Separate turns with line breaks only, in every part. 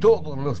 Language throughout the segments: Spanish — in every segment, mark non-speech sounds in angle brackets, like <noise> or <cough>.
todos los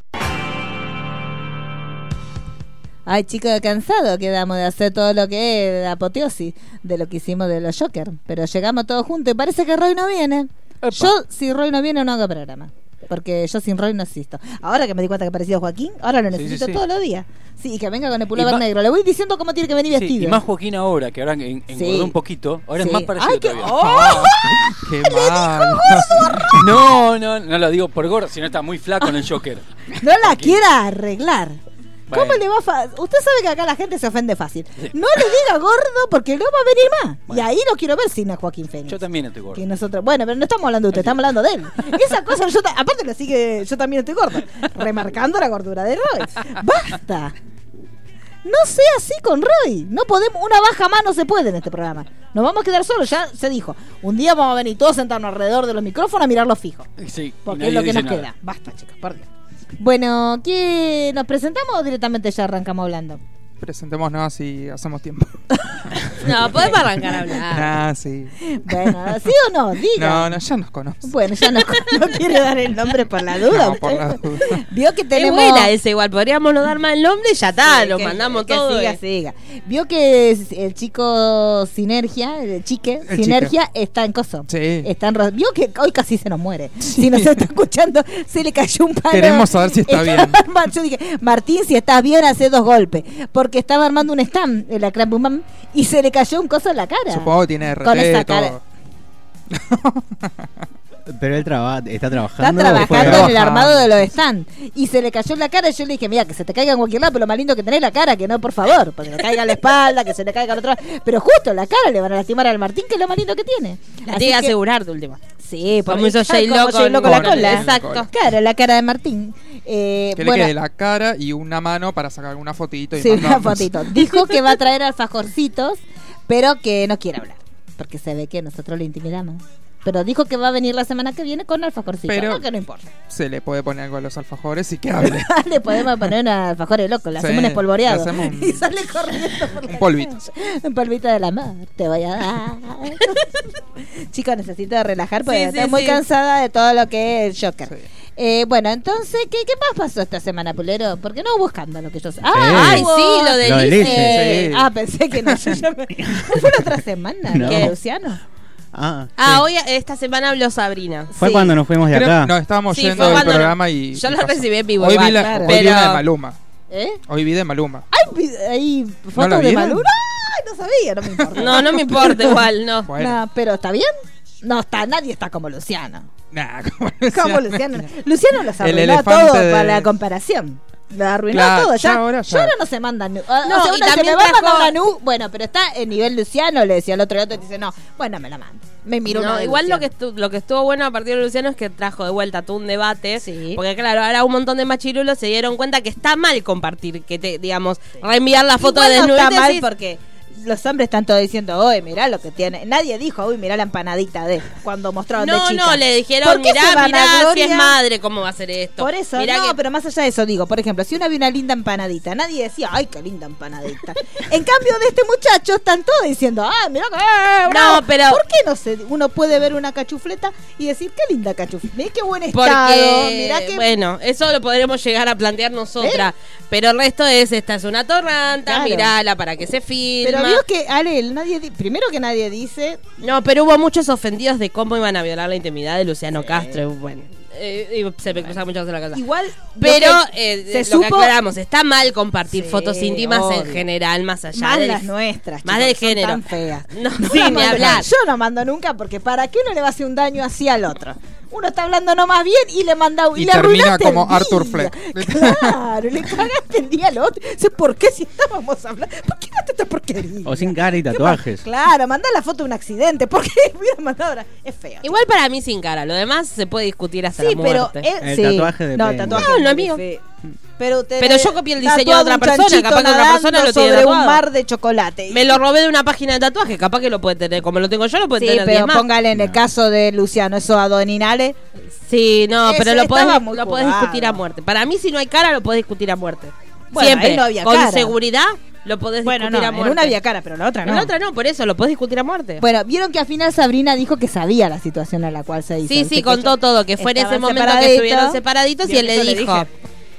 Ay, chico, cansado quedamos de hacer todo lo que es la apoteosis de lo que hicimos de los Joker. Pero llegamos todos juntos y parece que Roy no viene.
Epa.
Yo, si Roy no viene, no hago programa. Porque yo sin Roy no existo. Ahora que me di cuenta que apareció Joaquín, ahora lo
Sí, sí,
necesito
sí.
todos los días. Sí, y que venga con el
Y
pullover
ma-
negro. Le voy diciendo cómo tiene que venir
Sí, y
vestido.
más Joaquín ahora, que ahora en- engordó
Sí.
un poquito. Ahora
Sí.
es más parecido
Ay, qué-
todavía. Ah,
¡Oh!
¡Qué mal! No, no, no lo digo por gordo, sino está muy flaco en el Joker.
No la quiera arreglar.
Bueno.
¿Cómo le va a fa- Usted sabe que acá la gente se ofende fácil. No le diga gordo porque no va a venir más. Y ahí lo quiero ver sin a Joaquín Fénix.
Yo también estoy gordo.
Que nosotros, bueno, pero no estamos hablando de usted, estamos hablando de él.
<laughs>
Esa cosa, yo ta- aparte lo sigue, yo también estoy gordo, remarcando la gordura de Roy. ¡Basta! No sea así con Roy. No podemos, una baja más no se puede en este programa. Nos vamos a quedar solos, ya se dijo. Un día vamos a venir todos sentarnos alrededor de los micrófonos a mirarlos fijos.
Sí, y
Porque
nadie
es lo que nos
dice nada.
queda. Basta, chicos, por Dios. Bueno, ¿qué nos presentamos o directamente ya arrancamos hablando?
Presentémonos y hacemos tiempo.
No, podemos arrancar a
<laughs>
hablar.
Ah, sí.
Bueno, ¿sí o no? Diga.
No, no, ya nos conocen.
Bueno, ya no, no quiere dar el nombre por la
<laughs>
duda.
No, por la duda.
Vio que
Es
tenemos.
buena esa igual, podríamos no dar más el nombre y ya está,
Sí,
lo
que-
mandamos
que
todo.
siga,
eh.
siga. Vio que es- el chico Sinergia, el chique,
El
Sinergia está en coso.
Sí.
Está en ro- Vio que hoy casi se nos muere. Si nos <laughs> está escuchando, se le cayó un palo.
Queremos saber si está bien.
Yo dije, Martín, si estás bien, hace dos golpes. Porque estaba armando un stand en la Crack Boom Bam, y se le cayó un coso en la cara.
Supongo que tiene RT
Con esa cara.
Eh,
todo.
Pero él traba- está
Está
trabajando. ¿o fue
trabajando en
trabaja.
el armado de los stand y se le cayó en la cara y yo le dije, mira, que se te caiga en cualquier lado, pero lo más lindo que tenés es la cara, que no, por favor, porque le caiga en la espalda, que se le caiga al otro lado. Pero justo en la cara le van a lastimar al Martín, que es lo más lindo que tiene.
La
Así
tiene que
que-
asegurar de última.
Sí, por
Como hizo
tal como
J-Lo con-
J-Lo con la
con
cola.
la
Exacto.
cola.
Claro, la cara de Martín. Eh,
Que le
bueno,
quede la cara y una mano para sacar alguna fotito. Y
sí, una
mandarnos.
fotito. Dijo que va a traer alfajorcitos, pero que no quiere hablar, porque se ve que nosotros le intimidamos. Pero dijo que va a venir la semana que viene con alfajorcitos,
Pero-
no, que no importa.
Se le puede poner algo a los alfajores y que
<laughs>
hable.
<laughs> Le podemos poner una alfajores loco, le
Sí,
hacemos un espolvoreado.
le hacemos un-
<laughs> Y sale corriendo por la
un polvito.
calle. Un polvito de la mar, te voy a
<laughs>
dar. Chicos, necesito relajar porque
Sí, sí,
estoy muy
sí.
cansada de todo lo que es el Joker.
Sí.
Eh, bueno, entonces, ¿qué, ¿qué más pasó esta semana, Pulero? Porque no hubo escándalo que yo sé. Ah,
Ay,
hubo-
sí, lo de
Lo de
Lice.
Lice,
Eh, Ah, pensé que no. yo ya me- ¿No fue la otra
<laughs>
semana,
No.
que Luciano?
Ah,
Ah, hoy, esta semana habló Sabrina.
fue
sí.
cuando nos fuimos de
Creo-
acá.
no, estábamos
Sí,
yendo
fue
del
cuando-
programa y.
yo
y
la
pasó.
recibí en vivo
Hoy vi
igual,
la,
claro.
hoy vi la
Pero-
de Maluma.
¿Eh?
Hoy vi de Maluma.
Ay, vi- hay fotos
la
de
vieron?
Maduro. Ay, no sabía, no me importa.
No, no
<laughs>
me importa igual, Ah, no.
Bueno.
No, pero ¿está bien? No está, nadie está como
<laughs>
Luciano.
Nah, como
Como
decía-
Luciano. Luciano los
El
arruinó
elefante
todo
de-
para la comparación. Lo arruinó
Claro,
todo. Ya,
ya ahora
ahora,
ya.
no se manda nu.
No,
No,
y
y se me
también
va a
trajo-
mandar la nu. Bueno, pero está en nivel Luciano, le decía el otro gato y dice, no, bueno, me la mando. Me miro
No,
una de
igual lo que,
Luciano.
estu- lo que estuvo bueno a partir de Luciano es que trajo de vuelta todo un debate.
Sí.
Porque claro, ahora un montón de machirulos se dieron cuenta que está mal compartir, que te, digamos, reenviar la foto
Igual
de
no
desnudo.
está mal porque los hombres están todos diciendo, uy, mirá lo que tiene. Nadie dijo, uy, mirá la empanadita de cuando mostraron de
no,
chica.
no, le dijeron,
¿Por qué se
mirá, mirá, si es
vanagloria?
madre, ¿cómo va a hacer esto?
Por eso,
Mirá
no,
que-
pero más allá de eso, digo, por ejemplo, si uno había una linda empanadita, nadie decía, ay, qué linda
<laughs>
empanadita. en cambio, de este muchacho están todos diciendo, ay, mira, eh, bravo".
No, pero-
¿Por qué no se, uno puede ver una cachufleta y decir, qué linda cachufleta? Mirá qué buen estado,
Porque,
mirá qué.
bueno, eso lo podremos llegar a plantear nosotras. Pero el resto es, esta es una torranta,
Claro.
mirala para que se filma.
pero vio que, Ale, nadie, di- primero que nadie dice,
No, pero hubo muchos ofendidos de cómo iban a violar la intimidad de Luciano Castro. Bueno, eh, y se me cruzaba muchas veces la cabeza.
igual.
Pero
lo que
eh,
se
lo
supo
que aclaramos, está mal compartir
Sí,
fotos íntimas en
obvio.
general, más allá
más
del-
las nuestras,
más
chicos,
del
son
género.
tan feas.
<laughs> No,
No
sí,
la
ni
mando-
hablar.
Yo no mando nunca porque ¿para qué uno le va a hacer un daño así al otro? Uno está hablando nomás bien y le manda y,
Y
le
termina
arruinaste
como
el día.
Arthur Fleck.
<laughs> Claro, le cagaste el día al otro. Sé por qué si estábamos hablando. ¿Por qué no te estás porquería?
O sin cara y tatuajes.
Claro, mandá la foto de un accidente. ¿Por qué <laughs> hubiera mandado ahora? Es feo.
Igual para mí sin cara, lo demás se puede discutir hasta
sí,
la
pero
muerte.
eh,
El
sí.
tatuaje
No,
depende.
el tatuaje
No, lo
es
mío.
feo. Pero, tenés
Pero yo copié el diseño de
tatuado
otra
un
persona,
chanchito
capaz que otra
nadando
persona lo tiene
sobre un
tatuado.
mar de chocolate.
Me lo robé de una página de tatuajes, capaz que lo puede tener. Como lo tengo yo, lo puede
Sí,
tener
pero
alguien más.
póngale en el caso de Luciano, eso a Don Inale.
Sí, no,
Ese
pero lo podés,
estaba muy
lo podés
jugado.
discutir a muerte. Para mí, si no hay cara, lo podés discutir a muerte.
Bueno,
Siempre.
ahí no había
Con
cara.
seguridad, lo podés
Bueno, no,
discutir a
en
muerte.
una había cara, pero la otra
En
no.
la otra no, por eso, lo podés discutir a muerte.
Bueno, vieron que al final Sabrina dijo que sabía la situación a la cual se hizo.
Sí,
¿viste?
sí,
Que
contó
yo-
todo, que fue en ese
estaban
momento que
separaditos.
estuvieron separaditos y
Bien,
él le
eso le
dijo.
dije.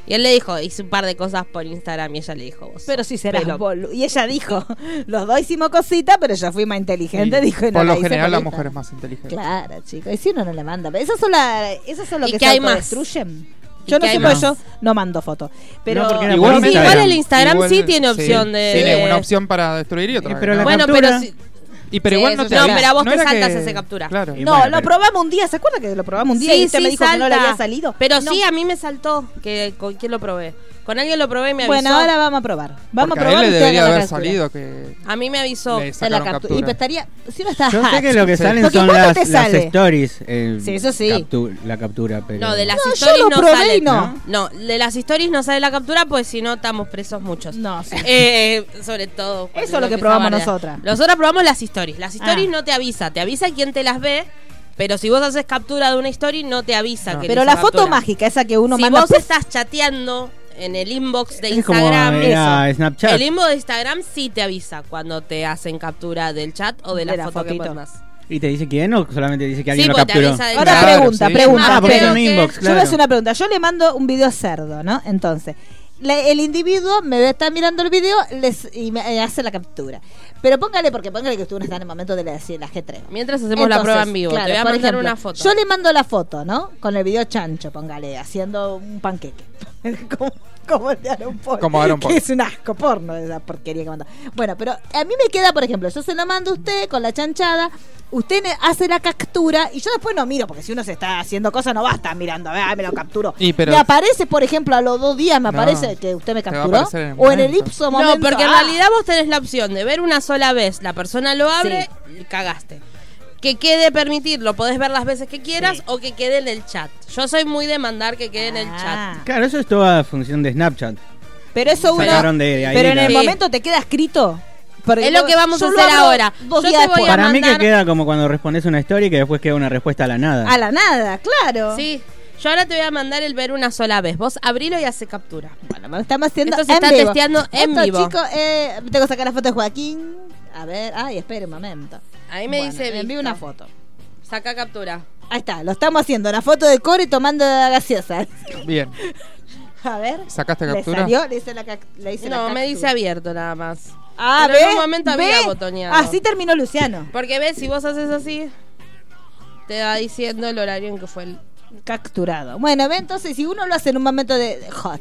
y él le dijo, hice un par de cosas por Instagram y ella le dijo vos.
Pero sí será.
Pero-
bolu- Y ella dijo, los dos hicimos cositas, pero yo fui más inteligente, dijo. Y no
Por
la
lo
hice
general, la
por
mujer es
Instagram.
más inteligente.
Claro, chicos. Y si uno no la manda. Pero Esas son, la, esas son lo
¿Y
que
qué
se
hay más?
autodestruyen.
¿Y
Yo
qué
no sé
hay
por
más?
yo no mando fotos. Pero
No, porque era
Igual,
por
sí,
Instagram.
igual el Instagram sí tiene
sí,
opción de.
Tiene una opción para destruir y otra.
Eh, pero
que
la
no.
Bueno, pero
captura.
si-
y pero
sí,
igual no
eso
te
sí. No,
avisa.
pero a vos te
era
saltas esa captura.
Claro.
Y
No,
bueno,
lo
pero-
probamos un día. ¿Se acuerda que lo probamos un día? y usted me dijo que no le
salta.
había salido.
Pero
No.
sí, a mí me saltó. Que, ¿Con quién lo probé? Con alguien lo probé y me avisó.
Bueno, ahora vamos a probar. Vamos
Porque
a probar.
a él
y
le
usted
debería
haga la
haber
captura.
salido que
A mí me avisó.
le
Se la
sacaron
captura. Y
captura.
estaría. Si uno está.
Yo sé <laughs> que lo que salen
Porque
son
vos no
las,
te
las
sale.
stories. eh,
Sí, eso sí.
captu- la captura, pero.
No, de las
No, yo
stories
lo
no
probé
sale.
y no.
no, de las stories no sale la captura, pues si no estamos presos muchos.
No, sí.
<laughs> Eh, sobre todo. cuando
Eso es lo que
empieza
probamos
a bardear.
nosotras.
Nosotras probamos las stories. Las stories
Ah.
no te avisa, te avisa quién te las ve, pero si vos haces captura de una story no te avisa.
No.
que
Ah. Pero
le
la
hizo
foto
captura.
mágica, esa que uno
si
manda.
vos
¡puf!
estás chateando en el inbox de
es como
Instagram,
era
eso.
Snapchat.
El inbox de Instagram sí te avisa cuando te hacen captura del chat o de la,
De la
foto
fotito.
que mandas.
¿Y te dice quién o solamente dice que alguien
Sí,
lo
porque te
capturó?
avisa del
Ahora
chat.
Claro,
pregunta,
sí.
pregunta.
Ah,
Ah, porque es
creo
un
que-
inbox,
Yo voy a hacer
claro.
una pregunta. Yo le mando un video cerdo, ¿no? Entonces, la- el individuo me ve- está mirando el video les, y me eh, hace la captura. Pero póngale, porque póngale que ustedes están en el momento de la, así, el ajetreo.
Mientras hacemos la
Entonces,
prueba en vivo,
claro,
te voy a
por
mandar
ejemplo,
una foto.
Yo le mando la foto, ¿no? Con el video chancho, póngale, haciendo un panqueque. <laughs> como, como el de Aaron Paul.
Como Aaron Paul.
Que es un asco porno esa porquería que manda. Bueno, pero a mí me queda, por ejemplo, yo se la mando a usted con la chanchada. Usted ne- hace la captura y yo después no miro, porque si uno se está haciendo cosas no va a estar mirando, a ver, "Ay, me lo capturo.
Y, pero-
me aparece, por ejemplo, a los dos días me
No,
aparece que usted me
te va a
capturó.
aparecer en el
o en el
momento.
ipso
No,
momento.
porque en
ah,
realidad vos tenés la opción de ver una sola vez, la persona lo abre, y cagaste. Que quede permitir, lo podés ver las veces que quieras o que quede en el chat. Yo soy muy de mandar que quede en el
Ah.
chat.
Claro, eso es toda función de Snapchat.
Pero eso uno.
Sacaron de ahí
pero en
la-
el
Sí.
momento te queda escrito. Porque
Es lo
yo-
que vamos
yo
a
lo
hacer
abro
ahora.
Dos
Yo
días
te voy
después.
a
Para mí que
mandar-
queda como cuando respondes una story que después queda una respuesta a la nada.
A la nada, claro.
Sí. Yo ahora te voy a mandar el ver una sola vez. Vos abrilo y hace captura.
Bueno, me lo estamos haciendo
Esto se
en
está
vivo.
testeando en
Esto,
vivo.
chicos, eh, tengo que sacar la foto de Joaquín. A ver, ay, espere un momento.
Ahí me
Bueno,
dice.
me envío
visto.
una foto.
Saca captura.
Ahí está, lo estamos haciendo. La foto de Core tomando la gaseosa. <laughs>
Bien.
A ver.
¿Sacaste
¿Le
captura?
salió? Le hice la, cac- le hice la
No, me
captura.
dice abierto nada más.
Ah,
Pero
ve,
en un momento había
ve.
botoneado.
Así terminó Luciano.
Porque ves, si vos haces así, te va diciendo el horario en que fue el.
capturado. Bueno, ve entonces, si uno lo hace en un momento de de hot,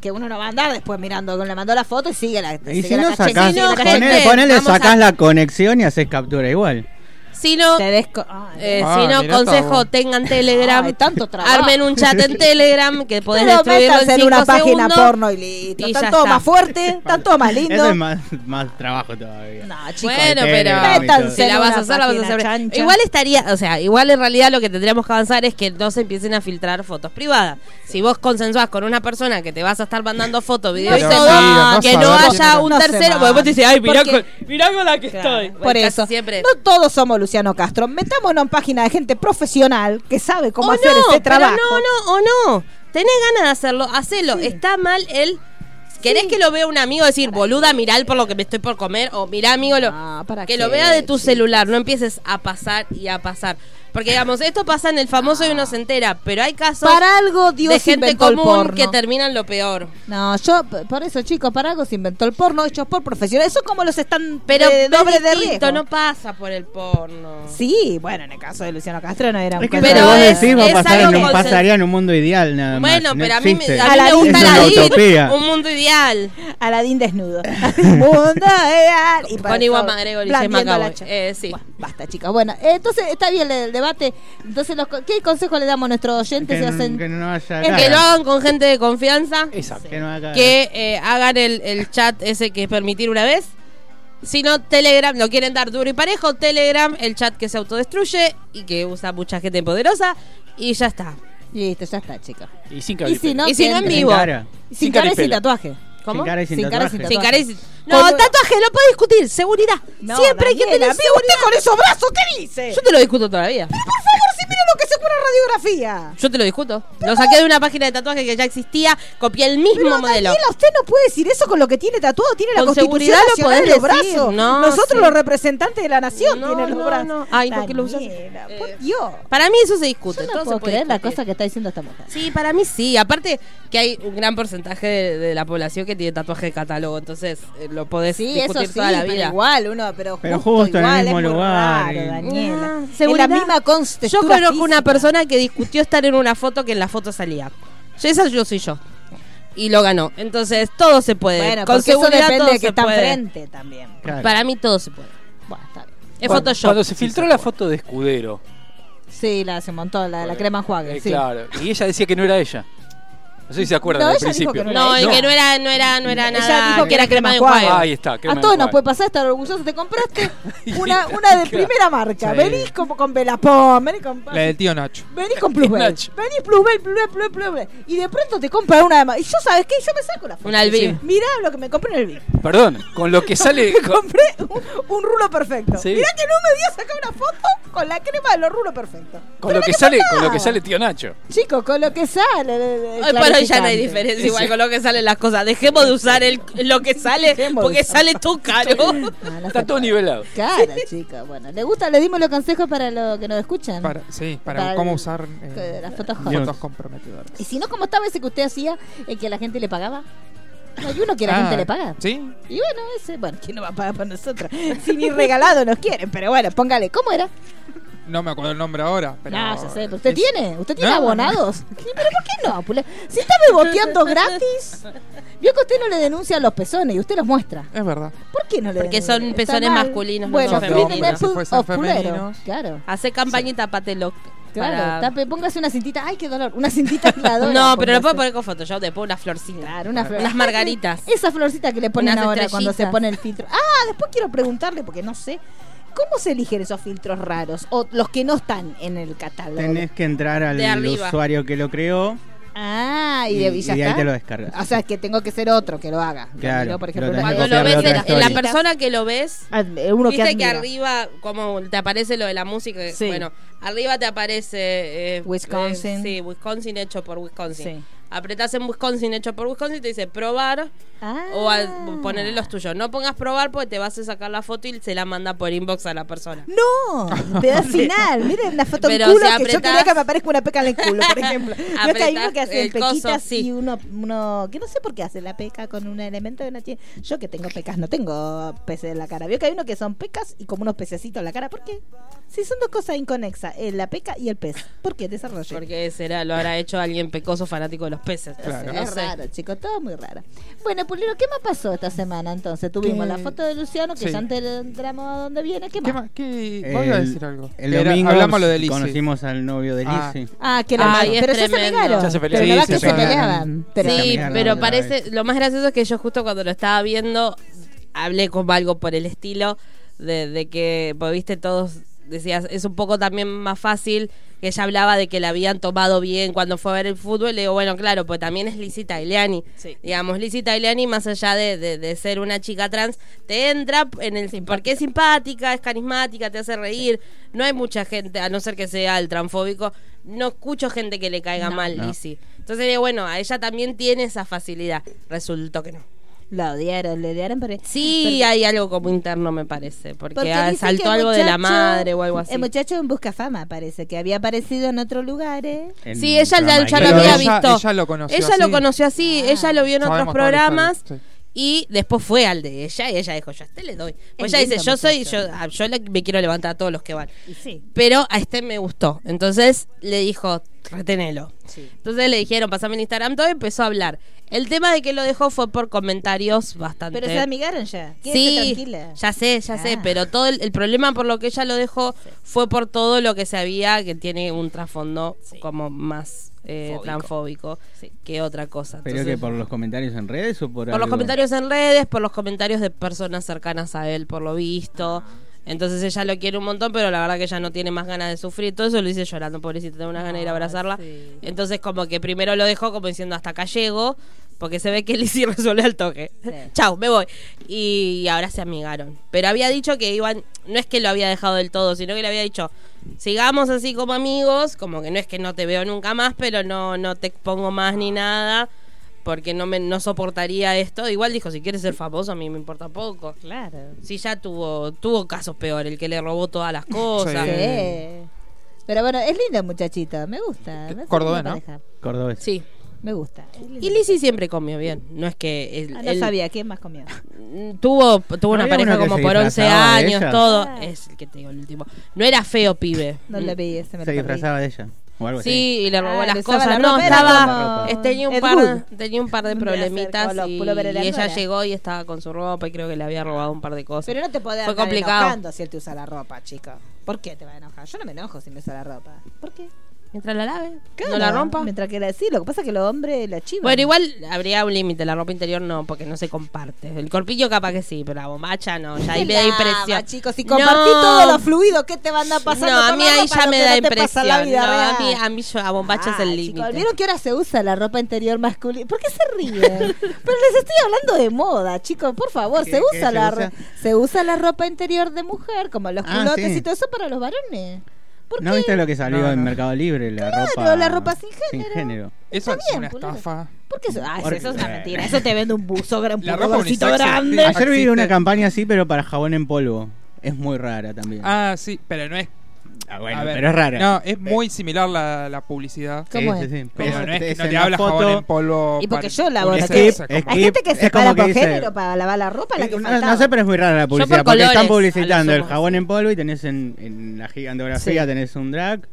que uno no va a andar después mirando, le mandó la foto y sigue la.
Y
sigue
si
la
no
cachetada,
Si
sacás,
sigue la
no,
cachetada.
ponele,
gente,
ponele,
vamos
sacás
a-
la conexión y haces captura igual.
Si no,
Te desco- ay,
Eh,
Ah,
si
mirá,
no,
está
consejo,
bueno.
tengan Telegram.
Ay, tanto trabajo.
Armen un chat en Telegram que podés
Pero
destruirlo en
métanse en
cinco
una página
segundos.
porno y listo.
y ya
están todos
está.
más
<laughs>
fuertes, están todos más
Eso es
lindos.
más, más trabajo todavía.
No, chicos. eh,
Bueno,
Telegram y
pero
todo.
si la vas a hacer, la vas a
Página
hacer.
chancha.
Igual estaría, o sea, igual en realidad lo que tendríamos que avanzar es que no se empiecen a filtrar fotos privadas. Si vos consensuás con una persona que te vas a estar mandando fotos, videos y
Pero
todo,
sí, no
que no
sabemos.
haya un
No se
tercero,
van.
porque vos te dices, ay, mirá,
Porque-
con, mirá con la que estoy. Bueno,
Por
casi
eso,
Siempre.
no todos somos Luciano Castro. Metámonos en página de gente profesional que sabe cómo
O
hacer
Oh, no,
este
pero
trabajo.
No, no, o no. Tenés ganas de hacerlo, hacelo. Está mal el. ¿Querés que lo vea un amigo decir, boluda, mirá el por lo que me estoy por comer? O mirá, amigo, lo,
Ah, ¿para
que
qué,
lo vea de tu
chicos?
celular. No empieces a pasar y a pasar. Porque, digamos, esto pasa en el famoso y uno se entera. Pero hay casos
Ah. Para algo Dios
de gente
inventó el
común
porno.
que terminan lo peor.
No, yo, p- por eso, chicos, para algo se inventó el porno hecho por profesionales. Eso es como los están
Pero
de,
no,
doble
es
de
distinto,
riesgo.
no pasa por el porno.
Sí, bueno, en el caso de Luciano Castro no era un
Es que
caso
Pero
pero vos
de-
es-
decís, va a
es
pasar
algo
en un-
consen-
pasaría en un mundo ideal nada más.
Bueno,
no
pero a mí, me,
existe.
a mí me
Aladín.
gusta
Es
una
Aladín,
utopía.
un mundo ideal.
<laughs> Aladín desnudo. Mundo ideal. Y
Con Iwan McGregor y James
blandiendo
McAvoy.
hacha.
Eh, sí.
Bueno, basta, chicos. Bueno, eh, entonces está bien el debate. Entonces, los, co- ¿qué consejo le damos a nuestros oyentes?
Que,
si
no-
hacen...
que no haya
Que
Que
cara.
lo hagan con gente de confianza.
Exacto.
Que no haga-
que eh, hagan el, el chat ese que es permitir una vez. Si no, Telegram, lo quieren dar duro y parejo, Telegram, el chat que se autodestruye y que usa mucha gente poderosa y ya está.
Listo, ya está, chica.
Y sin
Y si no,
Y si no en
¿quién?
vivo.
cara.
Sin,
Sin
cara y sin
caripela.
tatuaje.
¿Cómo?
Sin cara y sin,
Sin cara y sin
tatuaje.
Sin cara y sin- No,
Con-
tatuaje, no puedo discutir. Seguridad.
No,
Siempre hay que
Daniela,
tener
¿ve usted
seguridad.
con esos brazos? ¿Qué dice?
Yo te lo discuto todavía.
Pero por favor, si mira lo que se cura radiografía.
Yo te lo discuto. Lo saqué de una página de tatuaje que ya existía, copié el mismo
Pero
modelo.
Daniela, usted no puede decir eso con lo que tiene tatuado. Tiene la
Con
constitución
seguridad lo
nacional en los
podés decir,
brazos.
no,
Nosotros
sí.
los representantes de la nación
No,
tienen los
no,
brazos.
no. Ay, ¿por qué lo usas?
Daniela,
Eh,
Por Dios.
Para mí eso se discute.
Yo no
todo
puedo
se puede
creer la
discutir.
cosa que está diciendo esta mujer.
Sí, para mí sí. Aparte que hay un gran porcentaje de, de la población que tiene tatuaje de catálogo, entonces eh, lo podés
Sí, eso
discutir
sí,
toda la
pero
vida.
igual, uno, pero,
Pero
justo
justo en el
igual,
mismo
es muy
lugar,
raro,
y-
Daniela.
Ah,
en la
seguridad.
misma
Yo
constitución.
conozco una persona que discutió estar en una foto que en la foto salía. Yo, esa yo soy yo. Y lo ganó. Entonces todo se puede.
Bueno,
Con
porque eso
seguridad
depende
todo
de que
se
está
puede.
enfrente también.
Claro.
Para mí todo se puede.
Bueno, está bien.
Es
Cuando-
Photoshop.
Cuando se filtró la foto de Escudero.
Sí, la hace un montón, la de la crema enjuague.
Eh,
sí.
Claro. Y ella decía que no era ella. No sé si se acuerdan
No,
del
ella dijo que
principio.
no
No,
era
y
ella.
que no era, no era, no era
Ella
nada.
dijo que
que era
era
crema de
crema
enjuague.
enjuague.
Ahí está. crema
A
de
todos nos
enjuague.
puede pasar estar orgullosos. Te
<laughs>
compraste una, una de
Claro.
primera marca.
Sí.
Venís con, con Velapón, venís con.
La del tío Nacho.
Venís con
<laughs>
Plusbel.
Nacho.
Venís Plusbel, Plusbel, Plusbel, Plusbel. Y de pronto te compras una de más. Y yo, ¿sabes qué? Yo me saco la foto.
Un albir.
Mirá lo que me compré en el BIM.
Perdón, con lo que
<laughs>
sale.
Me
con-
compré un, un rulo perfecto.
Sí.
Mirá que no me dio sacar una foto con la crema de los rulos perfectos.
Con lo que sale, con lo que sale tío Nacho.
Chicos, con lo que sale. el- el
Hoy por hoy ya no hay
Eh, clarificante.
diferencia igual con lo que salen las cosas. Dejemos de usar el, lo que sale
Dejemos de
porque
usar.
sale todo
<laughs>
caro.
Ah, no
Está
se
todo
puede.
nivelado.
Claro, chicos. Bueno, ¿le gusta? Le dimos los consejos para los que nos escuchan.
Para, sí, para,
Para
cómo
el-
usar
que
eh,
las fotos hot.
fotos comprometedoras.
Y si no, como estaba ese que usted hacía, el que la gente le pagaba. No hay uno que la
Ah,
gente le paga.
Sí,
Y bueno, ese, bueno, ¿quién no va a pagar por nosotros? <laughs> Si ni regalado nos quieren, pero bueno, póngale, ¿cómo era?
no me acuerdo el nombre ahora. Pero
no, ya sé, pero usted
es-
tiene, usted tiene
No, no, no.
abonados. <laughs> Sí, Pero ¿por qué no? Pule? Si está beboteando gratis, vio que usted no le denuncia los pezones y usted los muestra.
Es verdad.
¿Por qué no le
Porque
denuncia?
son
Está
pezones
mal.
masculinos, no
Bueno,
son
free
femeninos.
nipple
Si fuesen
of pulero.
femeninos.
Claro.
Hace campaña y tapate lo.
Claro,
para-
tape, póngase una cintita. Ay, qué dolor. Una cintita <laughs> aisladora.
No, pero lo
póngase.
puedo poner con Photoshop, después una florcita.
Claro, una flor-
Unas <laughs> margaritas.
Esa florcita que le ponen
Unas
ahora cuando se
estrellitas.
pone el filtro. Ah, después quiero preguntarle, porque no sé, ¿cómo se eligen esos filtros raros? O los que no están en el catálogo.
Tenés que entrar
De
al
arriba.
usuario que lo creó
Ah, y, de
y,
y ya
y de ahí
está.
te lo descargas.
O sea, que tengo que ser otro que lo haga.
Claro,
Yo, por
lo
ejemplo,
tenés
Cuando
que
lo
copiar
ves,
de otra
en, en la
historia.
persona que lo ves,
Ah, eh, uno que,
viste que
admira.
arriba, como te aparece lo de la música.
Sí.
Bueno, arriba te aparece. eh,
Wisconsin.
eh, sí, Wisconsin hecho por Wisconsin.
Sí.
Apretás en Wisconsin hecho por Wisconsin y te dice probar.
Ah.
O a ponerle los tuyos. No pongas probar porque te vas a sacar la foto y se la manda por inbox a la persona. <laughs>
No, te da final. Miren la foto
Pero
en culo
si
que yo
apretás-
quería que me aparezca una peca en el culo, por
<laughs>
ejemplo. Yo que hay uno que
Apretás
hace
el coso,
pequitas
sí.
y uno, uno que no sé por qué hace la peca con un elemento que no tiene. Yo que tengo pecas, no tengo peces en la cara. Vio que hay uno que son pecas y como unos pececitos en la cara. ¿Por qué? Si son dos cosas inconexas, eh, la peca y el pez. ¿Por qué? Desarrollo.
Porque será, lo habrá hecho alguien pecoso fanático de los peces.
Claro.
No
Es
sé.
raro, chicos, todo muy raro. Bueno, Pulero, ¿qué más pasó esta semana entonces? Tuvimos
Que-
la foto de Luciano, que
Sí.
ya entramos a dónde viene, ¿qué
¿Qué
más?
más? ¿Qué?
El-
Voy a decir algo.
El
Era-
domingo
hablamos lo de Lizzy.
conocimos al novio de
Ah.
Lizzy.
Ah, que
Ay,
la
es
Pero ya se
tremendo.
pegaron.
Ya se
pero
pelearon.
no
Sí,
es
se
que se
pelearon.
peleaban. Pero
sí,
Caminaron
pero
otra
parece.
vez.
Lo más gracioso es que yo, justo cuando lo estaba viendo, hablé con algo por el estilo de, de que, pues, viste, todos decías, es un poco también más fácil que ella hablaba de que la habían tomado bien cuando fue a ver el fútbol. Le digo, bueno, claro, pues también es Lizzie Tagliani. Digamos, Lizzie Tagliani, más allá de, de- de ser una chica trans, te entra en el. Porque es simpática, es carismática, te hace reír. No hay mucha gente, a no ser que sea el transfóbico, no escucho gente que le caiga mal,
No.
Lizzie. Entonces, digo, bueno, a ella también tiene esa facilidad. Resultó que no.
La odiaron, le odiaron. Pero...
Sí,
Porque-
hay algo como interno, me parece. Porque,
porque
ah,
dicen que
saltó
el
algo de la
muchacho-
madre o algo así.
El muchacho en busca fama parece que había aparecido en otros lugares.
En
Sí, ella ya,
programa
ya
de
lo
Pero
Lizzy.
había
ella-
visto.
ella lo conoció
Ella lo
así.
conoció así,
Ah.
ella lo vio en otros
Sabemos toda la
programas.
historia, sí.
Y después fue al de ella y ella dijo, yo a este le doy. Pues ella
lindo
dice, yo soy, yo,
muchacho.
ah, yo le- me quiero levantar a todos los que van.
Y sí.
Pero a este me gustó. Entonces le dijo, retenelo. Entonces le dijeron, pasame el Instagram, todo y empezó a hablar. El tema de que lo dejó fue por comentarios bastante...
Pero se amigaron ya. Quédese
Sí,
tranquila.
ya sé, ya sé,
Ah.
pero todo el, el problema por lo que ella lo dejó fue por todo lo que se había que tiene un trasfondo como más eh, transfóbico que otra cosa.
¿Pero
Entonces,
que por los comentarios en redes o por
por los
algo?
comentarios en redes, por los comentarios de personas cercanas a él, por lo visto. Entonces ella lo quiere un montón, pero la verdad que ella no tiene más ganas de sufrir. Todo eso lo hice llorando, pobrecita, tengo unas ganas de ir a
Ay,
abrazarla.
sí.
Entonces como que primero lo dejó como diciendo hasta acá llego, porque se ve que <laughs> Lizzie resuelve al toque. <laughs>
Sí.
Chau, me voy. Y ahora se amigaron. Pero había dicho que iban, no es que lo había dejado del todo, sino que le había dicho, sigamos así como amigos, como que no es que no te veo nunca más, pero no, no te expongo más ni nada. Porque no me no soportaría esto. Igual dijo, si quieres ser famoso, a mí me importa poco.
Claro.
Sí, ya tuvo, tuvo casos peores, el que le robó todas las cosas.
Sí.
Sí. Pero bueno, es linda muchachita, me gusta. me hace
Cordobés,
linda
¿no?
pareja,
Cordobés.
Sí.
Me gusta. es linda.
Y Lizzie siempre comió bien. No es que. el-
Ah, no
el-
sabía, ¿quién más comió?
Tuvo, tuvo una
¿No había
pareja
uno que
como
se
por 11
disfrazaba de
años,
ella?
todo.
Ah.
Es el que te digo, el último. No era feo, pibe.
No la vi, se me
Se
lo perdí.
disfrazaba de ella. O algo
Sí, y le robó
Ah,
las
le usaba
cosas.
la
no,
ropa, era
estaba.
como
eh, tenía, un
Ed
par,
Wood.
tenía un par de
Me acercó
problemitas.
los
Y,
pullover de la
y ella
Nora.
llegó y estaba con su ropa y creo que le había robado un par de cosas.
Pero no te podés
Fue
andar
complicado.
enojando si él te usa la ropa, chico. ¿Por qué te va a enojar? Yo no me enojo si me usa la ropa. ¿Por qué?
Mientras la lave,
Claro,
no la rompa.
Mientras que la sí, lo que pasa es que los hombres la chivan.
Bueno, igual habría un límite, la ropa interior no, porque no se comparte. El corpillo capaz que sí, pero la bombacha no, ya
<laughs>
ahí me da
Lava,
impresión.
Chicos, si
No.
compartís todo lo fluido, ¿qué te va a andar pasando?
No, a
por
mí
la
ahí
ropa?
ya
Lo
me
que
da
no te pasa
impresión.
en la vida
no, a mí,
real.
a mí yo, la bombacha es
Ah,
el
chicos,
límite.
¿Vieron que ahora se usa la ropa interior masculina? ¿Por qué se ríen? Pero les estoy hablando de moda, chicos, por favor.
¿Qué-
Se
qué
usa,
se
la,
usa?
ro- se usa la ropa interior de mujer, como los
Ah,
culotes
sí.
y todo eso para los varones. ¿Por
¿No
qué?
viste lo que salió
No,
en
no.
Mercado Libre? La
Claro,
ropa.
la ropa sin género. Está
Eso es
bien,
una
boludo.
estafa.
¿Por qué eso? Ah, eso,
Porque-
eso es
eh,
una mentira. Eso te vende un buzo, gran
La
un
ropa
bolsito
unisex
grande.
existe.
Ayer vi
Existe.
una campaña así, pero para jabón en polvo. Es muy rara también.
Ah, sí, pero no es.
Ah, bueno,
a ver,
pero es rara.
No, es muy similar la, la publicidad.
Sí,
¿Cómo
sí,
es?
sí.
Pero
Es-
no es que
es
no te
una
habla
foto-
jabón en polvo.
Y porque
para-
yo lavo,
unisex,
no te-
o sea, como-
Hay gente que
Es
se para
como que
por
dice-
género para lavar la ropa, la que
Eh, no,
faltaba.
no sé, pero es muy rara la publicidad.
por
porque están
colores,
publicitando
a lo
el
sumo.
jabón en polvo y tenés en, en la gigantografía
Sí.
tenés un drag.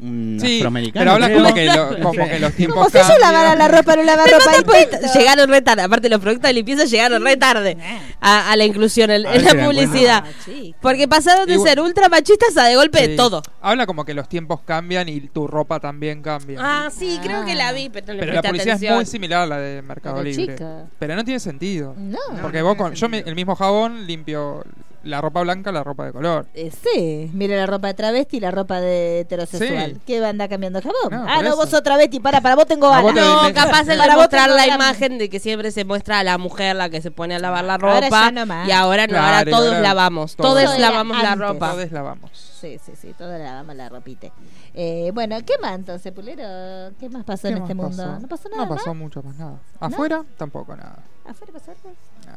Un
Sí,
afroamericano.
pero habla
creo.
como que,
<laughs>
lo- como que <laughs> los tiempos
Como si yo
cambian.
lavara la ropa, no lavar ropa
Re
interior.
ta- Llegaron re tarde, aparte los productos de limpieza llegaron re tarde a, a la inclusión en,
A
en
ver si
la
la
publicidad.
encuentro. Ah, chico.
Porque pasaron de
Igual-
ser ultra machistas a de golpe
Sí.
todo.
Habla como que los tiempos cambian y tu ropa también cambia.
Ah, sí, creo que la vi, pero no le
pero la
presté
publicidad
atención.
es muy similar a la de Mercado
Pero
Libre.
chica.
Pero no tiene sentido.
No.
Porque
no
vos
tiene
con yo me- el mismo jabón limpio la ropa blanca, la ropa de color.
Eh, sí, mira la ropa de travesti y la ropa de heterosexual.
Sí.
¿Qué va a andar cambiando el jabón?
No,
ah,
por
no,
eso.
vos sos travesti, para, para vos tengo <laughs> ganas.
A vos te-
No,
Bueno,
capaz es
para
de
vos
mostrar
tengo
la
ganas.
imagen de que siempre se muestra a la mujer la que se pone a lavar la
Ahora
ropa.
ya no más.
y ahora no, ahora
Claro, y
todos
ahora
lavamos.
todos.
Todos
Eso
era
lavamos la
antes.
ropa.
Todos lavamos.
Sí, sí, sí, toda la dama la ropita. Eh, bueno, ¿qué más entonces, Pulero? ¿Qué más pasó en
¿Qué más
este mundo? ¿No pasó nada
No pasó mucho más nada. Afuera, tampoco nada.
más? ¿Afuera pasó algo?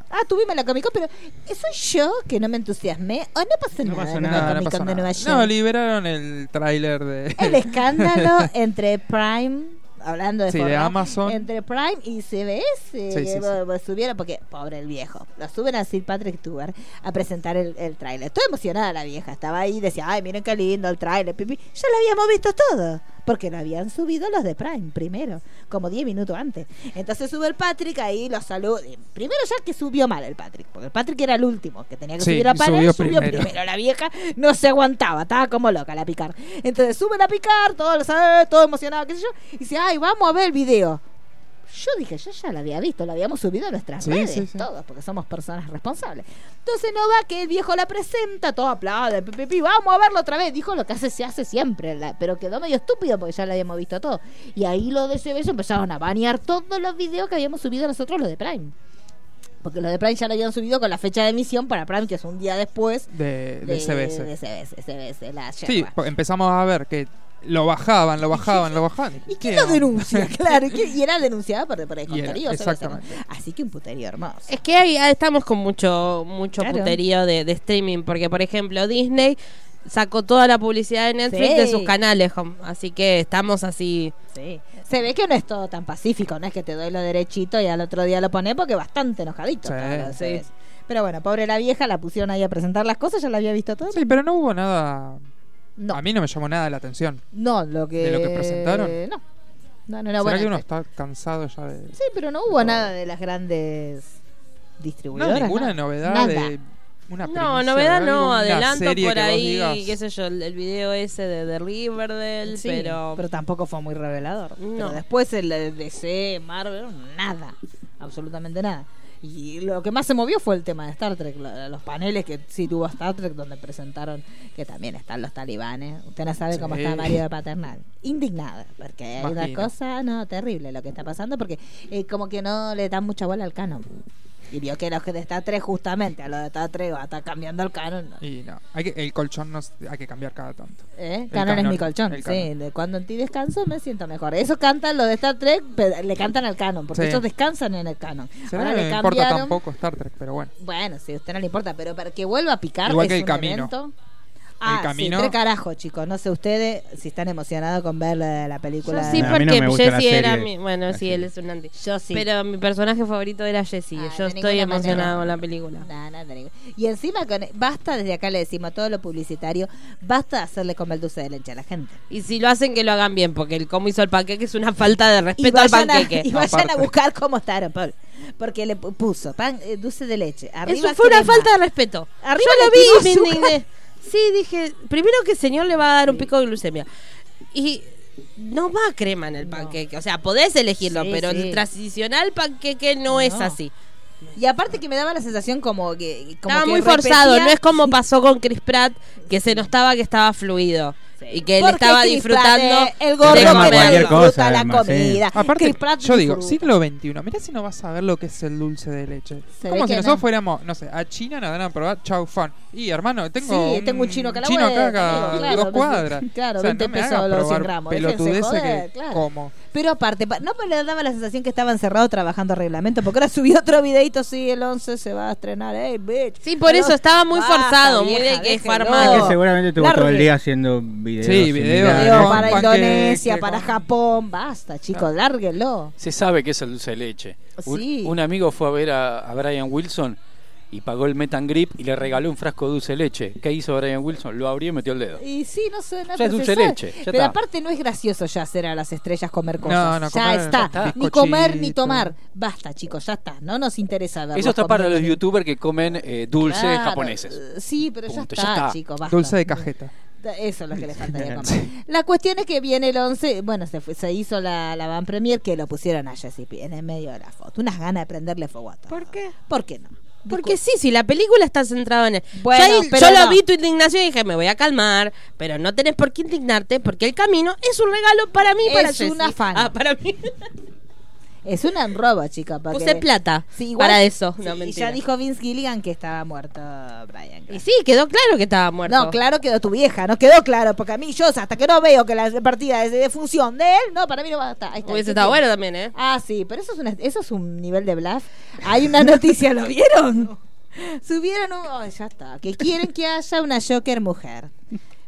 Ah, tuvimos la Comic Con, pero eh, ¿soy yo que no me entusiasmé? ¿O no pasó
No
nada
pasó
en
nada,
la
no,
Comic Con
pasó
de Nueva
nada.
York?
No, liberaron el tráiler de.
el escándalo entre Prime hablando de,
Sí, de
Fortnite,
Amazon.
entre Prime y CBS
sí,
que
sí.
lo- lo subieron porque pobre el viejo lo suben a Sir Patrick Stewart a presentar el, el tráiler estoy emocionada la vieja estaba ahí decía ay miren qué lindo el tráiler pipi". ya lo habíamos visto todo porque lo habían subido los de Prime primero como 10 minutos antes entonces sube el Patrick ahí lo saluda primero ya que subió mal el Patrick porque el Patrick era el último que tenía que
Sí,
subir a pared
subió
subió
primero.
primero pero la vieja no se aguantaba, estaba como loca la picar. Entonces suben a picar, todos los eh, todo emocionado, qué sé yo, y dice, ay, vamos a ver el video. Yo dije, yo ya la había visto, la habíamos subido a nuestras
Sí,
redes,
sí, sí.
todos, porque somos personas responsables. Entonces no va que el viejo la presenta, todo aplaude, pi, pi, pi, vamos a verlo otra vez. Dijo lo que hace, se hace siempre, la- pero quedó medio estúpido porque ya lo habíamos visto todo. Y ahí los de CBS empezaron a banear todos los videos que habíamos subido nosotros, los de Prime. Porque los de Prime ya lo habían subido con la fecha de emisión para Prime, que es un día después
De, de
de
CBS.
de CBS, CBS, la
sí,
yerba.
po- empezamos a ver que lo bajaban, lo bajaban, lo bajaban.
¿Y quién lo
<laughs>
denuncia? Claro, ¿y quién- y era denunciada por, por el
Y era,
contenido. o sea,
exactamente.
Así que un puterío hermoso.
Es que ahí ahí estamos con mucho, mucho
Claro.
puterío de, de streaming, porque por ejemplo Disney sacó toda la publicidad de Netflix
Sí.
de sus canales, hom, así que estamos así.
Sí. Se ve que no es todo tan pacífico, no es que te doy lo derechito y al otro día lo pones porque bastante enojadito.
Sí,
estaba la
sí.
CBS. Pero bueno, pobre la vieja, la pusieron ahí a presentar las cosas, ya la había visto todo.
Sí, pero no hubo nada.
No,
A mí no me llamó nada la atención.
no, lo que...
¿De lo que presentaron?
No, no, no, no,
¿Será
bueno, eh,
que uno está cansado ya de.?
Sí, pero no hubo nada de las grandes
No,
distribuidoras.
ninguna
nada.
novedad
Nada.
de una
No,
primicia de
novedad
algo,
no,
una
adelanto
serie
por
que vos
ahí,
digas,
qué sé yo, el, el video ese de, de Riverdale,
Sí,
pero...
tampoco fue muy revelador.
No.
Pero después el eh, DC, Marvel, nada. Absolutamente nada. Y lo que más se movió fue el tema de Star Trek, lo- los paneles que sí tuvo Star Trek, donde presentaron que también están los talibanes. Usted no sabe cómo
Sí.
está Mario de Paternal. Indignada, porque hay una
Imagino.
cosa no terrible lo que está pasando, porque eh, como que no le dan mucha bola al canon. Y vio que los que de Star Trek, justamente, a los de Star Trek, va a estar cambiando el canon. ¿no?
Y no, hay que, el colchón nos, hay que cambiar cada tanto.
¿Eh?
El
Canon es
canon,
mi colchón,
el
sí.
canon.
De cuando en ti descanso me siento mejor. Eso cantan los de Star Trek, pero le cantan al canon, porque
Sí.
ellos descansan en el canon.
Será
Ahora
que
le
no importa
cambiaron-
tampoco Star Trek, pero bueno.
Bueno, si a usted no le importa, pero para que vuelva a picar
Igual
es
que el
un
camino.
evento. Ah,
camino-
sí, qué carajo, chicos. No sé ustedes si están emocionados con ver la, la película.
sí,
No, a mí no
porque
me gustan las
Jesse era
series.
mi. Bueno,
Las
sí, él
series.
es un anti.
Yo sí.
Pero mi personaje favorito era Jesse.
Ah,
Yo
de
estoy
ninguna
emocionada
manera.
con la película.
Nah, nah, de ningún- Y encima, con, basta, desde acá le decimos a todo lo publicitario, basta de hacerle comer dulce de leche a la gente.
Y si lo hacen, que lo hagan bien, porque el cómo hizo el panqueque es una falta de
y
respeto al
vayan, a,
panqueque.
<laughs> y vayan a
Aparte.
buscar cómo estaron, Paul. Porque le pu- puso pan, eh, dulce de leche. Arriba
Eso fue una
crema.
falta de respeto.
Arriba
Yo
le
lo
tiró
vi, me
azúcar.
indigné. Sí, dije, primero que el señor le va a dar un pico de glucemia. Y no va crema en el panqueque. O sea, podés elegirlo,
Sí,
pero
sí.
el tradicional panqueque no, es
No.
así.
Y aparte que me daba la sensación como que. Como
estaba
que
muy forzado,
repetía-
no
<laughs>
es como pasó con Chris Pratt, que se notaba que estaba fluido.
Sí.
Y que él
Porque
estaba
Chris Pratt,
disfrutando.
eh, el gordo
de
que
Como
comer.
cualquier
disfruta
cosa,
la
además, sí.
comida.
Aparte,
Chris Pratt
yo digo,
disfruta.
siglo XXI, mirá si no vas a ver lo que es el dulce de leche.
Se ve
Como si
que no.
nosotros fuéramos, no sé, a China nos dan a probar chau fan. Y hermano, tengo,
Sí, tengo un chino acá a la
chino acá,
vuelta,
acá,
claro,
dos cuadras.
<laughs> claro,
o sea,
20
no me
pesos
hagas
los 100
probar
gramos, déjense
pelotudeces
joder,
que
claro.
como.
Pero aparte, pa- no me le daba la sensación que estaba encerrado trabajando reglamento, porque ahora subí otro videito, sí, el 11 se va a estrenar, hey, bitch.
Sí, por eso, estaba muy
Basta,
forzado, muy
vieja,
de que
déjenlo.
fue armado.
Es Ah, que seguramente tuvo
Largue.
todo el día haciendo videos.
Sí,
y
videos.
mirá,
Video
Con
para
panque-
Indonesia,
que
para
con-
Japón, basta, chicos, lárguenlo.
Se sabe que es el dulce de leche. Un,
Sí.
un amigo fue a ver a, a Brian Wilson y pagó el Metan Grip y le regaló un frasco de dulce de leche. ¿Qué hizo Brian Wilson? Lo abrió y metió el dedo.
Y sí, no sé, no
Ya es
se
dulce
sabe.
leche, ya
Pero
está.
aparte no es gracioso ya hacer a las estrellas comer cosas.
No, no,
ya
comer-
está.
está.
Ni comer ni
Bizcochito.
tomar. Basta, chicos, ya está. No nos interesa verlos
Eso está para
comiendo
los
ni-
youtubers que comen eh, dulces
Claro.
japoneses.
Eh, Sí, pero ya
Punto,
está,
ya está.
chicos, basta.
Dulce de cajeta.
Eso es lo que le
<laughs>
faltaría comer. La cuestión es que viene el 11, bueno, se, fue- se hizo la, la van premier que lo pusieron a Jesse P en el medio de la foto. Unas ganas de prenderle fuego a todo.
¿Por qué?
¿Por qué no?
Porque sí, sí, la película está centrada en él.
Bueno,
yo ahí-
pero
yo
no.
lo vi tu indignación y dije, me voy a calmar, pero no tenés por qué indignarte porque el camino es un regalo para mí y para
Es un
Jessy.
afán.
Ah, para mí.
Es una enroba, chica. porque-
Puse plata
Sí, igual-
para eso.
sí,
no,
y
mentira.
ya dijo Vince Gilligan que estaba muerto Brian.
Y sí, quedó claro que estaba muerto.
No, claro quedó tu vieja, no quedó claro, porque a mí yo hasta que no veo que la partida es de función de él, no, para mí no va a estar. Ahí está,
Hubiese
¿qué
estado
tiene?
bueno también, ¿eh?
Ah, sí, pero eso es, una- eso es un nivel de bluff. Hay una noticia, ¿lo
<laughs>
vieron? Subieron un... oh, ya está. Que quieren que haya una Joker mujer.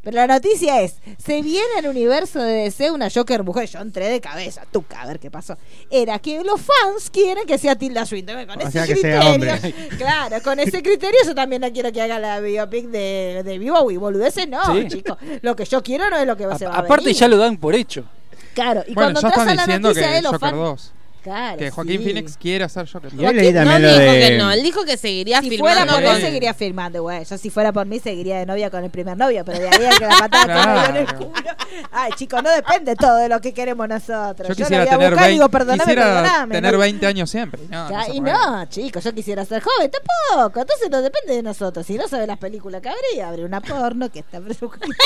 Pero la noticia es, se viene al universo de DC una Joker mujer. Yo entré de cabeza, tuca, a ver qué pasó. Era que los fans quieren que sea Tilda Swinton. Con
O
ese
sea, que sea
criterio.
hombre.
<laughs> Claro, con ese criterio yo también no quiero que haga la biopic de, de Bowie. Boludeces no,
Sí.
chicos. Lo que yo quiero no es lo que se va a
aparte
venir.
ya lo dan por hecho.
Claro, y
Bueno,
cuando
ya
entras a
están
la
diciendo
noticia
que
de los
Joker
fans...
2.
Claro,
Que Joaquín
sí.
Phoenix quiere hacer Joker
Yo
2.
leí
no
también lo
dijo que
de.
no, él dijo que seguiría
Si
filmando.
fuera por
con
él,
él.
seguiría firmando, güey. Yo si fuera por mí, seguiría de novia con el primer novio, pero de ahí a que la patada que me dio en el
Claro.
culo. Ay, chicos, no depende todo de lo que queremos nosotros.
Yo
lo
quisiera
voy a
tener
buscar y digo,
20,
perdóname,
quisiera
perdóname,
tener
¿no?
20 años siempre. No,
Ya,
no se
y
puede.
no, chicos, yo quisiera ser joven tampoco. Entonces no depende de nosotros. Si no sabe las películas que habría, abre una porno que está. <laughs>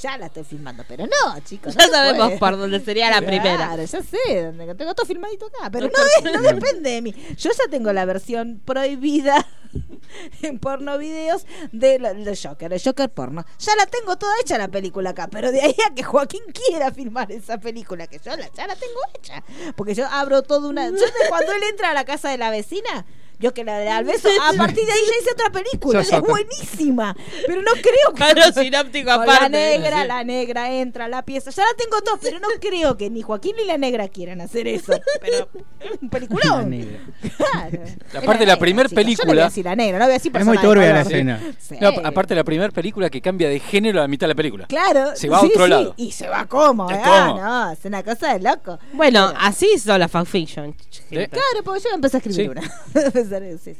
ya la estoy filmando, pero no, chicos. no
<laughs> Ya
se
sabemos
puede.
por dónde sería la primera.
Claro, ya sé, donde- tengo todo filmadito acá, pero no, es, no depende de mí. Yo ya tengo la versión prohibida <laughs> en porno videos de, lo- de Joker, el Joker porno. Ya la tengo toda hecha la película acá, pero de ahí a que Joaquín quiera filmar esa película, que yo la, ya la tengo hecha. Porque yo abro toda una... Yo de cuando él entra a la casa de la vecina... Yo que la de al beso,
<laughs>
a partir de ahí ya hice otra película,
Ya
es
sota.
buenísima, pero no creo que
Claro, sináptico
con
aparte.
La negra,
Sí.
la negra entra a la pieza. Ya la tengo dos, pero
<laughs>
no creo que ni Joaquín ni la negra quieran hacer eso. Pero es un
La
peliculón.
negra.
Claro.
Aparte, la
negra,
primer
chicos. Yo no voy a
película-
decir la negra, no voy a decir
Es muy
persona de
turbia la
color.
escena.
Sí.
No, ap- aparte la primera película que cambia de género a la mitad de la película.
Claro.
Se va a otro lado.
Y se va como,
Es
¿eh?
como.
Ah, no, es una cosa de loco.
Bueno, así hizo la fanfiction. gente.
Claro, porque yo empecé a escribir
Sí.
una. <laughs> Empezar a- sí, sí.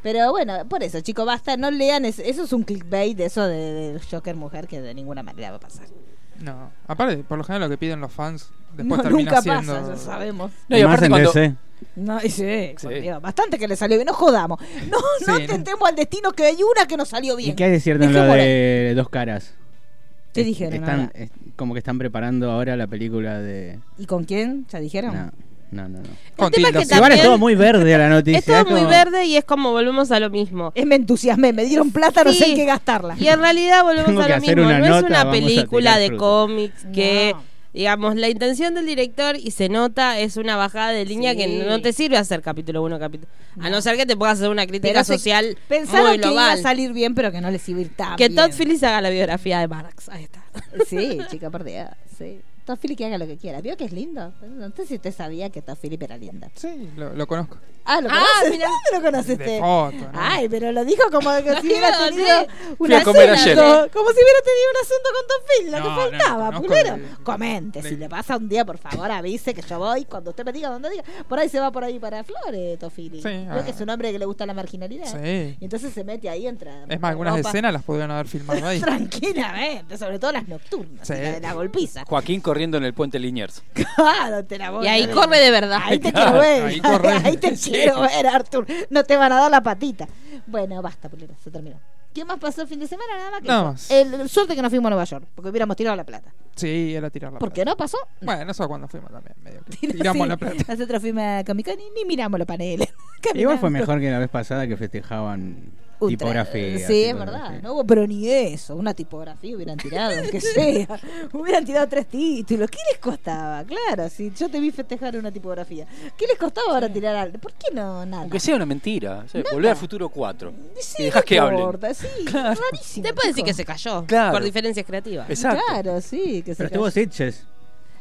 Pero bueno, por eso, chicos, basta, no lean. Eso, eso es un clickbait de eso de, de Joker mujer que de ninguna manera va a pasar.
No. Aparte, por lo general lo que piden los fans después
No,
termina
nunca
siendo.
pasa, lo sabemos.
No, y
Más
aparte
en
cuando,
DC.
No, y sí, por
Sí.
Dios, bastante que le salió bien, no jodamos. No, no
Sí.
tentemos al destino que hay una que nos salió bien.
¿Y qué hay de cierto en lo
Dejémoslo.
de dos caras?
¿Qué
Es-
dijeron
Están,
ahora?
es- como que están preparando ahora la película de.
¿Y con quién? ¿Ya dijeron?
No, no, no. no.
El tema es que
tildos.
también-
Igual es todo muy verde a la noticia.
es todo
es
muy
como-
verde y es como volvemos a lo mismo.
Es me entusiasmé, me dieron plata, no
Sí.
sé en qué gastarla.
Y en realidad volvemos
Tengo
a
que
lo
hacer
mismo.
una
no es
nota,
una
vamos a
película
tirar
de
fruta.
cómics que,
No.
digamos, la intención del director y se nota es una bajada de línea
Sí.
que no te sirve hacer capítulo 1, capítulo. A no ser que te puedas hacer una crítica
Pero se-
social
Pensaron
muy
que iba a
global.
salir bien, pero que no les iba a ir tan
que
bien.
Todd Phillips haga la biografía de Marx. Ahí está.
Sí, chica perdida. Sí. Todd Phillips que haga lo que quiera. ¿Vio que es lindo? No sé si usted sabía que Todd Phillips era linda.
Sí, lo, lo conozco.
Ah, ¿lo
Ah,
conoces?
mira.
¿Dónde <laughs> lo conociste?
De foto. ¿no?
Ay, pero lo dijo como que si hubiera
No,
tenido
<laughs> sí.
un
Fui a comer
asunto.
ayer.
Como si hubiera tenido un asunto con Tom Phil, lo
No, no,
que faltaba,
no,
pulero.
con-
Comente,
de-
si le pasa un día, por favor, avise que yo voy. Cuando usted me diga dónde diga. Por ahí se va por ahí para Flores, Tofili.
Sí,
Creo
ah.
que es un hombre que le gusta la marginalidad.
Sí.
Y entonces se mete ahí, entra.
Es más, algunas
ropa.
escenas las podrían haber filmado ahí.
<laughs> Tranquilamente, sobre todo las nocturnas,
Sí.
y la de la
<laughs>
golpiza.
Joaquín corriendo en el puente Liniers.
Claro, te la voy
Y
a
ahí
ver.
corre de verdad.
Ahí te quiero
Claro,
ver. <laughs> Ahí,
ahí corre.
te
Sí.
quiero ver, Artur. No te van a dar la patita. Bueno, basta, pulero, se terminó. ¿Qué más pasó el fin de semana? Nada más que.
Nada
eso. El, suerte que nos fuimos a Nueva York, porque hubiéramos tirado la plata.
Sí, era tirar la
Porque
plata.
no pasó. <laughs>
Bueno, eso cuando fuimos también. Medio que tiramos
Sí,
la plata.
Nosotros fuimos a Comic Con y ni miramos los paneles. <laughs>
Igual
Caminando.
fue mejor que la vez pasada que festejaban
Un tra-
tipografía.
Sí, es
tipografía.
verdad. No hubo, pero ni eso. Una tipografía hubieran tirado, aunque sea. hubieran tirado tres títulos. ¿Qué les costaba? Claro, si yo te vi festejar una tipografía. ¿Qué les costaba ahora tirar algo? ¿Por qué no nada?
Aunque sea una mentira. o sea, Volver al futuro 4.
Sí,
y dejás
no
que hablen.
importa, Sí,
Claro.
rarísimo.
<laughs> Te puede decir
chico.
que se cayó
Claro.
por diferencias creativas.
Exacto.
Claro, sí, que
Pero
se
estuvo
cayó.
Sitches.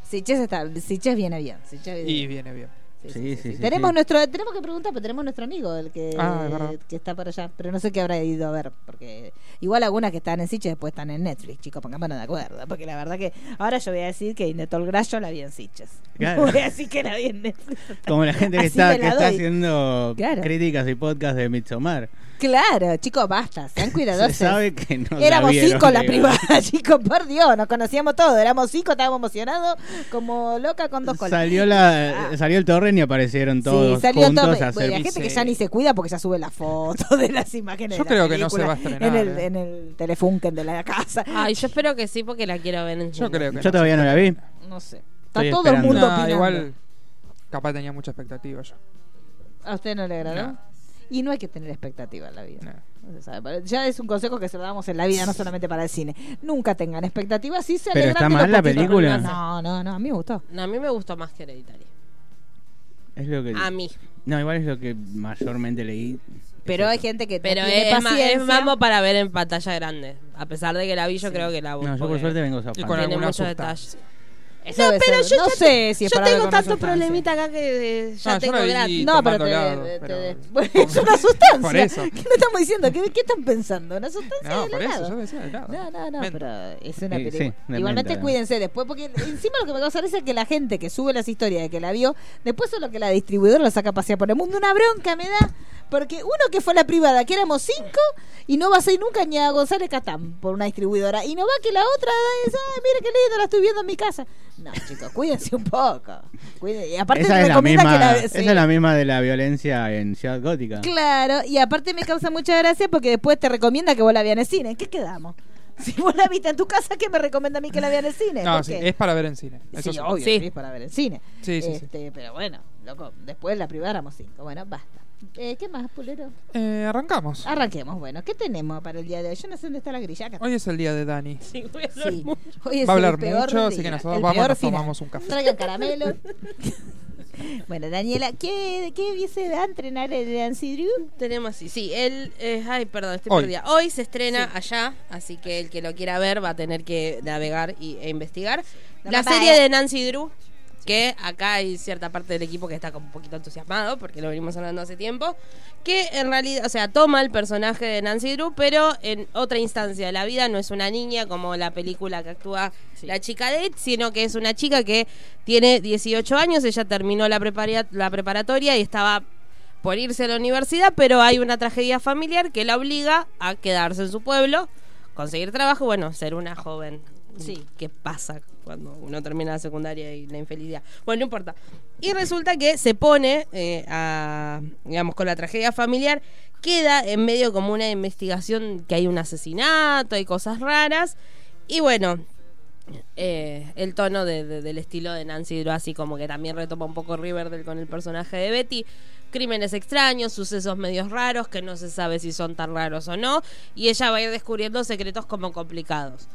Siches está, Siches viene bien. Siches viene
Y
bien.
viene bien.
Sí,
Sí, sí, sí,
tenemos
sí.
nuestro, tenemos que preguntar, pero tenemos nuestro amigo, el que,
Ah, es verdad.
que está por allá, pero no sé qué habrá ido a ver, porque igual algunas que están en Sitches después están en Netflix, chicos, pongámonos de acuerdo, porque la verdad que ahora yo voy a decir que Inetol Grasso la vi en Sitches.
Claro.
<laughs> Voy a decir que la vi en Netflix.
Como la gente que
Así
está,
me la
que está
doy.
haciendo
Claro.
críticas y podcast de Midsommar.
Claro, chicos, basta, sean
Se
cuidadosos.
sabe que no <laughs> la
Éramos
vieron,
cinco en la
digo.
privada, <laughs> chicos, por Dios, nos conocíamos todos, éramos cinco, estábamos emocionados como loca con dos colas.
Salió, la,
Ah.
salió el torre y aparecieron todos
sí, salió
juntos
todo.
a hacer
Bueno, hay gente que
sí.
ya ni se cuida porque ya sube la foto de las imágenes.
Yo
de la
creo que no se
película
va a estrenar,
En el,
eh.
en el telefunken de la casa.
Ay, yo espero que sí porque la quiero ver en
Yo
cine.
creo que.
Yo
no.
todavía no la vi.
No sé. Está
Estoy
todo el
esperando.
mundo
No,
opinando.
igual. Capaz tenía mucha expectativa yo.
¿A usted no le agradó?
No.
Y no hay que tener expectativa en la vida.
No.
No se sabe, pero Ya es un consejo que se lo damos en la vida, no solamente para el cine. Nunca tengan expectativas, sí se
Pero
alegran
está
de
mal
los
la
poquitos.
película.
No, no, no, a mí me gustó.
No, a mí me gustó más que Hereditary.
Es lo que.
A mí.
No, igual es lo que mayormente leí.
Pero hay gente que no
Pero
tiene
es, ma- es
paciencia.
mambo para ver en pantalla grande. A pesar de que la vi, yo creo que la
No, yo por
porque
suerte vengo zafando.
Y con
Tiene
alguna
muchos
sustancia.
detalles.
Eso debe ser- no sé si es para ver con una sustancia.
acá que eh,
No, yo la vi
No, pero
tomando
te,
helado,
te-
pero-
te- bueno, es <laughs> una sustancia.
<laughs> Por eso.
<laughs> ¿Qué le estamos diciendo? ¿Qué, qué están pensando? ¿Una sustancia?
No,
del
por
helado.
eso. Yo decía helado.
No, no, no,
Menta.
pero es una
Eh, Sí, sí,
película.
de
Igualmente
menta, ¿no?
cuídense después, porque encima lo que me causa risa es que la gente que sube las historias de que la vio, después solo que la distribuidora la saca a pasear por el mundo. Una bronca me da, porque uno que fue a la privada, que éramos cinco, y no va a ser nunca ni a González Catán por una distribuidora, y no va que la otra es, ay, mira qué lindo, la estoy viendo en mi casa. No, chicos, cuídense un poco. Cuídense. Y aparte
Esa
te
es, la
recomienda
misma,
que la
esa
sí.
es la misma de la violencia en Ciudad Gótica.
Claro, y aparte me causa mucha gracia porque después te recomienda que vos la veas en el cine. ¿En qué quedamos? <laughs> Si vos la viste en tu casa, ¿qué me recomienda a mí que la vea en el cine?
No,
¿Por
sí,
qué?
es para ver en cine.
Sí,
Eso sí.
obvio,
Sí.
sí, es para ver en cine.
Sí, sí, sí.
este, Pero bueno, loco, después la privada éramos cinco. Bueno, basta. Eh, ¿Qué más, pulero?
Eh, arrancamos.
Arranquemos, bueno. ¿qué tenemos para el día de hoy? Yo no sé dónde está la grilla acá.
Hoy es el día de Dani.
Sí. Hoy es
Va a
el
hablar
peor
mucho, así
día,
que nosotros
el
vamos,
peor
nos
final.
tomamos un café.
Traigan caramelo. <laughs> bueno, Daniela, ¿qué, qué hubiese a entrenar el Nancy Drew?
Tenemos así, sí, él, eh, ay, perdón, estoy
Hoy.
perdida. Hoy se estrena allá, así que el que lo quiera ver va a tener que navegar y, e investigar.
La
La
mamá,
serie
eh.
de Nancy Drew, que acá hay cierta parte del equipo que está como un poquito entusiasmado, porque lo venimos hablando hace tiempo, que en realidad, o sea, toma el personaje de Nancy Drew, pero en otra instancia de la vida no es una niña como la película que actúa la chica de It, sino que es una chica que tiene 18 años, ella terminó la, preparia- la preparatoria y estaba por irse a la universidad, pero hay una tragedia familiar que la obliga a quedarse en su pueblo, conseguir trabajo, bueno, ser una joven. Sí, que pasa cuando uno termina la secundaria y la infelicidad. Bueno, no importa. Y resulta que se pone, eh, a, digamos, con la tragedia familiar, queda en medio como una investigación que hay un asesinato, hay cosas raras. Y bueno, eh, el tono de- de- del estilo de Nancy Drew, así como que también retoma un poco Riverdale con el personaje de Betty. Crímenes extraños, sucesos medios raros que no se sabe si son tan raros o no. Y ella va a ir descubriendo secretos como complicados.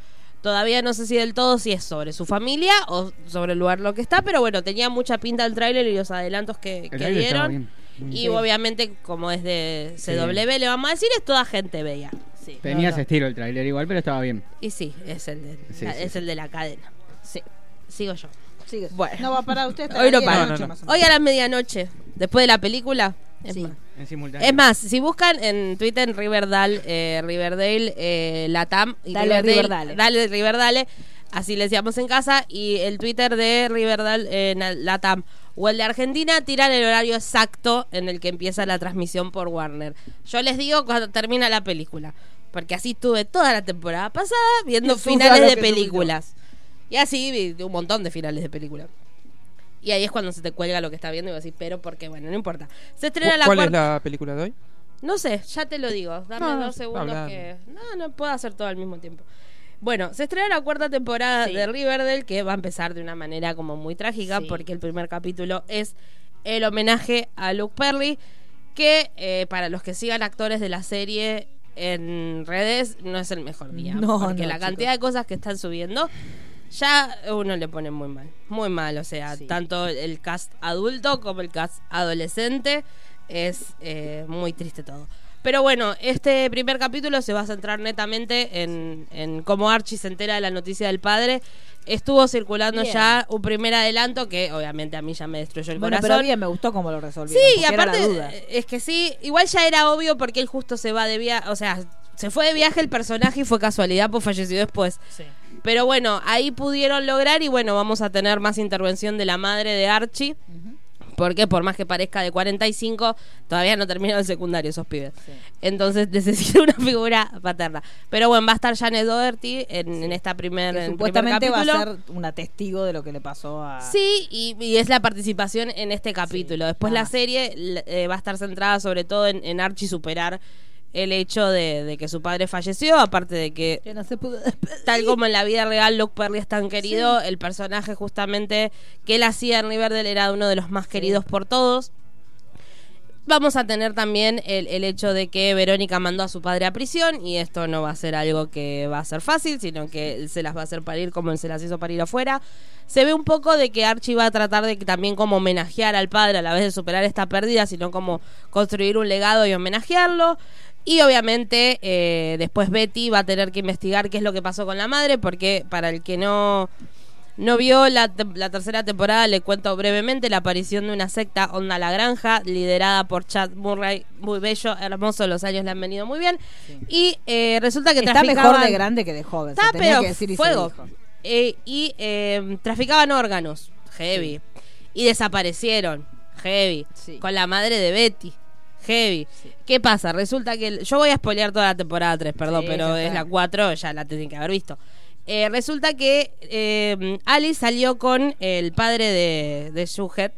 Todavía no sé si del todo si es sobre su familia o sobre el lugar en lo que está, pero bueno, tenía mucha pinta el tráiler y los adelantos que, que
trailer estaba
dieron.
bien.
Y obviamente, como es de
Sí.
CW, le vamos a decir, es toda gente bella. Sí,
Tenía
no,
ese
no.
estilo el tráiler igual, pero estaba bien.
Y sí, es el de,
Sí,
la,
sí,
es
sí.
el de la cadena. Sí, sigo yo.
Sigue.
Bueno.
No va a parar usted. hasta
Hoy
las
no
10 de la
para.
no,
noche,
no.
más o menos.
Hoy a la medianoche, después de la película, es
Sí.
más.
En simultáneo.
Es más, si buscan en Twitter en Riverdale, eh, Riverdale, eh, Latam y
Dale,
Riverdale,
Riverdale.
Dale, Riverdale, así le decíamos en casa, y el Twitter de Riverdale eh, na- Latam o el de Argentina tiran el horario exacto en el que empieza la transmisión por Warner. Yo les digo cuando termina la película, porque así estuve toda la temporada pasada viendo
Es un
finales
raro
de
que subió.
películas. Y así vi de un montón de finales de películas. Y ahí es cuando se te cuelga lo que está viendo y vas a decir, pero porque, bueno, no importa. Se estrena la
¿Cuál es
cuarta-
la película de hoy?
no sé, ya te lo digo. Dame
No, no,
dos segundos
habla.
que. No, no puedo hacer todo al mismo tiempo. Bueno, se estrena la cuarta temporada
Sí.
de Riverdale, que va a empezar de una manera como muy trágica,
Sí.
porque el primer capítulo es el homenaje a Luke Perry, que eh, para los que sigan actores de la serie en redes, no es el mejor día.
No,
porque
no,
la cantidad de cosas que están subiendo ya uno le pone muy mal, muy mal, o sea,
Sí.
tanto el cast adulto como el cast adolescente es eh, muy triste todo. Pero bueno, este primer capítulo se va a centrar netamente en, en cómo Archie se entera de la noticia del padre. Estuvo circulando
Bien.
ya un primer adelanto que obviamente a mí ya me destruyó el
Bueno, pero
corazón.
bien, me gustó cómo lo
Sí,
resolvieron.
y
porque era la
aparte,
duda.
eh, es que sí, igual ya era obvio porque él justo se va de viaje, o sea, se fue de viaje el personaje y fue casualidad, pues falleció después. Pero bueno, ahí pudieron lograr y bueno, vamos a tener más intervención de la madre de Archie. Porque por más que parezca de 45, todavía no terminaron el secundario esos pibes. Entonces <laughs> necesito una figura paterna. Pero bueno, va a estar Janet Doherty en, en esta
Que
primera.
supuestamente va a ser una testigo de lo que le pasó a.
Sí, y, y es la participación en este capítulo. Después
nada
la
más.
serie l- eh, va a estar centrada sobre todo en, en Archie superar el hecho de, de que su padre falleció, aparte de que
Que no se pudo.
tal como en la vida real Luke Perry es tan querido, el personaje justamente que él hacía en Riverdale era uno de los más queridos por todos. Vamos a tener también el, el hecho de que Verónica mandó a su padre a prisión y esto no va a ser algo que va a ser fácil, sino que él se las va a hacer parir como él se las hizo parir afuera. Se ve un poco de que Archie va a tratar de que también como homenajear al padre a la vez de superar esta pérdida, sino como construir un legado y homenajearlo. Y obviamente eh, después Betty va a tener que investigar qué es lo que pasó con la madre, porque para el que no no vio la, te- la tercera temporada, le cuento brevemente la aparición de una secta, Onda La Granja, liderada por Chad Murray, muy bello, hermoso, los años le han venido muy bien. Y eh, resulta que
Está mejor de
traficaban-
grande que de joven.
Está,
se tenía
pero
que decir y se
fuego.
dijo.
Eh, y eh, traficaban órganos, heavy. Y desaparecieron, heavy.
Sí.
Con la madre de Betty, heavy. ¿Qué pasa? Resulta que. el- yo voy a spoilear toda la temporada 3, perdón,
Sí,
pero
ya está.
es la 4, ya la tienen que haber visto. Eh, resulta que eh, Alice salió con el padre de, de Shuhet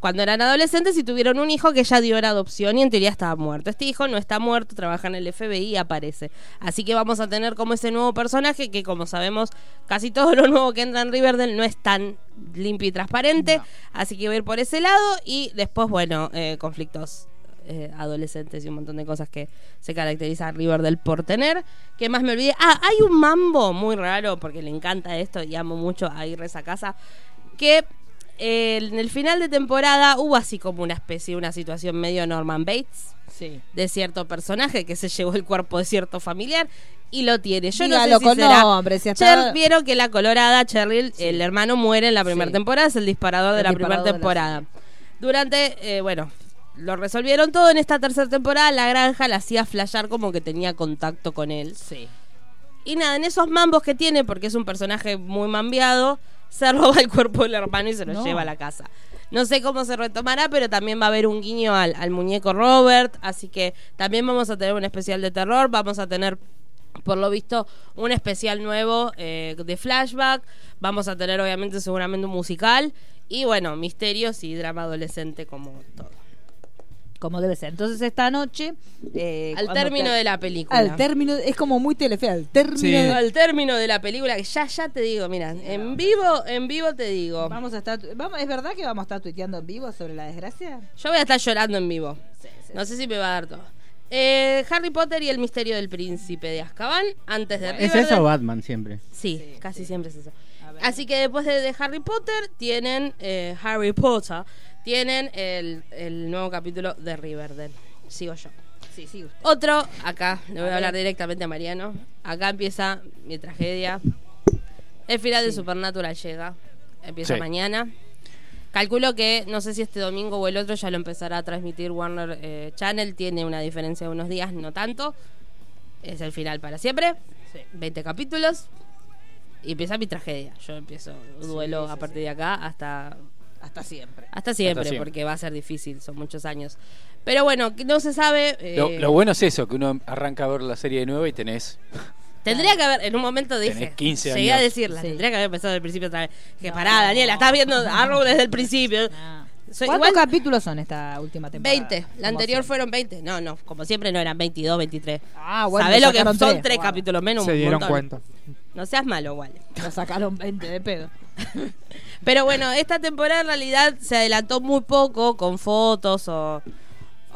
cuando eran adolescentes y tuvieron un hijo que ya dio en adopción y en teoría estaba muerto. Este hijo no está muerto, trabaja en el FBI y aparece. Así que vamos a tener como ese nuevo personaje que, como sabemos, casi todo lo nuevo que entra en Riverdale no es tan limpio y transparente. Así que voy a ir por ese lado y después, bueno, eh, conflictos eh, adolescentes y un montón de cosas que se caracteriza a Riverdale por tener. Que más me olvidé. Ah, hay un mambo muy raro porque le encanta esto y amo mucho a Irres a casa. Que eh, en el final de temporada hubo así como una especie, una situación medio Norman Bates
Sí.
de cierto personaje que se llevó el cuerpo de cierto familiar y lo tiene. Yo
Dígalo
no sé si
con
será.
nombre, si hasta-
Cher- vieron que la colorada Cheryl, el hermano muere en la primera
Sí.
temporada, es el disparador de
El
la
disparador
primera
de la
temporada. Durante, eh, bueno, lo resolvieron todo en esta tercera temporada, la granja la hacía flashear como que tenía contacto con él.
Sí.
Y nada, en esos mambos que tiene, porque es un personaje muy mambiado, se <laughs> roba el cuerpo del hermano y se lo
No.
lleva a la casa. No sé cómo se retomará, pero también va a haber un guiño al, al muñeco Robert. Así que también vamos a tener un especial de terror. Vamos a tener por lo visto, un especial nuevo eh, de flashback. Vamos a tener, obviamente, seguramente un musical. Y bueno, misterios y drama adolescente como todo.
como debe ser. Entonces esta noche... eh,
Al
cuando
término
te-
de la película.
Al término, es como muy telefe, al término.
Sí.
de-
Al término de la película, que ya, ya te digo, mira, en vivo, en vivo te digo.
Vamos a estar, vamos, ¿Es verdad que vamos a estar tuiteando en vivo sobre la desgracia?
Yo voy a estar llorando en vivo. No sé si me va a dar todo. Eh, Harry Potter y el misterio del príncipe de Azkaban, antes de
¿Es
Riverdale.
eso o Batman siempre?
Sí, casi siempre es eso. Así que después de, de Harry Potter tienen eh, Harry Potter, tienen el, el nuevo capítulo de Riverdale. Sigo yo.
Sí, sí, usted.
Otro, acá, le voy a hablar directamente a Mariano. Acá empieza mi tragedia. El final de Supernatural llega. Empieza
Sí.
mañana. Calculo que, no sé si este domingo o el otro ya lo empezará a transmitir Warner eh, Channel. Tiene una diferencia de unos días, no tanto. Es el final para siempre. 20 capítulos. Y empieza mi tragedia. Yo empiezo duelo a partir de acá hasta
Hasta siempre.
hasta siempre,
Hasta siempre.
porque va a ser difícil, son muchos años. Pero bueno, que no se sabe.
Lo,
eh,
lo bueno es eso, que uno arranca a ver la serie de nuevo y tenés.
Tendría que haber, en un momento dije,
Tenés 15
llegué a
años.
decirla,
Sí.
tendría que haber empezado desde el principio otra vez. Que pará, Daniela, estás viendo Arrow desde el principio. Soy
¿Cuántos
igual
capítulos son esta última temporada?
20, la
Como
anterior
siempre.
fueron 20. No, no, como siempre no eran 22, 23.
Ah, bueno,
¿Sabés
le
lo que
sacaron
son tres,
tres, wow.
capítulos menos?
Se
Un
dieron
montón.
cuenta.
No seas malo, Wale.
Lo sacaron 20 de pedo.
Pero bueno, esta temporada en realidad se adelantó muy poco con fotos o,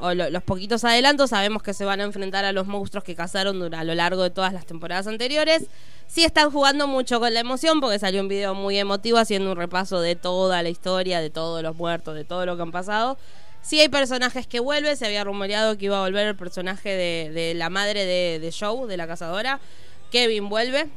o lo- los poquitos adelantos. Sabemos que se van a enfrentar a los monstruos que cazaron dura- a lo largo de todas las temporadas anteriores. Sí están jugando mucho con la emoción porque salió un video muy emotivo haciendo un repaso de toda la historia, de todos los muertos, de todo lo que han pasado. Sí hay personajes que vuelven, se había rumoreado que iba a volver el personaje de, de la madre de, de Joe, de la cazadora. Kevin vuelve,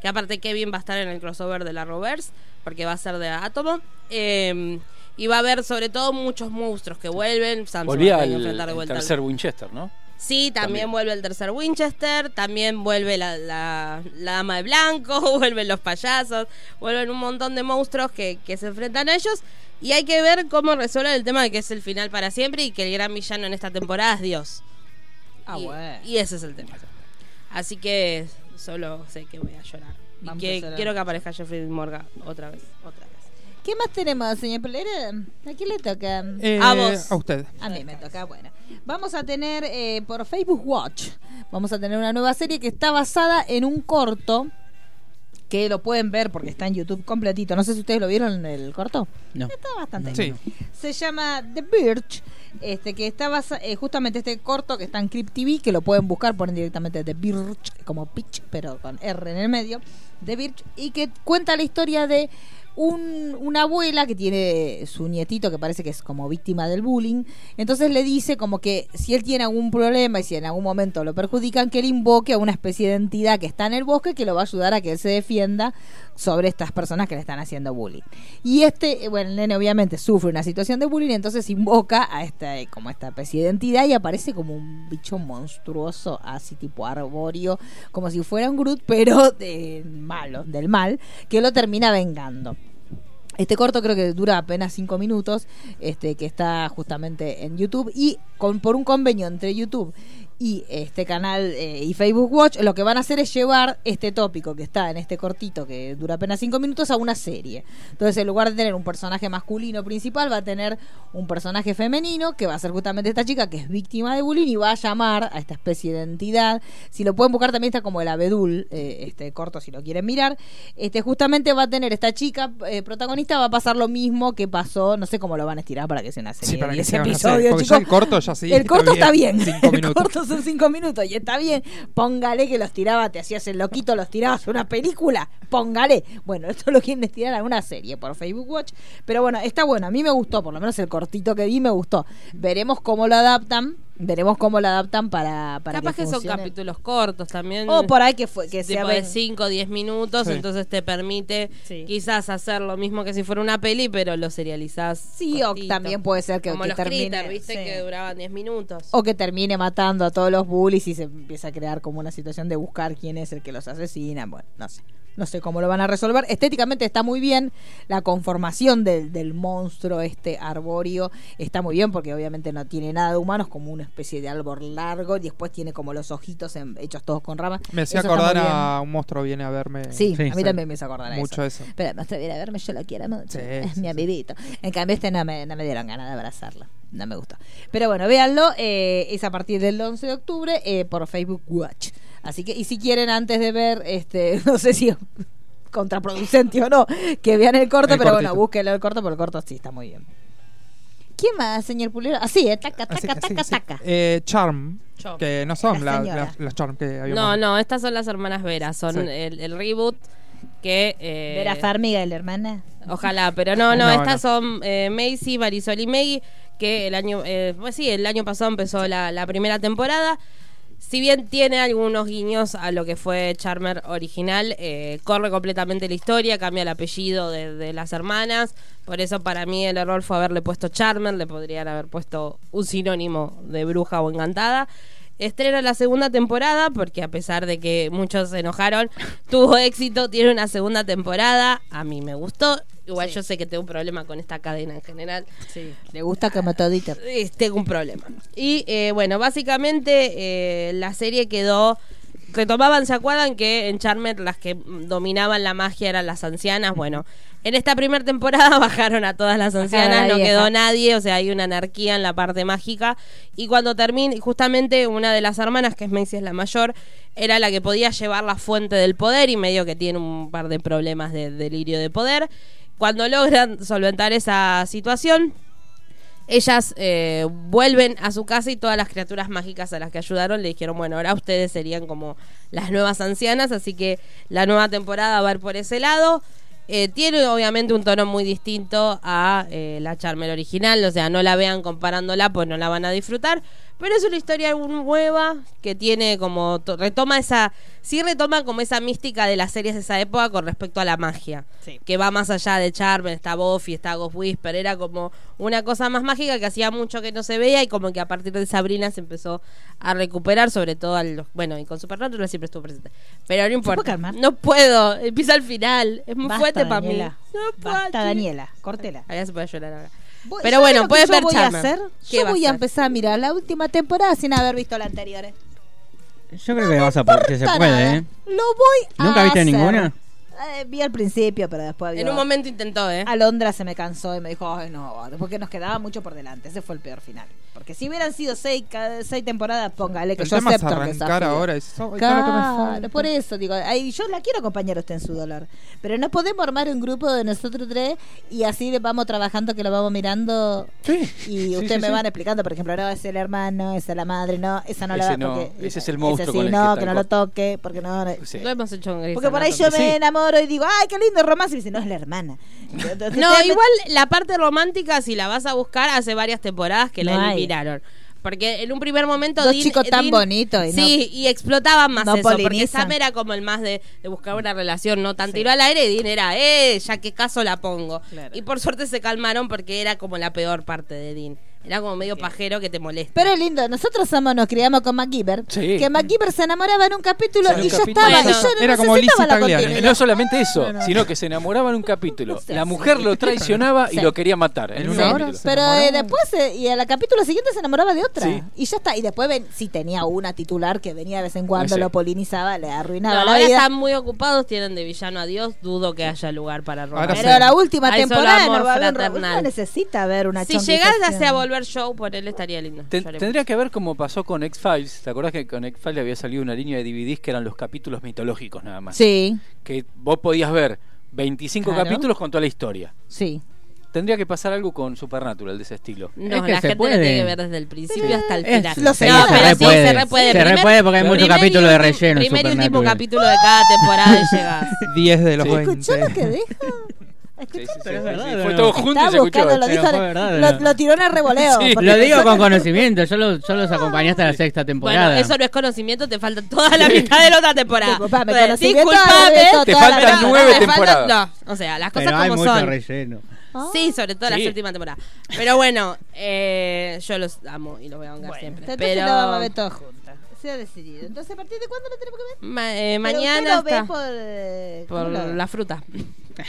que aparte Kevin va a estar en el crossover de la Roberts, porque va a ser de Atomo. Eh, y va a haber sobre todo muchos monstruos que vuelven. Samson
Volvía
va a tener
al
que enfrentar de
al
vuelta al-
tercer Winchester, ¿no?
Sí, también,
También.
vuelve el tercer Winchester, también vuelve la, la, la dama de blanco, <laughs> vuelven los payasos, vuelven un montón de monstruos que, que se enfrentan a ellos. Y hay que ver cómo resuelven el tema de que es el final para siempre y que el gran villano en esta temporada es Dios.
Ah,
y,
bueno.
y ese es el tema. Así que solo sé que voy a llorar. Y
Vamos
que
a llorar.
quiero que aparezca Jeffrey Dean Morgan otra vez, otra vez.
¿Qué más tenemos, señor Pelera? ¿A quién le toca?
Eh,
A vos.
A usted.
A mí me toca, bueno. Vamos a tener eh, por Facebook Watch, vamos a tener una nueva serie que está basada en un corto que lo pueden ver porque está en YouTube completito. No sé si ustedes lo vieron el corto.
No.
Está bastante.
Sí.
Se llama The Birch, este que está basa- eh, justamente este corto que está en Crypt TV, que lo pueden buscar, ponen directamente The Birch, como pitch, pero con R en el medio, The Birch, y que cuenta la historia de un- una abuela que tiene su nietito que parece que es como víctima del bullying, entonces le dice como que si él tiene algún problema y si en algún momento lo perjudican, que él invoque a una especie de entidad que está en el bosque que lo va a ayudar a que él se defienda sobre estas personas que le están haciendo bullying. Y este, eh, bueno, el nene obviamente sufre una situación de bullying, entonces invoca a esta, eh, como esta especie de entidad y aparece como un bicho monstruoso, así tipo arbóreo, como si fuera un Groot, pero <laughs> de malo, del mal, que lo termina vengando. Este corto creo que dura apenas cinco minutos, este que está justamente en YouTube y con, por un convenio entre YouTube y este canal eh, y Facebook Watch, lo que van a hacer es llevar este tópico que está en este cortito que dura apenas cinco minutos a una serie. Entonces, en lugar de tener un personaje masculino principal, va a tener un personaje femenino que va a ser justamente esta chica que es víctima de bullying y va a llamar a esta especie de entidad. Si lo pueden buscar también está como el abedul, eh, este corto si lo quieren mirar. Este justamente va a tener esta chica eh, protagonista va a pasar lo mismo que pasó, no sé cómo lo van a estirar para que sea una serie.
Sí, para
de
que
10
sea una serie,
episodios,
porque ya
chicos.
el corto ya sí,
El
está
corto
bien.
está bien.
Cinco
<laughs> El
minutos.
corto son cinco minutos y está bien. Póngale que los tiraba, te hacías el loquito, los tirabas a una película. Póngale. Bueno, <laughs> esto lo quieren estirar a una serie por Facebook Watch. Pero bueno, está bueno. A mí me gustó, por lo menos el cortito que vi me gustó. Veremos cómo lo adaptan. Veremos cómo lo adaptan para, para
Capaz que, son
funcione.
capítulos cortos también.
O por ahí que, fue, que sea
tipo de
ven-
5 o 10 minutos,
Sí.
entonces te permite
Sí.
quizás hacer lo mismo que si fuera una peli, pero lo serializás.
Sí, o también puede ser que-
Como
que
los
termine,
Critter, viste
sí.
que duraban 10 minutos.
O que termine matando a todos los bullies y se empieza a crear como una situación de buscar quién es el que los asesina. Bueno, no sé. No sé cómo lo van a resolver. Estéticamente está muy bien. La conformación del, del monstruo, este arbóreo, está muy bien porque obviamente no tiene nada de humano. Es como una especie de árbol largo y después tiene como los ojitos en- hechos todos con ramas.
Me hacía
Eso está
acordar
muy bien.
a un monstruo viene a verme.
Sí,
Sí,
a mí
sí.
también me hizo acordar a eso.
Mucho eso.
Pero no viene a verme, yo lo quiero mucho.
Sí,
es
sí,
mi
sí.
amiguito. En cambio, este no me, no me dieron ganas de abrazarlo. No me gustó. Pero bueno, véanlo. eh, es a partir del 11 de octubre eh, por Facebook Watch. Así que, y si quieren, antes de ver, este <laughs> no sé si es contraproducente o no, que vean el corto,
El
pero bueno,
cortito.
búsquenlo el corto, porque el corto sí está muy bien. ¿Quién más, señor Pulero? Así, eh, taca,
Ah,
taca,
Así- así-
taca,
así.
taca.
Eh, Charm,
Charm.
que no son
La
la-
señora.
la- las Charm que habíamos.
No, no, estas son las hermanas Vera, son
Sí.
el, el reboot que... eh,
Vera Farmiga, la hermana.
Ojalá, pero no, no,
No,
estas
no.
son eh, Macy, Marisol y Maggie, que el año, eh, pues sí, el año pasado empezó la, la primera temporada. Si bien tiene algunos guiños a lo que fue Charmer original, eh, corre completamente la historia, cambia el apellido de, de las hermanas. Por eso para mí el error fue haberle puesto Charmer, le podrían haber puesto un sinónimo de bruja o encantada. Estrena la segunda temporada, porque a pesar de que muchos se enojaron, tuvo éxito, tiene una segunda temporada, a mí me gustó. Igual yo sé que tengo un problema con esta cadena en general.
Le gusta que mató a Dieter.
Eh, tengo un problema. Y eh, bueno, básicamente eh, la serie quedó. Retomaban, ¿se acuerdan que en Charmer las que mm, dominaban la magia eran las ancianas? Bueno, en esta primera temporada <laughs> bajaron a todas las
a
ancianas,
la
no
vieja.
quedó nadie, o sea, hay una anarquía en la parte mágica. Y cuando termina, justamente una de las hermanas, que es Macy, es la mayor, era la que podía llevar la fuente del poder y medio que tiene un par de problemas de delirio de poder. Cuando logran solventar esa situación, ellas eh, vuelven a su casa y todas las criaturas mágicas a las que ayudaron le dijeron, bueno, ahora ustedes serían como las nuevas ancianas, así que la nueva temporada va a ir por ese lado. Eh, tiene obviamente un tono muy distinto a eh, la Charmer original, o sea, no la vean comparándola, pues no la van a disfrutar, pero es una historia nueva que tiene como, to- retoma esa, sí retoma como esa mística de las series de esa época con respecto a la magia que va más allá de Charmen, está Buffy, está Ghost Whisper, era como una cosa más mágica que hacía mucho que no se veía y como que a partir de Sabrina se empezó a recuperar, sobre todo al, bueno, y con Supernatural siempre estuvo presente. Pero no importa.
puede calmar?
No puedo, empieza al final, es muy
Basta,
fuerte para mí.
Daniela.
No puedo.
Basta,
chiqui-
Daniela. Cortela.
Allá se puede llorar ahora.
Voy-
Pero
¿sabes
bueno,
lo que
puedes
yo
ver
voy a
Charmer.
hacer?
¿Qué
Yo
va a
voy a
hacer?
empezar a mirar la última temporada sin haber visto la anterior. ¿eh?
Yo creo que vas a
Por
poder, que Ah, se
nada.
puede, ¿eh? <laughs>
Lo voy a
¿Nunca viste
hacer.
ninguna?
Eh, vi al principio, pero después vio.
En un momento intentó, ¿eh?
Alondra se me cansó y me dijo, ay no, porque nos quedaba mucho por delante. Ese fue el peor final. Porque si hubieran sido seis, ca- seis temporadas, póngale que
El
yo
tema es
acepto el
arrancar
desafío.
ahora. es- oh, todo lo que me
Claro,
falta.
por eso digo, ay, yo la quiero acompañar a usted en su dolor, pero no podemos armar un grupo de nosotros tres y así le vamos trabajando que lo vamos mirando
Sí.
y
Sí,
ustedes
sí,
me
sí.
van explicando, por ejemplo, no, es el hermano, esa es la madre, no, esa no la
Ese
va-
no,
porque-
ese es el monstruo
sí,
con el que
no,
está
que no
el
lo
co-
toque, porque no, no-
Sí.
Lo hemos hecho en Grey's
porque por ahí yo
Anatomy.
me enamoro y digo, ay, qué lindo romance, y me dice, no, es la hermana. Entonces,
No,
ustedes me-
igual la parte romántica, si la vas a buscar, hace varias temporadas que
No
la
hay.
eliminaron. Porque en un primer momento.
Dos chicos tan
Dean-
bonitos y
sí, y explotaban más
no
eso. Porque
polinizan.
Sam era como el más de, de buscar una relación, no tan tiro al aire. Y Dean era, eh, ya que caso la pongo.
Claro.
Y por suerte se calmaron porque era como la peor parte de Dean. Era como medio pajero que te molesta.
Pero es lindo, nosotros somos, nos criamos con MacGyver,
Sí.
que MacGyver se enamoraba en un capítulo
En
y
un
yo
capítulo.
estaba, y
Bueno,
yo no
era
necesitaba
como
la
Lizzie Tagliani.
continuidad.
No solamente eso,
no.
sino que se enamoraba en
<laughs>
un capítulo.
Sí,
La
sí.
mujer lo traicionaba y
Sí.
lo quería matar.
En
En
una
un
hora
capítulo.
se
Pero
enamoraba.
eh, después, eh, y al capítulo siguiente se enamoraba de otra.
Sí.
Y ya está. Y después, ven, si tenía una titular que venía de vez en cuando,
Sí.
lo polinizaba, le
No,
arruinaba la
ahora
vida.
están muy ocupados, tienen de villano a Dios. Dudo que haya lugar para romper.
Ahora
Pero
sí.
la última
Hay solo
temporada
amor
no va a haber un-
fraternal.
uno necesita ver una
Si
chonguización.
llegase a volver show por él estaría lindo.
Ten-
Lloremos.
tendría que ver como pasó con X-Files. ¿Te acordás que con X-Files había salido una línea de DVDs que eran los capítulos mitológicos nada más?
Sí,
Que vos podías ver 25
Claro.
capítulos con toda la historia.
sí.
Tendría que pasar algo con Supernatural de ese estilo.
No,
Es que
la
se
gente
puede.
lo tiene que ver desde el principio hasta el
Es-
final.
sí,
Lo
no,
sé. se
pero sí,
repuede.
se repuede.
Se repuede porque hay mucho
primer y
capítulo de
último-
relleno en
Primer y último
Supernatural.
capítulo de cada temporada <laughs> y llegas.
10 de los
Sí.
20.
¿Escuchó lo que dijo?
Sí, sí, sí,
Pero es
sí,
verdad,
sí.
¿o
Fue
no?
todo junto y
Estaba
se escuchó.
buscando, lo,
Pero
dijo,
fue verdad,
lo,
¿no?
lo tiró en el revoleo.
Sí,
porque
Lo digo
nosotros-
con conocimiento, yo, lo- yo los acompañé hasta la sexta temporada.
Bueno, eso no es conocimiento, te falta toda la mitad de la otra temporada.
Disculpame,
Pero,
conocimiento,
disculpame,
Alberto,
Te
toda la
faltan
verdad.
nueve
te faltan-
temporadas.
no, o sea, las cosas
Pero hay
como
mucho
son.
relleno.
Ah.
Sí, sobre todo
Sí.
las últimas temporadas. Pero bueno, eh, yo los amo y los voy a bancar siempre.
Entonces
Pero...
lo vamos a ver todos juntos. se ha decidido. Entonces, ¿a partir de cuándo lo tenemos que ver?
Ma- eh,
Pero
mañana
usted lo
está
ve por, eh, ¿cómo
por
lo ve?
la fruta.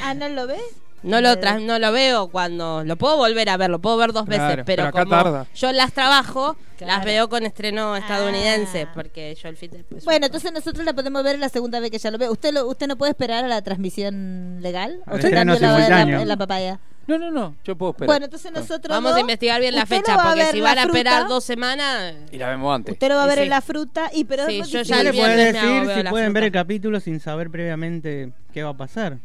Ah, ¿no lo ve?
No
Eh,
lo, tras- no lo veo cuando. Lo puedo volver a ver, lo puedo ver dos
Claro,
veces, pero,
pero acá
como
tarda.
yo las trabajo, las
Claro.
veo con estreno estadounidense,
Ah.
porque yo el fin de. pues,
Bueno, entonces nosotros la podemos ver la segunda vez que ya lo ve. ¿Usted lo, usted no puede esperar a la transmisión legal?
Al
¿Usted
estreno
también la va a ver en la,
simultáneo.
en la papaya?
No, no, no, yo puedo esperar.
bueno, entonces nosotros
Vamos
dos-
a investigar bien la
usted lo
fecha,
va a
porque
ver
si
la
van a
fruta,
esperar dos semanas.
Y la vemos antes.
Usted lo va a
Y
ver
sí.
en la fruta y pero
Sí,
es muy
yo ya
Ya
el
le
difícil.
viernes
podés
me hago,
decir
veo
si
la
pueden ver
fruta.
el capítulo sin saber previamente qué va a pasar.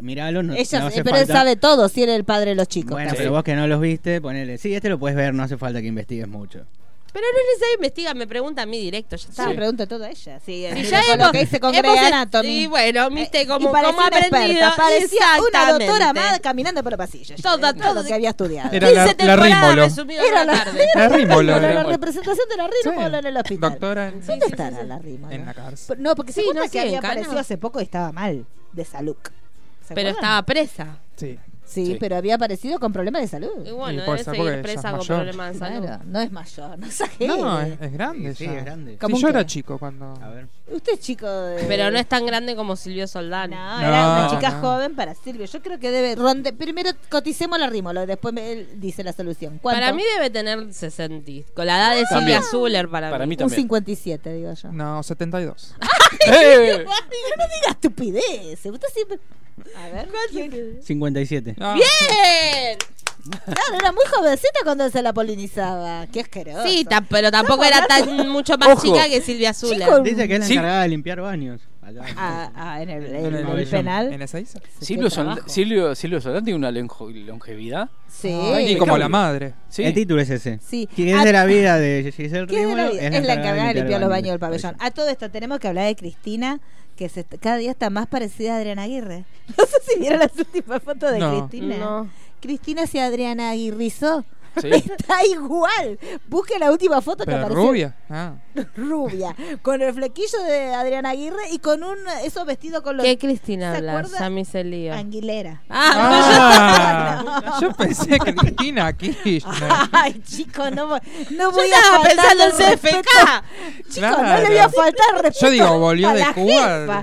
Miralo, no,
Ella-
no hace
pero él
falta.
sabe todo, si él es el padre de los chicos.
Bueno,
casi.
pero vos que no los viste, ponele. Sí, este lo puedes ver, no hace falta que investigues mucho.
Pero no es necesario investigar, me pregunta a mí directo, ya está.
Ah, pregunta todo a ella. Sí,
Si
mira
ya
con lo
hemos-
que hice con
hemos
Grey
est-
Anatomy.
Y bueno, viste,
Eh,
como,
y parecía
como
una experta,
aprendido.
parecía una doctora
Exactamente.
más caminando por los pasillos.
Toda,
Todo,
toda.
todo lo que había estudiado.
Era la-
15
la
temporadas
Rímolo.
resumidas
Era
en una
la-
tarde.
La Rímolo
Bueno,
era.
la
Rímolo.
representación de la Rímolo
Sí.
en el hospital.
Doctora.
Sí,
¿Dónde
sí,
estará
sí, sí.
la Rímolo?
En la cárcel.
Por- No, porque se
Sí,
acuerda
no,
que
sí,
había
en Cana.
aparecido hace poco y estaba mal de salud. ¿Se
Pero
acuerdan?
estaba presa.
Sí.
Sí,
Sí.
pero había aparecido con problemas de salud.
Y bueno,
Y puede
debe
ser
seguir
porque ya
presa
es
con
mayor.
problemas de salud.
Claro, no es mayor, no exagere.
No, es, es grande
Sí,
ya.
es grande.
Sí,
¿Cómo
yo
que?
era chico cuando...
A ver.
Usted es chico de-
Pero no es tan grande como Silvio Soldano.
No, era una
No,
chica
no.
joven para Silvio. Yo creo que debe ronde. Primero coticemos la rímolo, después me- él dice la solución. ¿Cuánto?
Para mí debe tener 60. y- Con la edad de Silvia
También.
Zuller para,
Para mí
mí.
un
también.
57, digo yo. <laughs>
No, 72.
<laughs>
Ah,
¡Eh!
Pero no diga estupidez. Usted siempre. A ver. ¿quién-
57.
Ah,
No,
¡Bien!
Claro, era muy jovencita cuando se la polinizaba. Qué asqueroso.
Sí, ta- pero tampoco era tan mucho más
Ojo.
chica que Silvia Zuller.
Chico.
Dice que es la
Sí.
encargada de limpiar baños. Acá.
Ah, ah, en el, en
en
el
pabellón.
penal.
En esa isla.
Sí,
Silvio,
qué
Sol-
trabajo.
Silvio, Silvio Soldán tiene una longe- longevidad.
Sí.
Ay,
Y
me
como
cambio.
la madre.
Sí.
El título es ese.
Sí.
Que es
Ah,
de la vida de Giselle
¿Qué es, de la
Rímolo.
vida? Es la encargada de limpiar los baños del pabellón.
pabellón.
A todo esto tenemos que hablar de Cristina, que se est- cada día está más parecida a Adriana Aguirre. <laughs> No sé si vieron las últimas fotos de
No.
Cristina.
No.
Cristina se Adriana Aguirrizó.
Sí.
<laughs> Está igual. Busque la última foto que
Pero
apareció.
rubia. Ah.
<laughs> Rubia. Con el flequillo de Adriana Aguirre y con un esos vestidos con los
¿Qué Cristina
¿Se
habla?
acuerda?
Ya me hice el lío.
Anguilera.
Ah,
no.
Yo pensé
<laughs>
que Cristina Kirchner.
Ay, chico, no, vo- no
pues Yo
voy a
estaba
faltarle
pensando en
respeto.
CFK.
Chico, no le
Claro.
voy a faltar respeto.
Yo digo, volvió
a
de
la
Cuba.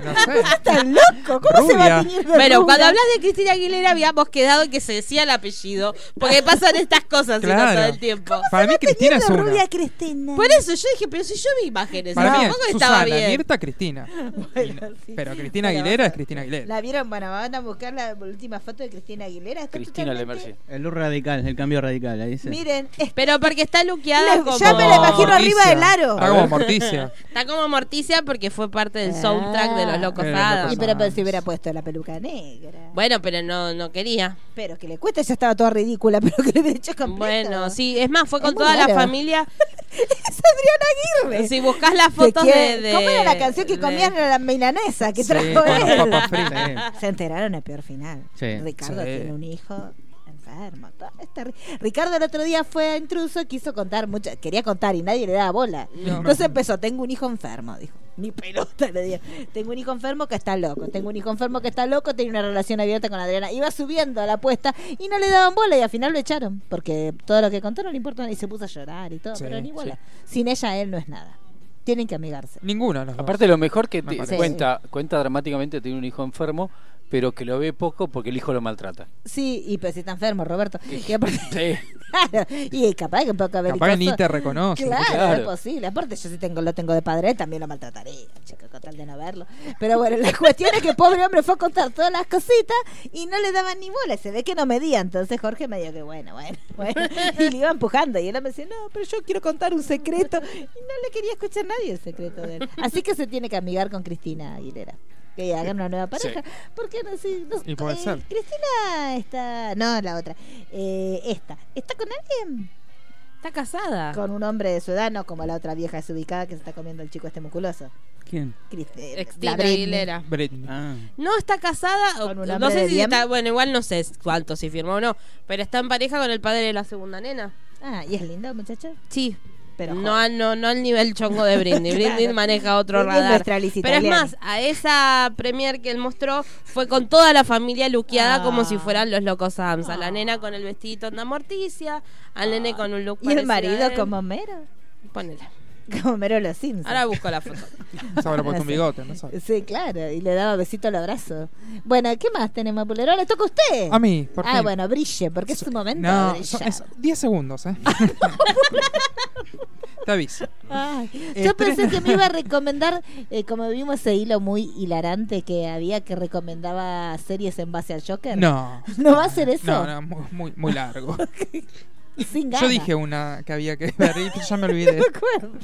jefa.
No
<laughs>
sé.
Estás loco, ¿cómo se va a
Rubia.
teñir de
Bueno,
rubia?
cuando hablas de Cristina Aguilera habíamos quedado que se decía el apellido,
<laughs>
porque pasan estas cosas si no,
Claro.
todo el tiempo.
Para mí Cristina es
Teñir de
una.
rubia Cristina.
Por eso yo dije, pero si yo vi imágenes,
Para mí es
tampoco estaba
Susana,
bien.
Mirta, Cristina.
<laughs> Bueno, sí.
Pero Cristina
Pero
Aguilera es
basta.
Cristina Aguilera.
La vieron, bueno, van a buscar la última foto de Cristina Aguilera. Está
Cristina Le
totalmente-
Mercier.
El luz radical, el cambio radical. Ahí dice.
Miren, es-
Pero porque está luqueada
Les-
como...
ya me la imagino
Morticia.
arriba del aro.
Está como Morticia.
Está como Morticia porque fue parte del
Ah.
soundtrack de Los Locos
De Los
Adams.
Locos
y pero, pero si hubiera puesto la peluca negra.
Bueno, pero no, no quería.
Pero que le cuesta, ya estaba toda ridícula, <laughs> pero que le hubiera hecho completo.
Bueno, sí, es más, fue
Es
con
muy
toda la
raro.
familia.
Es Adriana Aguirre.
Si buscas
<laughs>
las
¿De
fotos de,
quién?
de-
¿Cómo era la canción que
de-
comían a la milanesa que
Sí,
trajo
con
él?
las papas fritas. eh.
Sí.
Se enteraron al peor final.
Sí.
Ricardo
Sí.
tiene un hijo enfermo. todo es terri- Ricardo el otro día fue a intruso, quiso contar mucho, quería contar y nadie le daba bola. Entonces empezó, tengo un hijo enfermo, dijo. Ni pelota le dio. Tengo un hijo enfermo que está loco. Tengo un hijo enfermo que está loco. Tiene una relación abierta con Adriana. Iba subiendo a la apuesta y no le daban bola y al final lo echaron. Porque todo lo que contó no le importó y se puso a llorar y todo.
Sí,
pero ni bola. Sin ella él no es nada. Tienen que amigarse.
Ninguna de las dos.
Aparte, lo mejor que
Me
te-
parece.
cuenta, cuenta dramáticamente tiene un hijo enfermo, pero que lo ve poco porque el hijo
<laughs>
lo maltrata.
Sí, y pues si está enfermo, Roberto. Y aparte-
Sí.
Claro, y capaz que un poco
Capaz que ni
belicoso.
te reconoce.
Claro,
Claro.
es posible. Aparte, yo si tengo, lo tengo de padre, también lo maltrataría, chico, con tal de no verlo. Pero bueno, la <laughs> cuestión es que pobre hombre fue a contar todas las cositas y no le daban ni bola. Se ve que no medía. Entonces Jorge me dijo que bueno, bueno, <laughs> bueno. Y le iba empujando. Y él me decía, no, pero yo quiero contar un secreto. Y no le quería escuchar nadie el secreto de él. Así que se tiene que amigar con Cristina Aguilera. Que hagan una nueva pareja. Porque no, sí, no- eh,
Y puede ser.
Cristina está. No, la otra. Eh, esta. ¿Está con alguien?
Está
Ah.
casada.
con un hombre de su edad, no como la otra vieja desubicada que se está comiendo el chico este musculoso.
¿Quién?
Cris- eh,
Cristina
la Britney.
Aguilera.
Britney.
Ah.
No, está casada. o-
Con un
No
hombre
sé
de
si
bien.
está. Bueno, igual no sé cuánto, si firmó o no. Pero está en pareja con el padre de la segunda nena.
Ah, y es lindo, muchacho.
Sí.
Pero
no, al- no, no al nivel chongo de
<laughs>
Britney.
Claro.
Britney maneja otro
Britney es
radar.
nuestra Liz
Pero es
italiana.
más, a esa premier que él mostró fue con toda la familia luqueada
Ah.
como si fueran los locos Adams. A la nena con el vestidito onda morticia, al nene con un look
Ah. y el
eh.
parecido a
marido
él.
como mero.
Ponela.
Como Mero los Simpsons. <laughs>
Ahora busco la foto.
Se habrá puesto un bigote, no sé.
Sí, claro, y le daba besito al abrazo. Bueno, ¿qué más tenemos, Pulero? Le toca a usted.
A mí, por
Ah,
fin.
bueno, brille, porque es su momento de
No, son-
brillar.
es 10
<laughs>
segundos, ¿eh? Te aviso.
Ay,
Eh,
yo pensé
tres-
que me iba a recomendar, eh, como vimos ese hilo muy hilarante que había que recomendaba series en base al Joker.
No.
¿No va a ser eso?
No, no, mu- muy,
<laughs>
muy largo.
Sin ganas. <laughs>
Yo dije una que había que <laughs> ver y pues ya me olvidé.
Me acuerdo.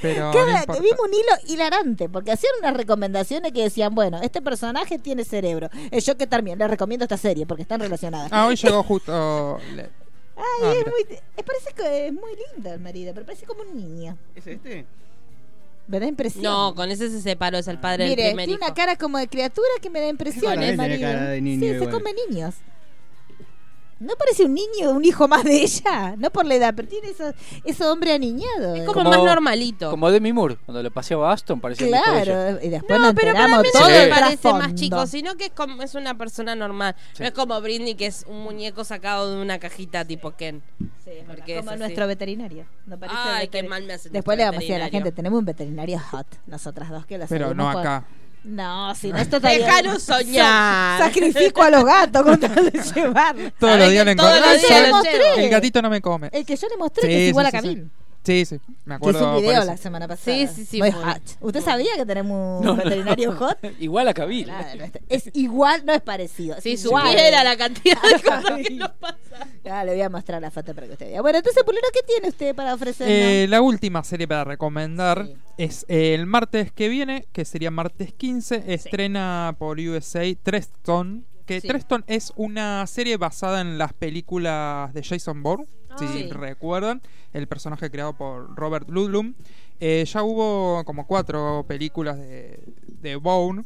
Pero no
Cada-
importa.
vimos un hilo hilarante, porque hacían unas recomendaciones que decían, bueno, este personaje tiene cerebro. El Joker también, les recomiendo esta serie, porque están relacionadas.
Ah, hoy
<laughs>
llegó justo. le-
Ay,
Ah,
es
mira.
muy, eh, parece que es muy lindo el marido, pero parece como un niño.
¿Es este?
¿Me da impresión?
No, con ese se separó, es el padre
Mire,
del primer
tiene una
hijo.
cara como de criatura que me da impresión.
Bueno,
el
él tiene
marido.
cara de niño
sí, se
igual.
come niños. No parece un niño, un hijo más de ella, no por la edad, pero tiene eso, ese hombre aniñado. eh.
Es como, más normalito.
Como Demi Moore, cuando le paseaba a Aston, parecía el hijo de ella.
claro, y después
no,
nos
pero para
enteramos
mí
todo
no me
el
parece más
trasfondo.
chico, sino que es como es una persona normal.
Sí.
No es como Britney, que es un muñeco sacado de una cajita tipo Ken. porque
como
es así.
nuestro veterinario. no parece
Ay, qué
veterin-
mal me hace
Después le
nuestro
vamos a decir a la
veterinario.
gente, tenemos un veterinario hot, nosotras dos que la
Pero
seguimos
no
por-
acá.
No, si no esto
<laughs>
está bien.
Déjanos soñar.
Sa- Sacrifico a los gatos con tal de <laughs> llevarlo.
Todos los días lo
Todos los
encontré.
días
Soy-
lo
mostré.
El gatito no me come.
El que yo le mostré
Sí,
que es igual
sí,
a
sí, sí.
Cabil.
Sí, sí. Me
Que hice
acuerdo.
un
por
video
eso.
la semana pasada.
Sí, sí, sí,
Muy
fue.
hot. ¿Usted sabía que tenemos un
No, no.
veterinario
<laughs>
hot?
<laughs> Igual a Cabil.
Claro, no está- es igual, no es parecido. es
Si
igual.
supiera la cantidad de cosas que nos pasa.
Ah, le voy a mostrar la foto para que usted vea. Bueno, entonces, Pulero, ¿qué tiene usted para ofrecernos?
Eh, la última serie para recomendar
Sí.
es eh, el martes que viene, que sería martes 15, estrena por USA Treston. Que
Sí.
Treston es una serie basada en las películas de Jason Bourne, si
Ah, Sí.
recuerdan, el personaje creado por Robert Ludlum. Eh, ya hubo como cuatro películas de, de Bourne.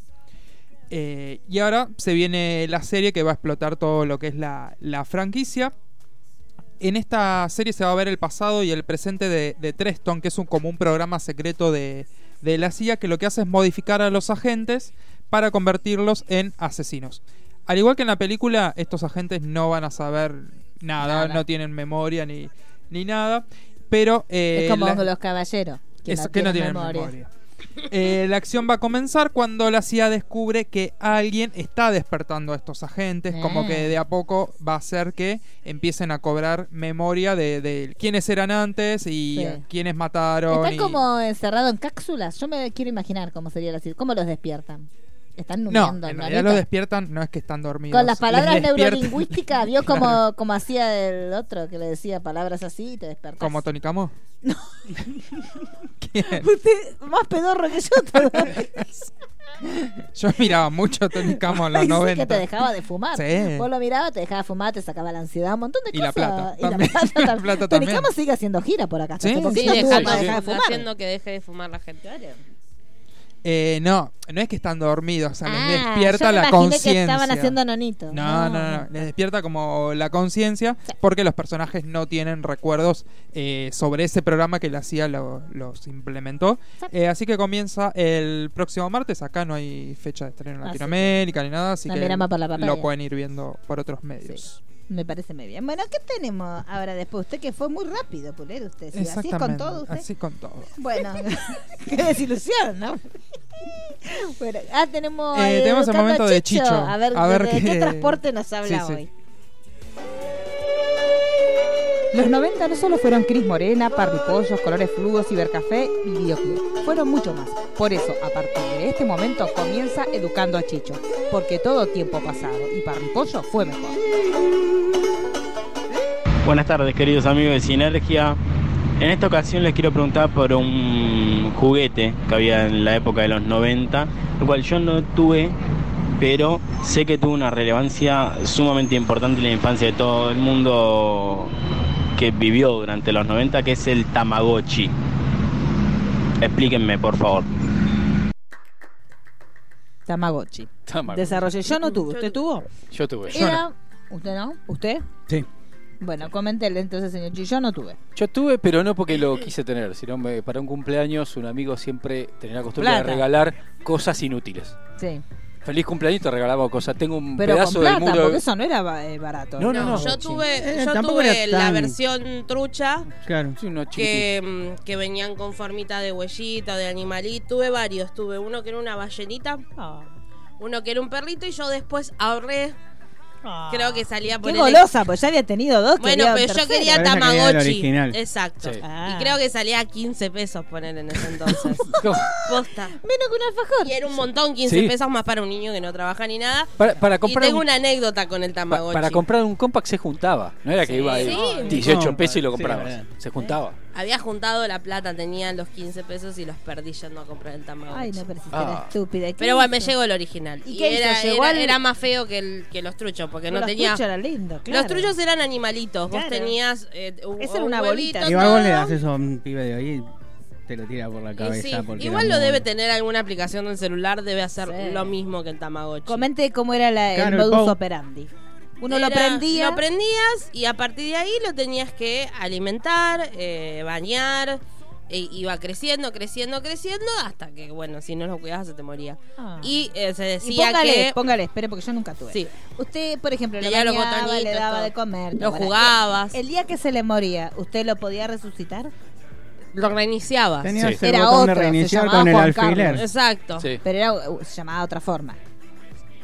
Eh, y ahora se viene la serie que va a explotar todo lo que es la, la franquicia. En esta serie se va a ver el pasado y el presente de, de Treston, que es un, como un programa secreto de, de la CIA que lo que hace es modificar a los agentes para convertirlos en asesinos. Al igual que en la película, estos agentes no van a saber nada,
Nada.
no tienen memoria ni, ni nada. Pero eh,
es como
la-
los caballeros. Que
eso,
no
que no
tienen
tienen memoria. Eh, la acción va a comenzar cuando la CIA descubre que alguien está despertando a estos agentes, como
Ah.
que de a poco va a hacer que empiecen a cobrar memoria de, de quiénes eran antes y
Sí.
a quiénes mataron.
Están
y-
como encerrados en cápsulas. Yo me quiero imaginar cómo sería la situación. ¿Cómo los despiertan? Están
No,
durmiendo.
en
¿no?
realidad los despiertan, no es que están dormidos.
Con las palabras
les despiertan-
neurolingüísticas,
<laughs>
vio como,
Claro,
como hacía el otro que le decía palabras así y te despertás.
Como Tony
<laughs>
Camo. <laughs> ¿Quién?
Usted más pedorro que
<laughs>
yo. todavía.
Yo miraba mucho a Tony Camo en los
Ay, sí, que
90.
te dejaba de fumar.
Sí.
Vos lo mirabas, te dejaba fumar, te sacaba la ansiedad, un montón de
Y la
cosas.
plata
Y la
también.
plata
<laughs> La
también.
plata
Tony
también.
Camo sigue haciendo gira por acá. hasta
Sí,
hace
Sí,
poquito
dejando-
estuvo para dejar de
dejando,
fumar.
haciendo que deje de fumar la gente.
Eh, no, no es que están dormidos, o sea, les
Ah,
despierta
yo me
la
imaginé
conciencia.
que estaban haciendo nonito.
No, no, no. Les despierta como la conciencia porque los personajes no tienen recuerdos eh, sobre ese programa que la CIA lo- los implementó. Eh, así que comienza el próximo martes. Acá no hay fecha de estreno en
Así
Latinoamérica ni nada, así
La
que
miramos por la pantalla.
lo pueden ir viendo por otros medios.
Me parece muy bien. Bueno, ¿qué tenemos ahora después? Usted que fue muy rápido, Pulero, usted. sí, Así es con todo usted.
Así con todo.
Bueno, <laughs> qué desilusión, ¿no? bueno, ah, tenemos.
Eh,
al
tenemos el
Educando
momento de Chicho.
A ver,
A ver
de- de qué
qué-
transporte nos habla
Sí, sí.
hoy.
Los 90 no solo fueron Cris Morena, Parripollos, Colores Fluos, Cibercafé y Videoclub, fueron mucho más. Por eso, a partir de este momento comienza Educando a Chicho, porque todo tiempo pasado y Parripollo fue mejor.
Buenas tardes, queridos amigos de Sinergia. En esta ocasión les quiero preguntar por un juguete que había en la época de los 90, el cual yo no tuve, pero sé que tuvo una relevancia sumamente importante en la infancia de todo el mundo que vivió durante los 90, que es el Tamagotchi. Explíquenme, por favor.
Tamagotchi.
Tamagotchi.
Desarrollé. Yo no tuve. ¿Usted tuvo?
Yo tuve.
Yo
Era. ¿Usted no?
¿Usted?
Sí.
Bueno, coméntele entonces, señor Chicho. Yo no tuve.
Yo tuve, pero no porque lo quise tener, sino me- para un cumpleaños un amigo siempre tenía la costumbre de
Plata.
regalar cosas inútiles.
Sí.
feliz cumpleaños te regalaba cosas. Tengo un
Pero con
pedazo
plata,
del muro.
porque eso no era ba- eh, barato.
No, no, no.
yo tuve,
Eh,
yo
tampoco
tuve
era
la
tan-
versión trucha
Claro.
Sí, uno
que, mm, que venían con formita de huellita, de animalito. Tuve varios. Tuve uno que era una ballenita, uno que era un perrito y yo después ahorré.
Ah.
Creo que salía por
Qué
el
golosa, pues ya había tenido <laughs> dos.
Bueno,
quería un
pero yo
tercero.
quería
Parece que quería el
Tamagotchi.
original.
Exacto.
Sí.
Ah.
Y creo que salía a 15 pesos poner en
<laughs>
ese entonces.
chiquitito.
Posta.
Menos que un alfajor.
Y era un montón, 15
Sí.
pesos más para un niño que no trabaja ni nada.
Para, para
Y
comprar
tengo
un-
una anécdota con el
pa-
Tamagotchi.
para comprar un compact se juntaba. No era que iba a
Sí.
18
Compact,
pesos y lo
sí,
comprabas.
verdad.
se juntaba.
Había juntado la plata, tenía los 15 pesos y los perdí yendo a comprar el Tamagotchi.
Ay, no, pero si
Ah.
era estúpida. ¿qué
Pero bueno, me
hizo?
llegó el original.
¿Y
Y,
qué hizo?
era,
Llegó
era-
al-
era más feo que, el- que los truchos, porque no
Los
tenía...
truchos eran lindos, claro.
Los truchos eran animalitos. Vos
Claro.
tenías eh, un,
Esa era
un
una
huevito,
bolita.
Igual vos le
todo.
das eso a un pibe de hoy y te lo tira por la
Y
cabeza.
sí,
porque
Igual
era
lo
muy-
debe tener alguna aplicación del celular, debe hacer
Sí.
lo mismo que el Tamagotchi.
Comente cómo era la,
Claro,
el
el
modus
Pou.
operandi. Uno lo
Era-
prendía.
Lo prendías y a partir de ahí lo tenías que alimentar, eh, bañar. e- iba creciendo, creciendo, creciendo, hasta que, bueno, si no lo cuidabas se te moría.
Ah.
Y eh, se
Y
decía
póngale,
que...
póngale, espere, porque yo nunca tuve.
Sí.
Usted, por ejemplo, lo
Tenía los
bañaba, le
botonitos,
daba
todo.
de comer.
Lo
todo.
jugabas.
El día que se le moría, ¿usted lo podía resucitar?
Lo reiniciabas.
Tenías
Sí.
el
Era
botón
otro,
de
se
reiniciar
llamaba
con el
Juan
alfiler.
Carlos.
Exacto.
Sí.
Pero era, uh, se llamaba de otra forma.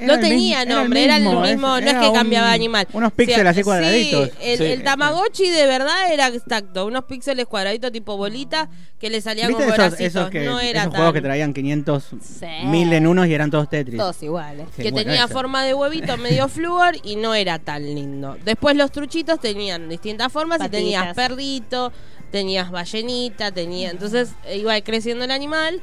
No
el
tenía
mismo-
nombre, era el mismo, no es que
un-
cambiaba de animal.
Unos
O sea,
píxeles así cuadraditos. eh,
Sí, eh, el,
Sí.
el Tamagotchi de verdad era exacto, unos píxeles cuadraditos tipo bolita que le salían
¿Viste
como
esos,
bracitos.
esos, que,
no era
esos
tan-
juegos que traían 500 mil en unos y eran todos Tetris?
Todos iguales.
Sí,
que
bueno,
tenía
eso.
forma de
<laughs>
huevito medio flúor y no era tan lindo. Después los truchitos tenían distintas formas
Patitas.
y tenías perrito, tenías ballenita, tenía, entonces eh, iba creciendo el animal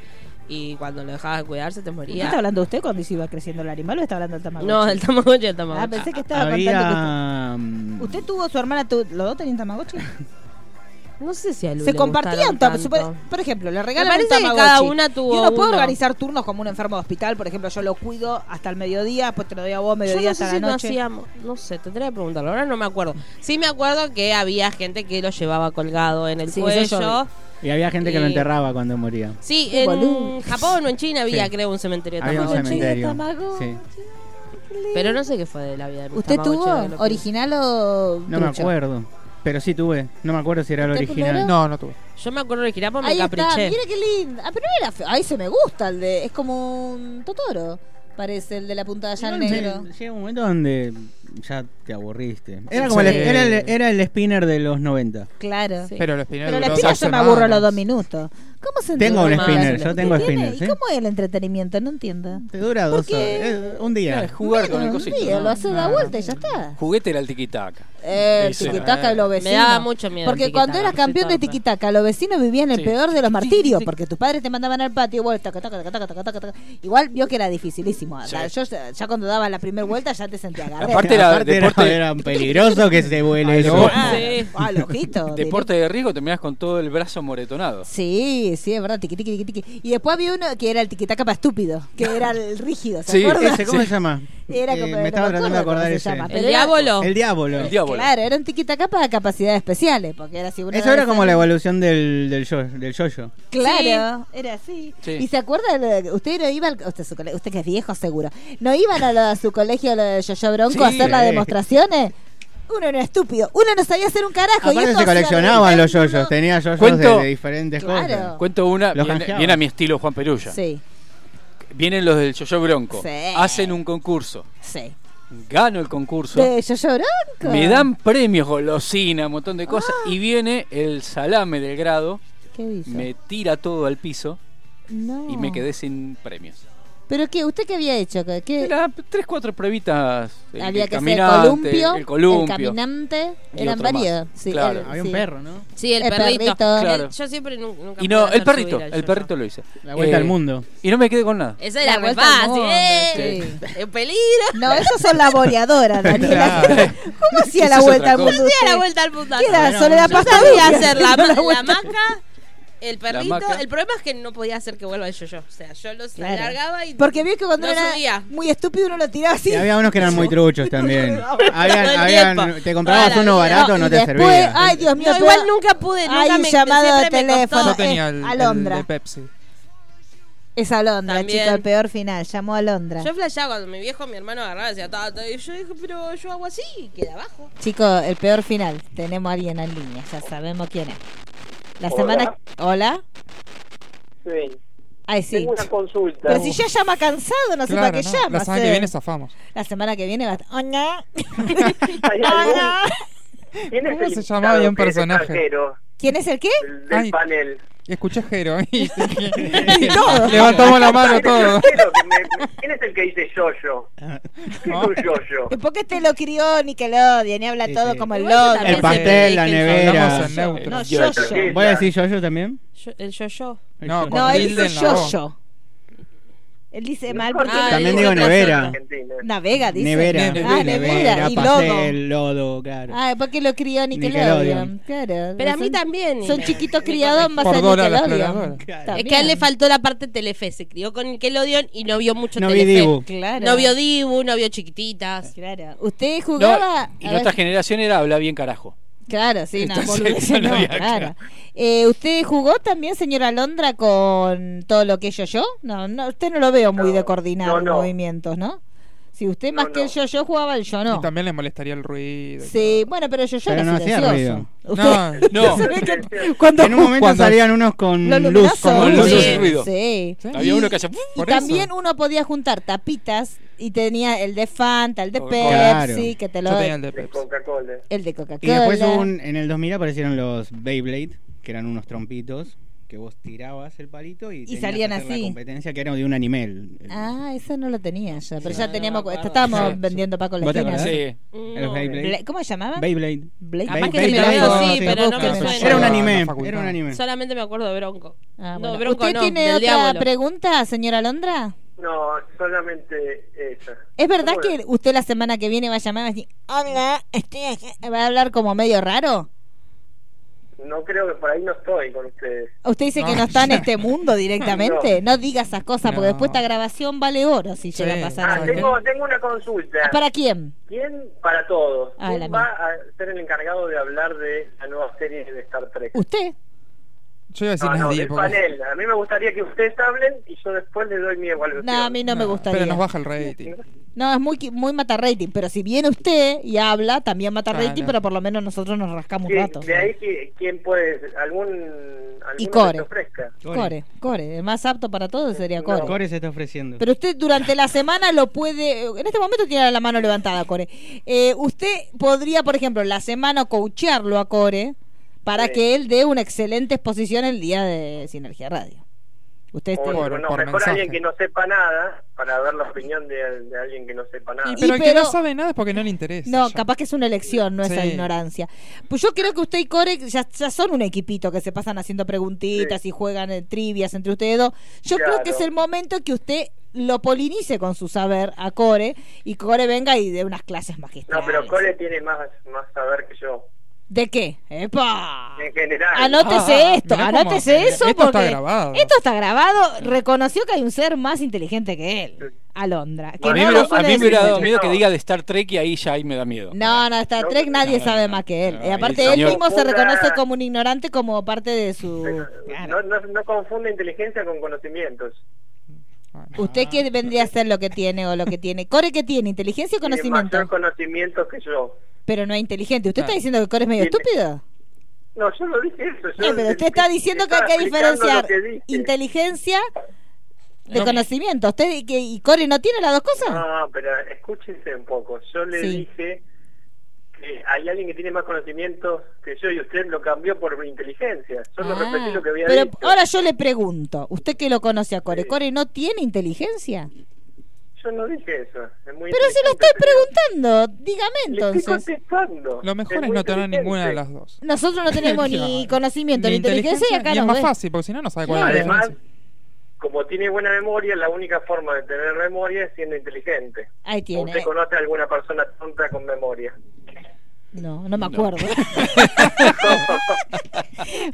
y cuando lo dejabas de cuidar se te
¿Qué está
moría.
hablando usted cuando se iba creciendo el animal o está hablando del tamaño?
No, el Tamagotchi, el
Ah,
Tamagotchi.
pensé que estaba contando
Había. mm,
que usted... ¿Usted tuvo su hermana, tu- los dos tenían <laughs> Tamagotchi?
No sé si a Lu
Se
le
compartían
gustaron
tam-
tanto.
supo- Por ejemplo, le regalan
Me
un
parece que
Tamagotchi.
cada una tuvo
y uno puede
uno.
organizar turnos como un enfermo de hospital. Por ejemplo, yo lo cuido hasta el mediodía, después te lo doy a vos
Yo
mediodía
no
hasta
sé
la
si no
noche.
hacíamos, no sé, tendría que preguntarlo, ahora no me acuerdo. Sí me acuerdo que había gente que lo llevaba colgado en el
Sí, eso yo
cuello.
Y había gente que lo
Y-
enterraba cuando moría.
Sí,
Qué
en
boludo.
Japón o en China había,
Sí.
creo, un cementerio de
Había un
Tamagotchi.
cementerio.
Tamagotchi.
Sí.
Pero no sé qué fue de la vida de mis
¿Usted
Tamagotchi, ahora que lo
tuvo
pienso.
original o
No me
trucho?
acuerdo. Pero sí tuve. No me acuerdo si era el
¿Usted
original.
primero?
No, no tuve.
Yo me acuerdo de girar porque me
Ahí está,
capriché.
mira qué lindo. Ah, pero no era feo. Ahí se me gusta el de. Es como un Totoro. Parece el de la punta de allá
Igual,
negro.
sí, Llega un momento donde ya te aburriste. Era como
Sí.
el, era, el, era el spinner de los 90.
Claro.
Sí.
Pero los Pinedo
Pero la
duró
espina
dos
yo me
semanas.
aburro a los dos minutos. ¿Cómo se
Tengo
un
entretiene?
spinner,
¿Usted
yo
tengo
tiene?
spinner,
¿Y
sí.
cómo es el entretenimiento? No entiendo.
Te dura
¿Por
dos
qué?
horas. eh, un día.
Claro, jugar con el
Bueno,
cosito.
un día
¿no?
Lo hace da
No,
vuelta y ya está.
Juguete era el tiquitaca.
Eh, El
Sí, sí.
tiquitaca y los
Me
vecinos.
daba mucho miedo. el
Porque
tiquitaca,
cuando eras
soy
campeón de
torpe.
tiquitaca, los vecinos vivían el
Sí.
peor de los martirios, porque tus padres te mandaban al patio, vos taca, taca, taca, taca, taca, taca, taca. igual vio que era dificilísimo.
Sí.
La- yo ya ya cuando daba la primera vuelta ya te
<laughs>
sentía agarré.
Aparte era
Aparte era,
deporte-
<laughs> era peligroso que se vuele eso.
Ah,
Sí.
ah, los ojitos,
<laughs> Deporte de riesgo terminás con todo el brazo moretonado.
Sí, sí, es verdad, tiqui, tiqui, tiqui, tiqui. Y después había uno que era el tiquitaca para estúpido, que era
<laughs>
el rígido, ¿se
Sí,
acuerdan?
Ese, ¿Cómo
Sí.
se llama?
Era
Eh,
como- no
me estaba
me
tratando
acuerdo
de acordar
cómo se
ese.
llama,
El
Pero era-
diablo.
El diablo.
El diablo.
Claro, era un tiquitaca para capacidades especiales, porque era así una
Eso era
vez
como
al-
la evolución del, del, yo, del yo-yo.
Claro, era así.
Sí.
¿Y se acuerda? de- Usted no iba al, usted, su cole- usted que es viejo seguro, ¿no iban a, la- a su colegio lo de Yoyo Bronco a
Sí,
hacer las
eh.
demostraciones? Uno era estúpido, uno no sabía hacer un carajo. y
Aparte
esto
se
hacía
coleccionaban los
reventando.
yoyos. Tenía yoyos de,
Cuento-
de diferentes
Claro.
cosas.
Cuento una,
Los
viene,
canjeaba.
viene a mi estilo Juan Perulla.
Sí,
Vienen los del Yoyo Bronco.
Sí.
Hacen un concurso.
sí.
Gano el concurso.
De Yoyo Bronco.
Me dan premios, golosina, un montón de cosas. Y viene el salame del grado,
¿Qué hizo?
me tira todo al piso
No.
y me quedé sin premios.
¿Pero qué? ¿Usted qué había hecho? ¿Qué- qué-
Era tres, cuatro pruebitas. El,
Había
el
que hacer
caminante,
columpio,
el columpio.
caminante,
Y
eran
otro más.
varios. Sí,
Claro.
el-
Había
sí.
un perro, ¿no?
Sí, el,
El
perrito.
perrito.
El-
Claro.
yo siempre nu- nunca
Y
pude
no,
hacer
el perrito,
subir al
el
yo-yo.
perrito lo hice.
La vuelta
Eh,
al mundo.
Y no me quedé con nada.
Esa era
La
re
vuelta al
fácil.
mundo,
¡eh! ¡El peligro!
No, esas son las boreadoras, Daniela. ¿Cómo hacía la
Eso es
vuelta
otra
al
cosa.
mundo?
Día la
usted?
vuelta al puntazo.
¿Qué era?
Bueno,
Soledad
yo
Yo
Pasta Dulce
sabía
<laughs>
hacer la,
haciendo
ma- la
vuelta.
maca, el perrito.
maca.
El problema es que no podía hacer que vuelva el yo-yo. O sea, yo lo
Claro.
alargaba y.
Porque vio que cuando
No
era
subía.
muy estúpido uno lo tiraba así.
Y había unos que eran muy truchos también.
<laughs>
Habían-
Todo el
habían-
tiempo.
te comprabas
Toda la
uno
vida.
barato, no
Y
te
después,
servía.
Ay, Dios mío.
No,
pero-
igual nunca pude,
Hay
nunca
un
me
llamado de
siempre me
teléfono.
costó.
Yo
Eh,
tenía el, el
Alondra.
de Pepsi.
Es Alondra,
También.
chico, el peor final. Llamó a Alondra.
Yo flasheaba cuando mi viejo, mi hermano agarraba y decía, tata, y yo dije, pero yo hago así y queda abajo.
Chico, el peor final. Tenemos a alguien en línea, ya sabemos quién es. La semana. Hola.
Sí.
Ay, sí.
Tengo una consulta.
Pero si ya llama cansado, no sé
Claro,
para qué
no.
llama.
La semana que
eh.
viene zafamos.
La semana que viene va a estar- Hola.
¿Hay
Hola.
¿Quién es
¿Cómo
el
se llamaba bien
invitado que es
personaje?
extranjero
¿Quién es el qué?
Del, del
Ay.
panel.
Y escuché Jero. y-
<laughs> Y todo.
<laughs> Levantamos la mano
¿Quién Ah, es el
todos.
extranjero que me- ¿Quién es el que dice yo-yo? ¿Qué es un yo-yo?
¿Y ¿Por qué te este lo crió Nickelodeon y habla
Sí,
todo
sí.
como el
Igual yo
loco?
también
El
siempre
pastel, la
dije el
nevera.
Hablamos en neutro.
No, yo, yo.
Yo-yo.
¿Voy a decir yo, yo también?
yo-yo. Yo- El yo-yo.
No,
Yo-
con
No, él
tilde
dice
en la
yo,
voz.
yo. Él dice mal
Ah,
porque
él
También
dice
digo
otra
nevera.
Argentina.
navega, dice.
Nevera,
Ne-
Ah, nevera. Y lodo.
pastel, lodo, claro.
Ah, porque lo crió Nickelodeon.
Nickelodeon.
Claro.
Pero a mí
Son-
también. eh,
Son
me-
chiquitos criados en base
Por
a
Dora la
Nickelodeon.
Exploradora.
Claro.
Es
También.
que a él le faltó la parte Telefe. Se crió con Nickelodeon y no vio mucho
No vi
Telefe.
Dibu.
Claro.
No vio Dibu, no vio Chiquititas.
Claro. Usted
No,
jugaba.
y
a
nuestra
ver-
generación era habla bien carajo.
Claro, sí, no,
Entonces,
boludeces
<laughs> no
no,
había-
claro. Eh, ¿Usted jugó también, señora Alondra, con todo lo que es yo-yo? No, no, usted no lo veo muy
No,
de coordinar
no, no.
movimientos, ¿no? Si usted más
No,
que el
no.
yo-yo jugaba el yo
Y
no.
también le molestaría el ruido. y
Sí, bueno, pero yo-yo
Pero
era
no hacía
silencioso.
ruido.
todo.
Usted- <laughs>
No,
No,
se ve que cuando
En un momento
Cuando-
salían unos con
lo
luz,
luminoso.
como
con luz.
luz.
Sí. ruido.
Sí.
Sí.
Había uno que hacía.
Y
por
también
eso.
uno podía juntar tapitas y tenía el de Fanta, el de Pepsi,
Claro.
que te
yo
lo...
tenía el de
De
Pepsi.
Coca-Cola.
El de
Y
Coca-Cola.
después hubo un- en el 2000 aparecieron los Beyblade, que eran unos trompitos que vos tirabas el palito y, tenías que
salían
hacer
así.
La competencia que era de un anime. el- el-
Ah, eso no lo tenía yo, pero
Sí.
ya
No,
teníamos,
no me acuerdo.
estábamos
Sí, sí.
vendiendo Paco la
¿Vos te
esquina.
acordás?
Sí.
el
No.
Beyblade.
Bla- ¿Cómo se llamaba?
Beyblade.
Blade.
Capaz
Bey-
que se me
Beyblade.
olvidó,
No,
sí,
sí,
pero no me
búsquenla.
suena.
Era un
Ah,
anime,
la facultad.
era un anime.
Solamente me acuerdo de Bronco.
Ah,
No,
bueno.
Bronco
¿Usted
no,
tiene
del
otra
diablo.
pregunta, señora Alondra?
No, solamente esa.
¿Es verdad
Bueno,
que usted la semana que viene va a llamar y va a decir, hola, estoy aquí"? ¿Va a hablar como medio raro?
No creo que por ahí no estoy con ustedes.
¿Usted dice que
No.
no está en este mundo directamente? No, diga esas cosas, porque
No.
después esta grabación vale oro si
Sí.
llega a pasar
Ah,
¿Para
algo. ¿eh?
tengo, tengo una consulta.
Ah, ¿Para quién?
¿Quién para todos?
Ah, la
¿Quién va a ser el encargado de hablar de la nueva serie de Star Trek?
¿Usted?
Yo iba a decir
No, no,
nadie.
del
porque-
panel. A mí me gustaría que ustedes hablen y yo después les doy mi evaluación.
No, a mí no, me gustaría.
Pero nos baja el rating.
No, es muy, qui- muy mata rating, pero si viene usted y habla, también mata
Claro.
rating, pero por lo menos nosotros nos rascamos un
Sí,
rato.
de ahí que- quién puede, algún,
Y
alguno
Core.
que se ofrezca.
Core, core, el más apto para todos sería Core.
Core se está ofreciendo.
Pero usted durante la semana lo puede, en este momento tiene la mano levantada, Core. Eh, usted podría, por ejemplo, la semana coachearlo a Core para
Sí.
que él dé una excelente exposición el día de Sinergia Radio. Usted
O,
esté-
Por-
no,
por
mejor
mensaje.
alguien que no sepa nada para ver la opinión de, de alguien que no sepa nada.
Y
Y
pero el que
pero-
no sabe nada es porque no le interesa.
No,
ya.
capaz que es una elección, no es la
Sí.
ignorancia. Pues yo creo que usted y Core ya, ya son un equipito que se pasan haciendo preguntitas
Sí.
y juegan eh, trivias entre ustedes dos. Yo creo
Claro.
que es el momento que usted lo polinice con su saber a Core y Core venga y dé unas clases
No,
magistrales.
pero Cole tiene más, más saber que yo.
¿De qué? ¡Epa!
En general.
Anótese
Ah,
esto,
mirá cómo-
anótese eso
esto
porque
está grabado.
esto está grabado. Reconoció que hay un ser más inteligente que él, Alondra. Que
A mí,
no
me,
lo
a
suele
mí me
decir
hubiera
mucho.
dado miedo que diga de Star Trek y ahí ya ahí me da miedo.
No, no, Star
No,
Trek nadie
no,
sabe
no,
más que él.
no,
y
el
aparte, él
señor-
mismo se
Una-
reconoce como un ignorante como parte de su...
Pero, No, no, no confunda inteligencia con conocimientos.
Bueno.
¿Usted qué vendría a ser lo que tiene o lo que tiene? ¿Core qué tiene? ¿Inteligencia o
Tiene
conocimiento?
mayor conocimiento que yo.
Pero no es inteligente. ¿Usted está
Claro.
diciendo que Core es medio
Tiene-
estúpido?
No, yo no dije eso. yo-
No, pero usted está diciendo que hay que
estaba explicando
diferenciar
lo que dije.
inteligencia de
No.
conocimiento. ¿Usted y, que- y Core no tiene las dos cosas?
No, Ah, pero escúchense un poco. Yo le
Sí.
dije que hay alguien que tiene más conocimiento que yo y usted lo cambió por inteligencia. Yo no
Ah,
repetí lo que había
pero
dicho.
ahora yo le pregunto, usted que lo conoce a Core,
Sí.
¿Core no tiene inteligencia?
Yo no dije eso. Es muy
Pero se lo
inteligente,
estoy
señor.
preguntando, dígame
Le
entonces.
estoy contestando.
Lo mejor es,
muy
no tener
inteligente.
ninguna de las dos.
Nosotros no tenemos ni
Claro.
conocimiento ni inteligencia y acá
y es
nos
más
ven.
fácil, porque si no, no sabe cuál es la
Además,
diferencia.
como tiene buena memoria, la única forma de tener memoria es siendo inteligente.
Ahí
¿O
tiene.
¿Usted conoce a alguna persona tonta con memoria?
No, no me acuerdo.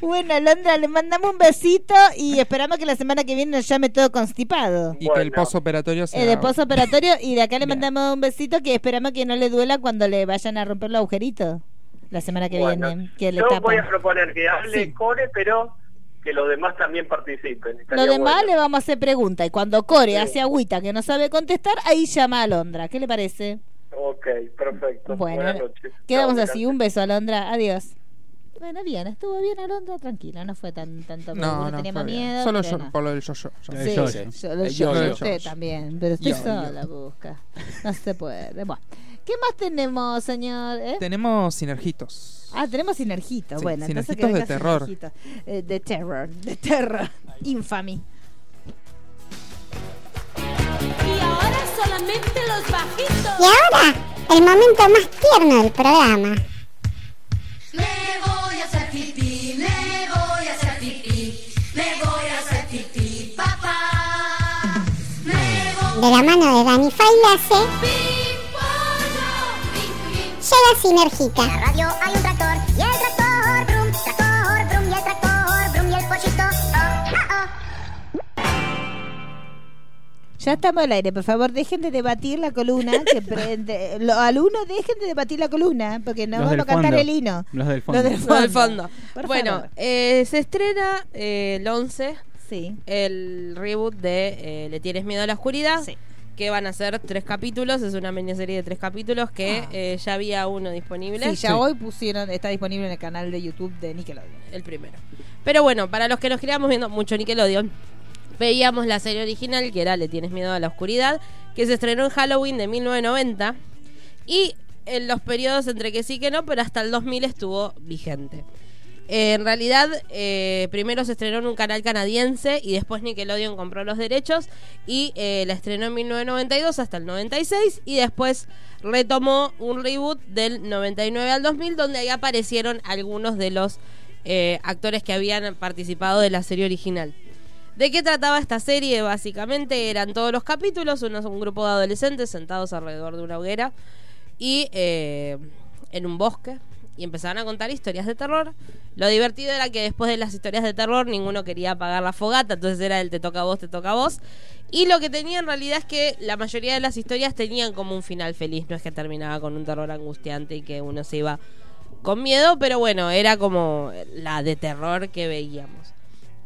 bueno, Alondra, le mandamos un besito y esperamos que la semana que viene nos llame todo constipado.
Y que el
Bueno.
postoperatorio sea...
Eh, de postoperatorio y de acá le
Bien.
mandamos un besito que esperamos que no le duela cuando le vayan a romper los agujeritos la semana que
Bueno,
viene. Que le
yo
tapan.
voy a proponer que hable
Sí.
Core, pero que los demás también participen. Estaría
Lo demás
bueno.
le vamos a hacer pregunta y cuando Core
Sí.
hace agüita que no sabe contestar, ahí llama a Alondra. ¿Qué le parece?
Ok, perfecto.
Bueno,
Buenas noches.
Quedamos
Chao,
así. Un beso, Alondra. Adiós. Bueno, bien, estuvo bien Alondra, tranquila, no fue tan tanto porque
No,
uno
no,
tenía
fue
más
bien.
miedo.
Solo
pero
yo,
no.
por lo del yo-yo.
Sí,
Eh, yo.
yo,
Sí.
lo-
El
yo-
yo-yo.
usted también, pero usted
Yo- yo.
sola busca. No se puede. Bueno, ¿qué más tenemos, señor? eh?
Tenemos sinergitos.
Ah, tenemos sinergitos.
Sí,
bueno, entonces que
sinergitos de
venga
terror.
sinergitos. Eh, de terror, de terror. Infamy.
Y ahora solamente los bajitos.
Y ahora, el momento más tierno del programa.
Me voy a hacer pipí, me voy a hacer pipí, me voy a hacer pipí, papá.
De la mano de Dani Failase, llega Sinergita.
En la radio hay un tractor y el tractor brum, tractor brum y el tractor brum y el pollito. Oh, ah, oh.
Ya estamos al aire, por favor, dejen de debatir la columna.
<laughs>
Que prende, lo- alumnos, dejen de debatir la columna, porque nos
Los del
vamos a cantar el
fondo.
hino.
Los del fondo.
Los del
Lo del fondo.
Por
Bueno,
favor.
eh, se estrena eh, el 11,
sí.
el reboot de eh, Le tienes miedo a la oscuridad, que van a ser tres capítulos, es una miniserie de tres capítulos que eh, ya había uno disponible.
Sí, ya hoy pusieron, está disponible en el canal de YouTube de Nickelodeon.
El primero. Pero bueno, para los que nos criamos viendo mucho Nickelodeon, veíamos la serie original que era Le tienes miedo a la oscuridad, que se estrenó en Halloween de 1990 y en los periodos entre que sí que no, pero hasta el 2000 estuvo vigente. Eh, en realidad, eh, primero se estrenó en un canal canadiense y después Nickelodeon compró los derechos y eh, la estrenó en 1992 hasta el 96 y después retomó un reboot del 99 al 2000 donde ahí aparecieron algunos de los eh, actores que habían participado de la serie original. ¿De qué trataba esta serie? Básicamente eran todos los capítulos, unos, un grupo de adolescentes sentados alrededor de una hoguera y eh, en un bosque y empezaban a contar historias de terror. Lo divertido era que después de las historias de terror ninguno quería apagar la fogata, entonces era el te toca a vos, te toca a vos. Y lo que tenía en realidad es que la mayoría de las historias tenían como un final feliz, no es que terminaba con un terror angustiante y que uno se iba con miedo, pero bueno, era como la de terror que veíamos.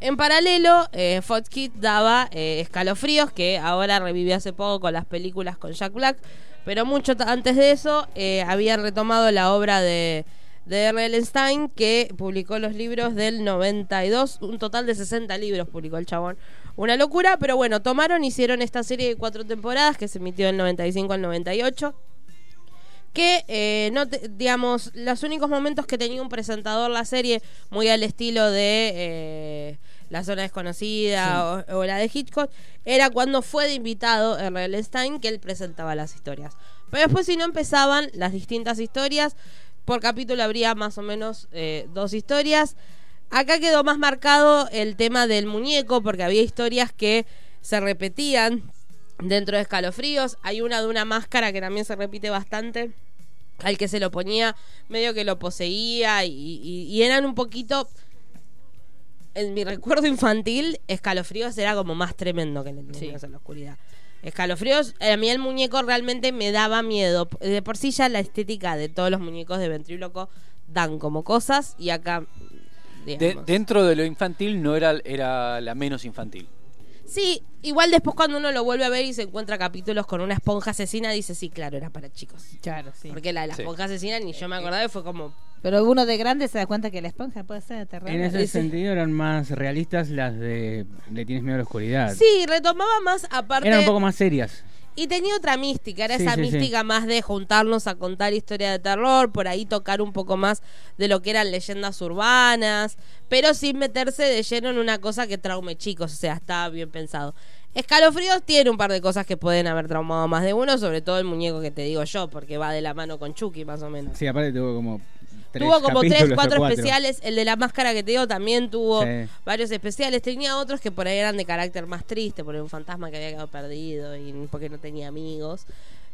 En paralelo, eh, Fox Kids daba eh, Escalofríos, que ahora revivió hace poco con las películas con Jack Black, pero mucho t- antes de eso eh, habían retomado la obra de, de R.L. Stein, que publicó los libros del 92, un total de 60 libros publicó el chabón. Una locura, pero bueno, tomaron, hicieron esta serie de cuatro temporadas que se emitió del 95 al 98 que eh, no te- digamos los únicos momentos que tenía un presentador la serie muy al estilo de eh, la zona desconocida o, o la de Hitchcock era cuando fue de invitado R.L. Stein que él presentaba las historias pero después si no empezaban las distintas historias por capítulo habría más o menos eh, dos historias Acá quedó más marcado el tema del muñeco, porque había historias que se repetían dentro de escalofríos. Hay una de una máscara que también se repite bastante. Al que se lo ponía, medio que lo poseía y, y- y eran un poquito. En mi recuerdo infantil, escalofríos era como más tremendo que el Enigmas en la oscuridad. Escalofríos, eh, a mí el muñeco realmente me daba miedo. De por sí ya la estética de todos los muñecos de ventríloco dan como cosas y acá.
De-
digamos.
dentro de lo infantil no era, era la menos infantil.
Sí, igual después cuando uno lo vuelve a ver y se encuentra capítulos con una esponja asesina, dice, sí, claro, era para chicos.
Claro, sí.
Porque la de la
Sí.
esponja asesina ni yo me acordaba y fue como...
Pero uno de grande se da cuenta que la esponja puede ser de terror.
En ese sentido eran más realistas las de Le tienes miedo a la oscuridad.
Sí, retomaba más aparte...
Eran un poco más serias.
Y tenía otra mística, era
Sí,
esa
sí, sí.
mística más de juntarnos a contar historia de terror, por ahí tocar un poco más de lo que eran leyendas urbanas, pero sin meterse de lleno en una cosa que traume chicos, o sea, estaba bien pensado. Escalofríos tiene un par de cosas que pueden haber traumado a más de uno, sobre todo el muñeco que te digo yo, porque va de la mano con Chucky más o menos.
Sí, aparte tuvo como tres
tuvo como tres,
capítulos o
cuatro, especiales. El de la máscara que te digo también tuvo
Sí.
varios especiales. Tenía otros que por ahí eran de carácter más triste, por un fantasma que había quedado perdido y porque no tenía amigos.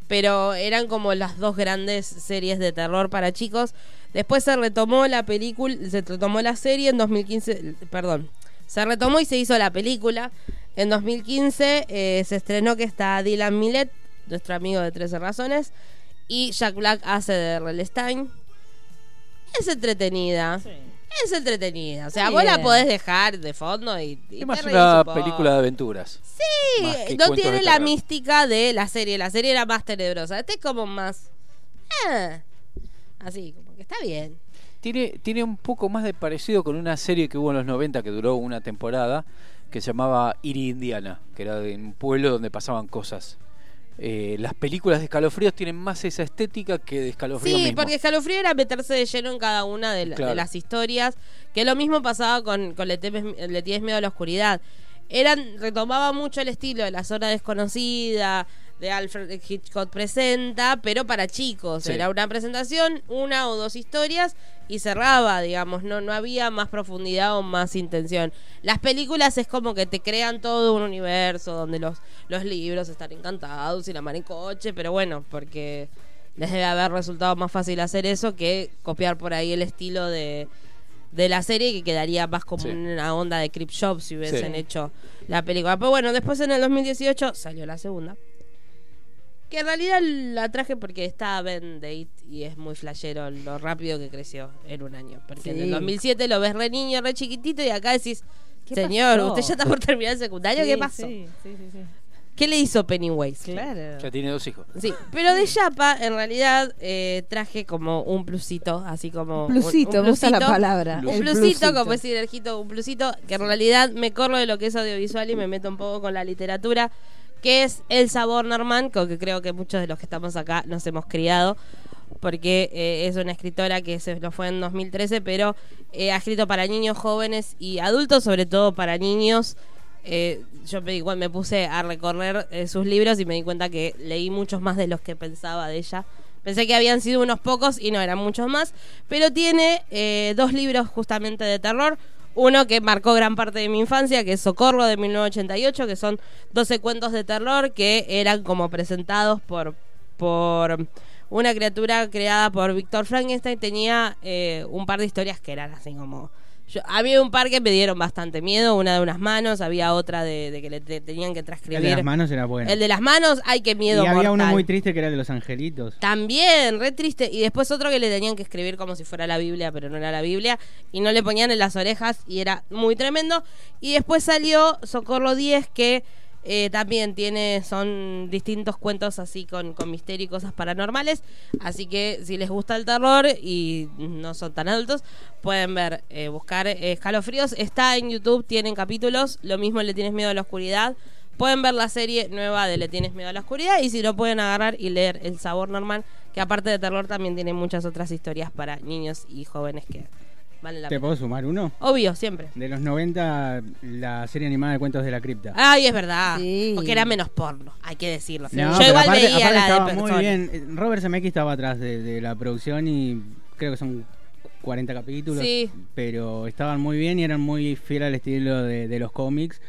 Pero eran como las dos grandes series de terror para chicos. Después se retomó la película, se retomó la serie en 2015, perdón, se retomó y se hizo la película. En 2015 eh, se estrenó que está Dylan Millet, nuestro amigo de 13 razones, y Jack Black hace de Rel Stein. Es entretenida. es entretenida. O sea,
Está
vos la
bien.
podés dejar de fondo y, y te
Es más
reís
una
un poco.
película de aventuras. más que
Sí, no
cuentos
tiene
de
la
terror.
mística de la serie. La serie era más tenebrosa. Este es como más. ah, así, como que está bien.
Tiene, tiene un poco más de parecido con una serie que hubo en los 90 que duró una temporada que se llamaba Iri Indiana, que era de un pueblo donde pasaban cosas. Eh, las películas de escalofríos tienen más esa estética que de escalofríos
Sí,
mismos.
porque escalofrío era meterse de lleno en cada una de, la- de
Claro.
las historias, que lo mismo pasaba con, con Le, Temes- Le tienes miedo a la oscuridad. Eran retomaba mucho el estilo de La zona desconocida, de Alfred Hitchcock presenta, pero para chicos,
Sí.
era una presentación, una o dos historias y cerraba, digamos, no no había más profundidad o más intención. Las películas es como que te crean todo un universo donde los los libros están encantados y la mar en coche, pero bueno, porque les debe haber resultado más fácil hacer eso que copiar por ahí el estilo de, de la serie que quedaría más como
Sí.
una onda de Crip Shop si hubiesen
Sí.
hecho la película. Pero bueno, después en el 2018 salió la segunda. Que en realidad la traje porque está Ben Date y es muy flashero lo rápido que creció en un año. Porque en el
Sí.
2007 lo ves re niño, re chiquitito y acá decís,
¿Qué
señor,
pasó?"
usted ya está por terminar el secundario,
Sí,
¿qué pasó?
sí, sí, sí, sí.
¿Qué le hizo Pennywise?
Claro.
Ya tiene dos hijos.
Sí, pero de Yapa, en realidad, eh, traje como un plusito, así como. un-
Plusito, me gusta la palabra,
Un
el
plusito,
plusito.
como es sinergito, un plusito, que en realidad me corro de lo que es audiovisual y me meto un poco con la literatura, que es El Sabor Norman, con que creo que muchos de los que estamos acá nos hemos criado, porque eh, es una escritora que se lo fue en 2013, pero eh, ha escrito para niños jóvenes y adultos, sobre todo para niños. Eh, yo me, di cuen- me puse a recorrer eh, sus libros y me di cuenta que leí muchos más de los que pensaba de ella. Pensé que habían sido unos pocos y no eran muchos más. Pero tiene eh, dos libros justamente de terror. Uno que marcó gran parte de mi infancia, que es Socorro de 1988, que son 12 cuentos de terror que eran como presentados por, por una criatura creada por Víctor Frankenstein. Tenía eh, un par de historias que eran así como... yo- había un par que me dieron bastante miedo, una de unas manos, había otra de, de que le te- tenían que transcribir.
El de las manos era bueno.
El de las manos, ay, qué miedo.
y había uno
mortal.
muy triste que era el de los angelitos.
También, re triste. Y después otro que le tenían que escribir como si fuera la Biblia, pero no era la Biblia. Y no le ponían en las orejas y era muy tremendo. Y después salió Socorro 10, que eh, también tiene, son distintos cuentos así con, con misterio y cosas paranormales. Así que si les gusta el terror y no son tan adultos, pueden ver, eh, buscar eh, escalofríos. Está en YouTube, tienen capítulos. Lo mismo le tienes miedo a la oscuridad. Pueden ver la serie nueva de Le Tienes Miedo a la Oscuridad y si lo pueden agarrar y leer El Sabor Normal, que aparte de terror también tiene muchas otras historias para niños y jóvenes que valen la
¿Te
pena.
puedo sumar uno?
Obvio, siempre.
De los 90, la serie animada de cuentos de la cripta.
Ay, es verdad. Porque era menos porno, hay que decirlo.
No,
Yo
pero
igual
aparte-
veía
aparte
la de
estaba
persona.
muy bien. Robert Zemeckis estaba atrás de, de la producción y creo que son 40 capítulos.
Sí.
Pero estaban muy bien y eran muy fieles al estilo de, de los cómics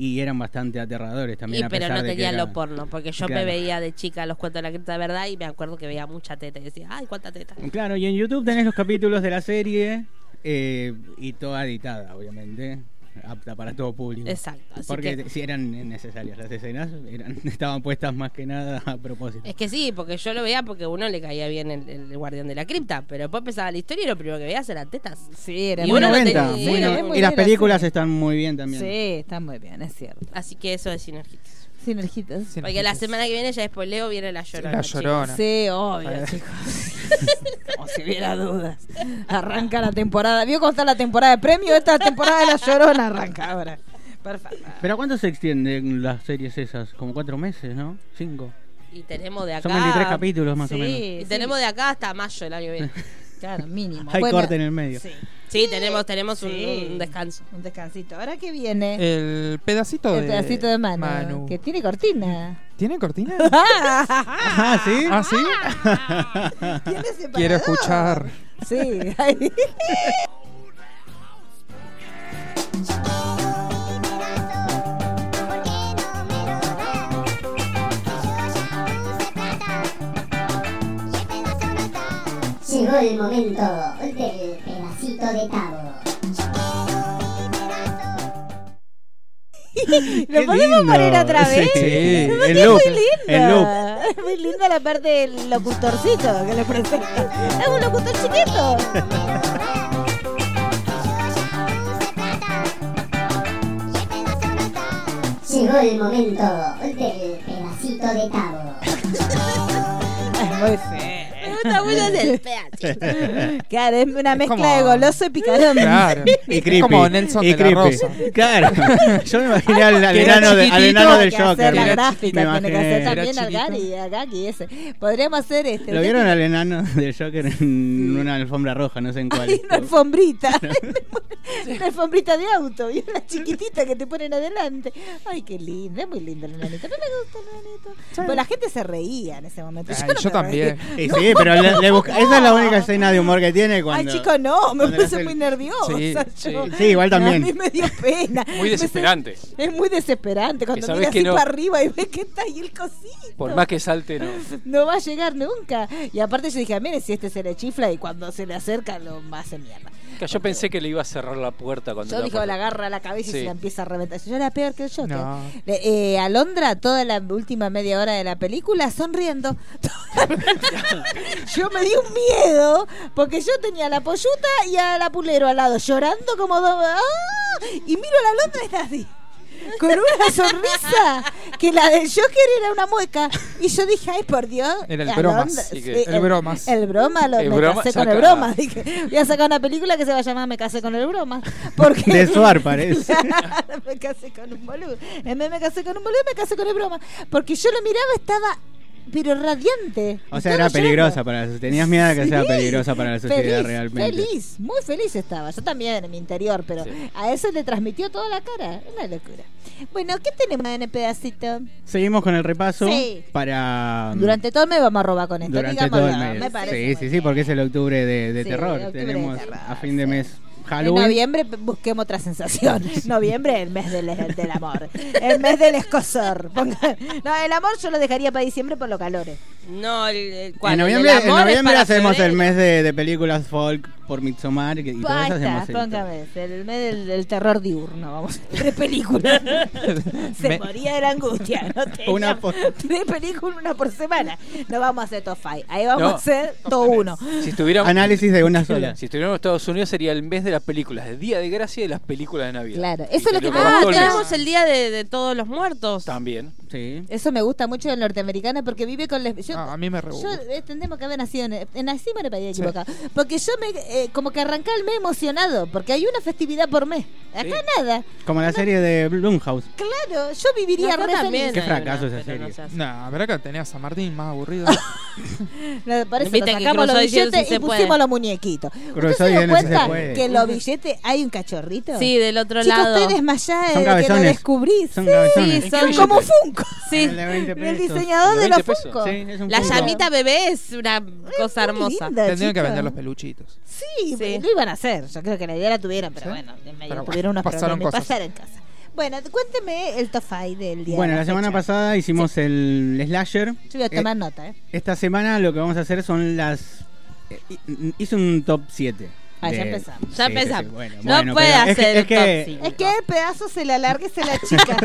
y eran bastante aterradores
Y,
también. a
pero
pesar
no
de que
tenía
era-
lo porno, porque yo me
Claro.
veía de chica los cuentos de la cripta de verdad y me acuerdo que veía mucha teta y decía, ay, cuánta teta.
Claro, y en YouTube tenés los capítulos de la serie eh, y toda editada, obviamente. Apta para todo público.
Exacto, así
Porque
que-
si eran necesarias las escenas, eran, <laughs> estaban puestas más que nada a propósito.
Es que sí, porque yo lo veía porque a uno le caía bien el, el guardián de la cripta, pero después empezaba la historia y lo primero que veías eran tetas. Sí,
Muy 90, muy no- y las películas
así.
están muy bien también.
Sí, está muy bien, es cierto.
Así que eso es sinergitas.
Sinergitas.
Porque la semana que viene ya después Leo viene la llorona.
La
chicos.
Llorona.
Sí, obvio,
<laughs>
chicos. Como si hubiera dudas. Arranca la temporada. ¿Vio cómo está la temporada de premio? Esta temporada de la llorona arranca ahora. Perfecto.
¿Pero cuánto se extienden las series esas? Como cuatro meses, ¿no? Cinco.
Y tenemos de acá.
Son 23 capítulos más o
Sí,
menos.
Y tenemos de acá hasta mayo el año que
<laughs>
viene.
Claro, mínimo.
Hay
Bueno,
corte en el medio.
Sí.
Sí, tenemos, tenemos un-
Sí.
Un, descanso.
Un descansito. Ahora que viene
Eh,
El pedacito
el
de.
pedacito de mano,
Manu.
que tiene
<laughs>
cortina. <laughs>
¿Tiene cortina?
<laughs> ah, sí.
Ah, sí. Quiero escuchar.
Sí.
Llegó el momento del pedacito de tabo.
¿Lo podemos
lindo.
poner otra
Sí,
vez? <laughs>
sí, el
Porque
loop,
Es muy linda.
el loop.
Es muy linda la parte del locutorcito que le presenta. Es un locutor chiquito.
llegó el momento del pedacito de tabo.
Muy
Me gusta mucho el pedacito.
Claro, es una mezcla
como-
de goloso y picarón.
Claro.
Y creepy.
como Nelson de
y
la
creepy.
Rosa.
<laughs>
Claro. Yo me imaginé al, al
Que era
enano, de- al
chiquitito,
enano del
Hay que hacer
Joker.
la
Me
gráfica, tiene que hacer
imaginé.
también al Gary, a Gaki ese. Podríamos hacer este.
¿Lo
¿usted <laughs>
vieron
tiene
al enano del Joker en una alfombra roja? No sé en cuál.
Una alfombrita.
<laughs>
<laughs> una alfombrita de auto. Y una chiquitita que te ponen adelante. Ay, qué linda, es muy linda el enanito. No le gusta el enanito. Pero la gente se reía en ese momento.
Ay,
no
yo
me
también.
reía.
Y sí, pero le- le busca- esa es la única escena de humor que tiene cuando...
Ay, chico, no, me
cuando le
puse
hace el-
muy nerviosa.
Sí,
yo.
sí. Sí, igual también.
A mí <laughs> me dio pena.
Muy desesperante.
Es muy desesperante cuando
sabés
miras
que
así
no.
para arriba y ves que está ahí el cosito.
Por más que
<laughs>
salte, no.
No va a llegar nunca. Y aparte yo dije, mire, si este se le chifla y cuando se le acerca lo hace mierda.
Que Yo pensé que le iba a cerrar la puerta cuando
Yo
la
dijo,
puerta-
la agarra a la cabeza y
Sí.
se la empieza a reventar. Yo era peor que el Joker.
No.
Le- eh, Alondra, toda la última media hora de la película, sonriendo. <laughs> yo me di un miedo, porque yo tenía a la polluta y a la pulero al lado, llorando como dos... ¡Ah! Y miro a la Alondra y está así. Con una sonrisa que la del Joker era una mueca. Y yo dije, ay, por Dios.
Era el
Alondra-
bromas.
sí,
El bromas.
El broma, lo,
El
me
broma,
casé
saca-
con el broma. Dije, voy a sacar una película que se va a llamar Me casé con el
<laughs>
broma. Porque...
De Suar,
<laughs>
parece.
Claro, me casé con un boludo. En vez de me casé con un boludo, me casé con el broma. Porque yo lo miraba, estaba pero radiante. Estaba
O sea, era
llorando.
peligrosa para la Tenías miedo de que sea
Sí,
peligrosa para la sociedad
feliz,
realmente.
Feliz, muy feliz estaba. Yo también en mi interior, pero a eso le transmitió toda la cara. Una locura. Bueno, ¿qué tenemos en el pedacito?
Seguimos con el repaso
Sí.
para... mm,
Durante todo el mes vamos a robar con esto.
Um, durante
digámoslo,
todo el mes.
Me parece.
sí, sí, sí, porque es el octubre de, de
Sí,
terror.
octubre de
Tenemos
terror,
a fin de mes
En
Halloween.
noviembre p- busquemos otra sensación. Noviembre el mes del, del amor. El mes del escosor. Ponga- No, el amor yo lo eh. dejaría para diciembre por los calores.
No, el, el, ¿cuál?
En
El
noviembre,
del
en
amor es
noviembre
para
hacemos
febrero.
el mes de, de películas folk por Midsommar y, que- y todo eso
Basta,
hacemos. el-
póngame. ese, El mes del, del terror diurno. Vamos, tres películas. Se
Me-
moría de la angustia. No tenía-
Una por-
Tres películas, una por semana. No vamos a hacer top five. Ahí vamos
No.
a hacer top uno.
Si estuviéramos, <laughs>
Análisis de una sola.
Si estuviéramos en Estados Unidos sería el mes de las películas, el día de gracia de las películas de Navidad.
Claro,
Y
eso es lo
te
que
robas
Ah,
todo el mes.
tenemos el día de, de todos los muertos.
También.
Sí.
Eso me gusta mucho del norteamericano porque vive con les... yo-
Ah, a mí me re
Yo
gusta.
eh, tendremos que haber nacido en, en nací en el país equivocado. Porque yo me eh, como que arranqué el mes emocionado, porque hay una festividad por mes. Acá nada.
Como la serie de Blumhouse.
Claro, yo viviría
Acá
re
también
Qué
hay
fracaso
una,
esa
pero
serie.
no se hace.
No, pero que tenía a San Martín más aburrido.
feliz. No, por eso
Viste
nos
que
sacamos los
cruzó y dieron si
billetes
se
y
puede.
pusimos los muñequitos. ¿Ustedes
Cruzó
se dan
y dieron si se
cuenta
puede.
que en los billetes hay un cachorrito?
Sí, del otro
Chicos,
lado.
estoy desmayada
Son
desde que lo
cabezones.
descubrí.
Son
Sí,
cabezones.
Sí,
son
son-
como Funko.
Sí.
El de 20
El
pesos.
diseñador de los
20 pesos.
Funko.
Sí, es un
La
punto.
llamita bebé es una cosa hermosa.
linda,
Tendrían que
chicos.
vender los peluchitos.
Sí,
Sí.
lo iban a hacer. Yo creo que la idea la tuvieron, pero bueno, en medio
Pero
tuvieron
bueno,
unos
pasaron
problemas.
cosas.
Pasaron cosas. Bueno, cuénteme el top five del día.
Bueno,
de
la semana
fecha.
pasada hicimos el slasher.
Yo voy a
Eh,
tomar nota, ¿eh?
Esta semana lo que vamos a hacer son las. eh, hi- Hice un top 7.
Ah, ya empezamos.
Ya empezamos.
bueno,
No
bueno,
puede
pero es que-
hacer
es que-
top
Es que el pedazo se le alarga y se la chica.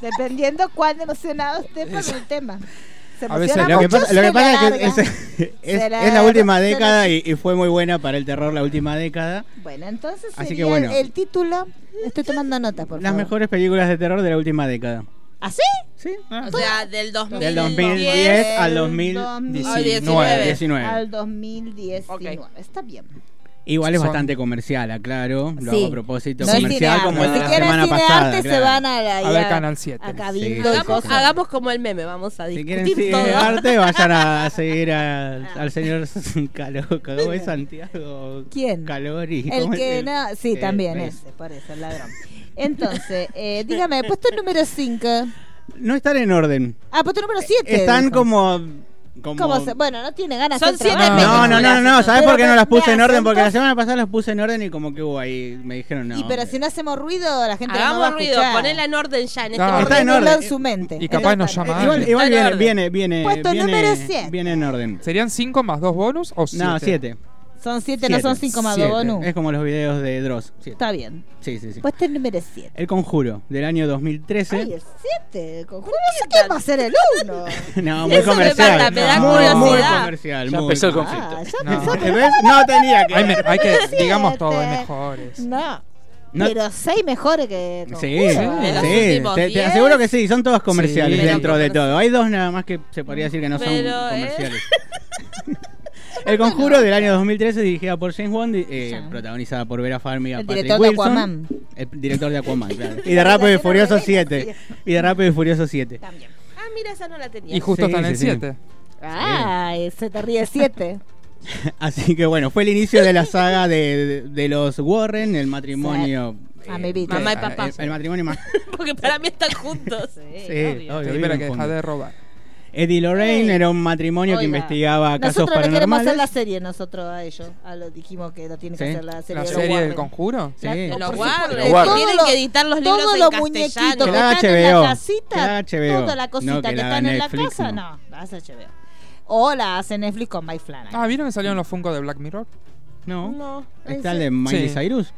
dependiendo cuán emocionado esté por el tema. Se
A veces
emociona
Lo que
mucho,
pasa, lo
se
que
le
pasa es que
alarga.
es, es-
Se la-
es la última
se la-
década y, y fue muy buena para el terror la última década.
Bueno, entonces
Así
sería
que bueno.
el título. Estoy tomando nota, por
Las
favor.
mejores películas de terror de la última década.
¿Así?
Sí.
Ah,
Ah,
O sea, del 2010,
Del 2010 al 2019.
2019.
19.
Al 2019. Está bien.
Igual es
Son-
bastante comercial, aclaro. Lo
Sí.
hago a propósito.
No es cine
comercial
arte.
como el de
Si
la
quieren
semana
cine
pasada.
arte, se
claro.
van a, la-
A ver
a-
Canal 7.
a
Sí,
Cabildo y
Hagamos,
cosas.
hagamos como el meme, vamos a
Si quieren
discutir
cine
todo.
arte,
<laughs>
vayan a, a seguir al- al señor Caló. ¿Cómo es Santiago?
¿Quién?
Calori.
<laughs> El
¿cómo es
que
el-
no. Sí,
eh,
también
ves?
ese, por eso, el ladrón. Entonces,
<laughs>
eh, dígame, puesto número 5.
No están en orden.
Ah, puesto número 7.
Eh, Están como. como...
¿Cómo se- Bueno, no tiene ganas
Son
de
siete
trabajar.
No, no, no, no, no. ¿Sabes
Pero
por qué no
me-
las puse
me
en orden? Porque la
hacen
semana pasada las puse en orden y como que hubo ahí. Me dijeron no.
Y pero
hombre.
si no hacemos ruido, la gente no
Hagamos
va a
ruido,
escuchar.
ponela en orden ya en este
No.
momento.
Está en
Ténganlo
orden.
en su mente.
Y capaz nos
Eh,
llama
igual
alguien.
igual
en
viene,
orden.
viene, viene,
Puesto
viene-
número siete.
viene en orden.
¿Serían 5 más 2 bonus o 7?
No, siete.
Son 7, no
Siete.
son 5 más
Siete.
2 bonus.
Es como los videos de Dross. Siete.
Está bien.
Sí, sí, sí.
Puesto número 7.
El conjuro del año 2013.
Ay, el 7. No sé qué va a ser el 1.
<laughs> no, muy
Eso me
comercial.
mata, me da
muy, muy
curiosidad.
comercial.
Ya
muy
empezó el
comercial.
conflicto.
Ah, ya
No.
empezó.
¿Ves? No tenía
<laughs>
que.
Hay, me- hay que,
Siete.
digamos todo, hay mejores.
No.
No-
Pero seis mejores que.
Sí, sí,
concurso, ¿eh?
te, te
diez.
aseguro que sí, son todas comerciales
Sí.
dentro de todo. Hay dos nada más que se podría decir que no
Pero,
son
¿eh? <laughs>
comerciales. El conjuro del año 2013, dirigida por James Wan, di- eh, protagonizada por Vera Farmiga,
El
Patrick
director de
Wilson,
Aquaman.
El director de Aquaman,
<laughs>
claro. Y de Rápido y Furioso 7. Y de Rápido y Furioso 7.
Ah, mira, esa no la tenía.
Y justo Sí, está en el sí, sí.
7.
Ay, se te ríe
<laughs>
siete.
<laughs> Así que bueno, fue el inicio de la saga de, de- de los Warren, el matrimonio. eh,
A mi vida.
Mamá y papá.
El, el matrimonio más.
<laughs> Porque para mí están juntos. Sí,
Sí, obvio,
Sí,
viven
pero que deja
juntos.
de robar.
Eddie Lorraine era un matrimonio que
Oiga,
investigaba casos
Nosotros le queremos hacer
paranormales.
la serie nosotros a ellos. A lo, dijimos que lo tienen que
Sí.
hacer la serie.
¿La
de los
serie del
Warren.
conjuro?
Sí. De
por
los
supuesto,
Warren.
de
Warren.
todos
Tienen
los-
que editar los libros
Todos
en
los
castellano.
muñequitos que
Que la
están en la
HBO, que
casita,
la HBO,
toda la cosita
no
que,
que la
están en la
Netflix,
casa, no.
no.
la hace HBO. O la hace Netflix con Mike Flanagan.
Ah, ¿vieron que salieron los Funko de Black Mirror?
No.
No,
Está el de Miley Cyrus.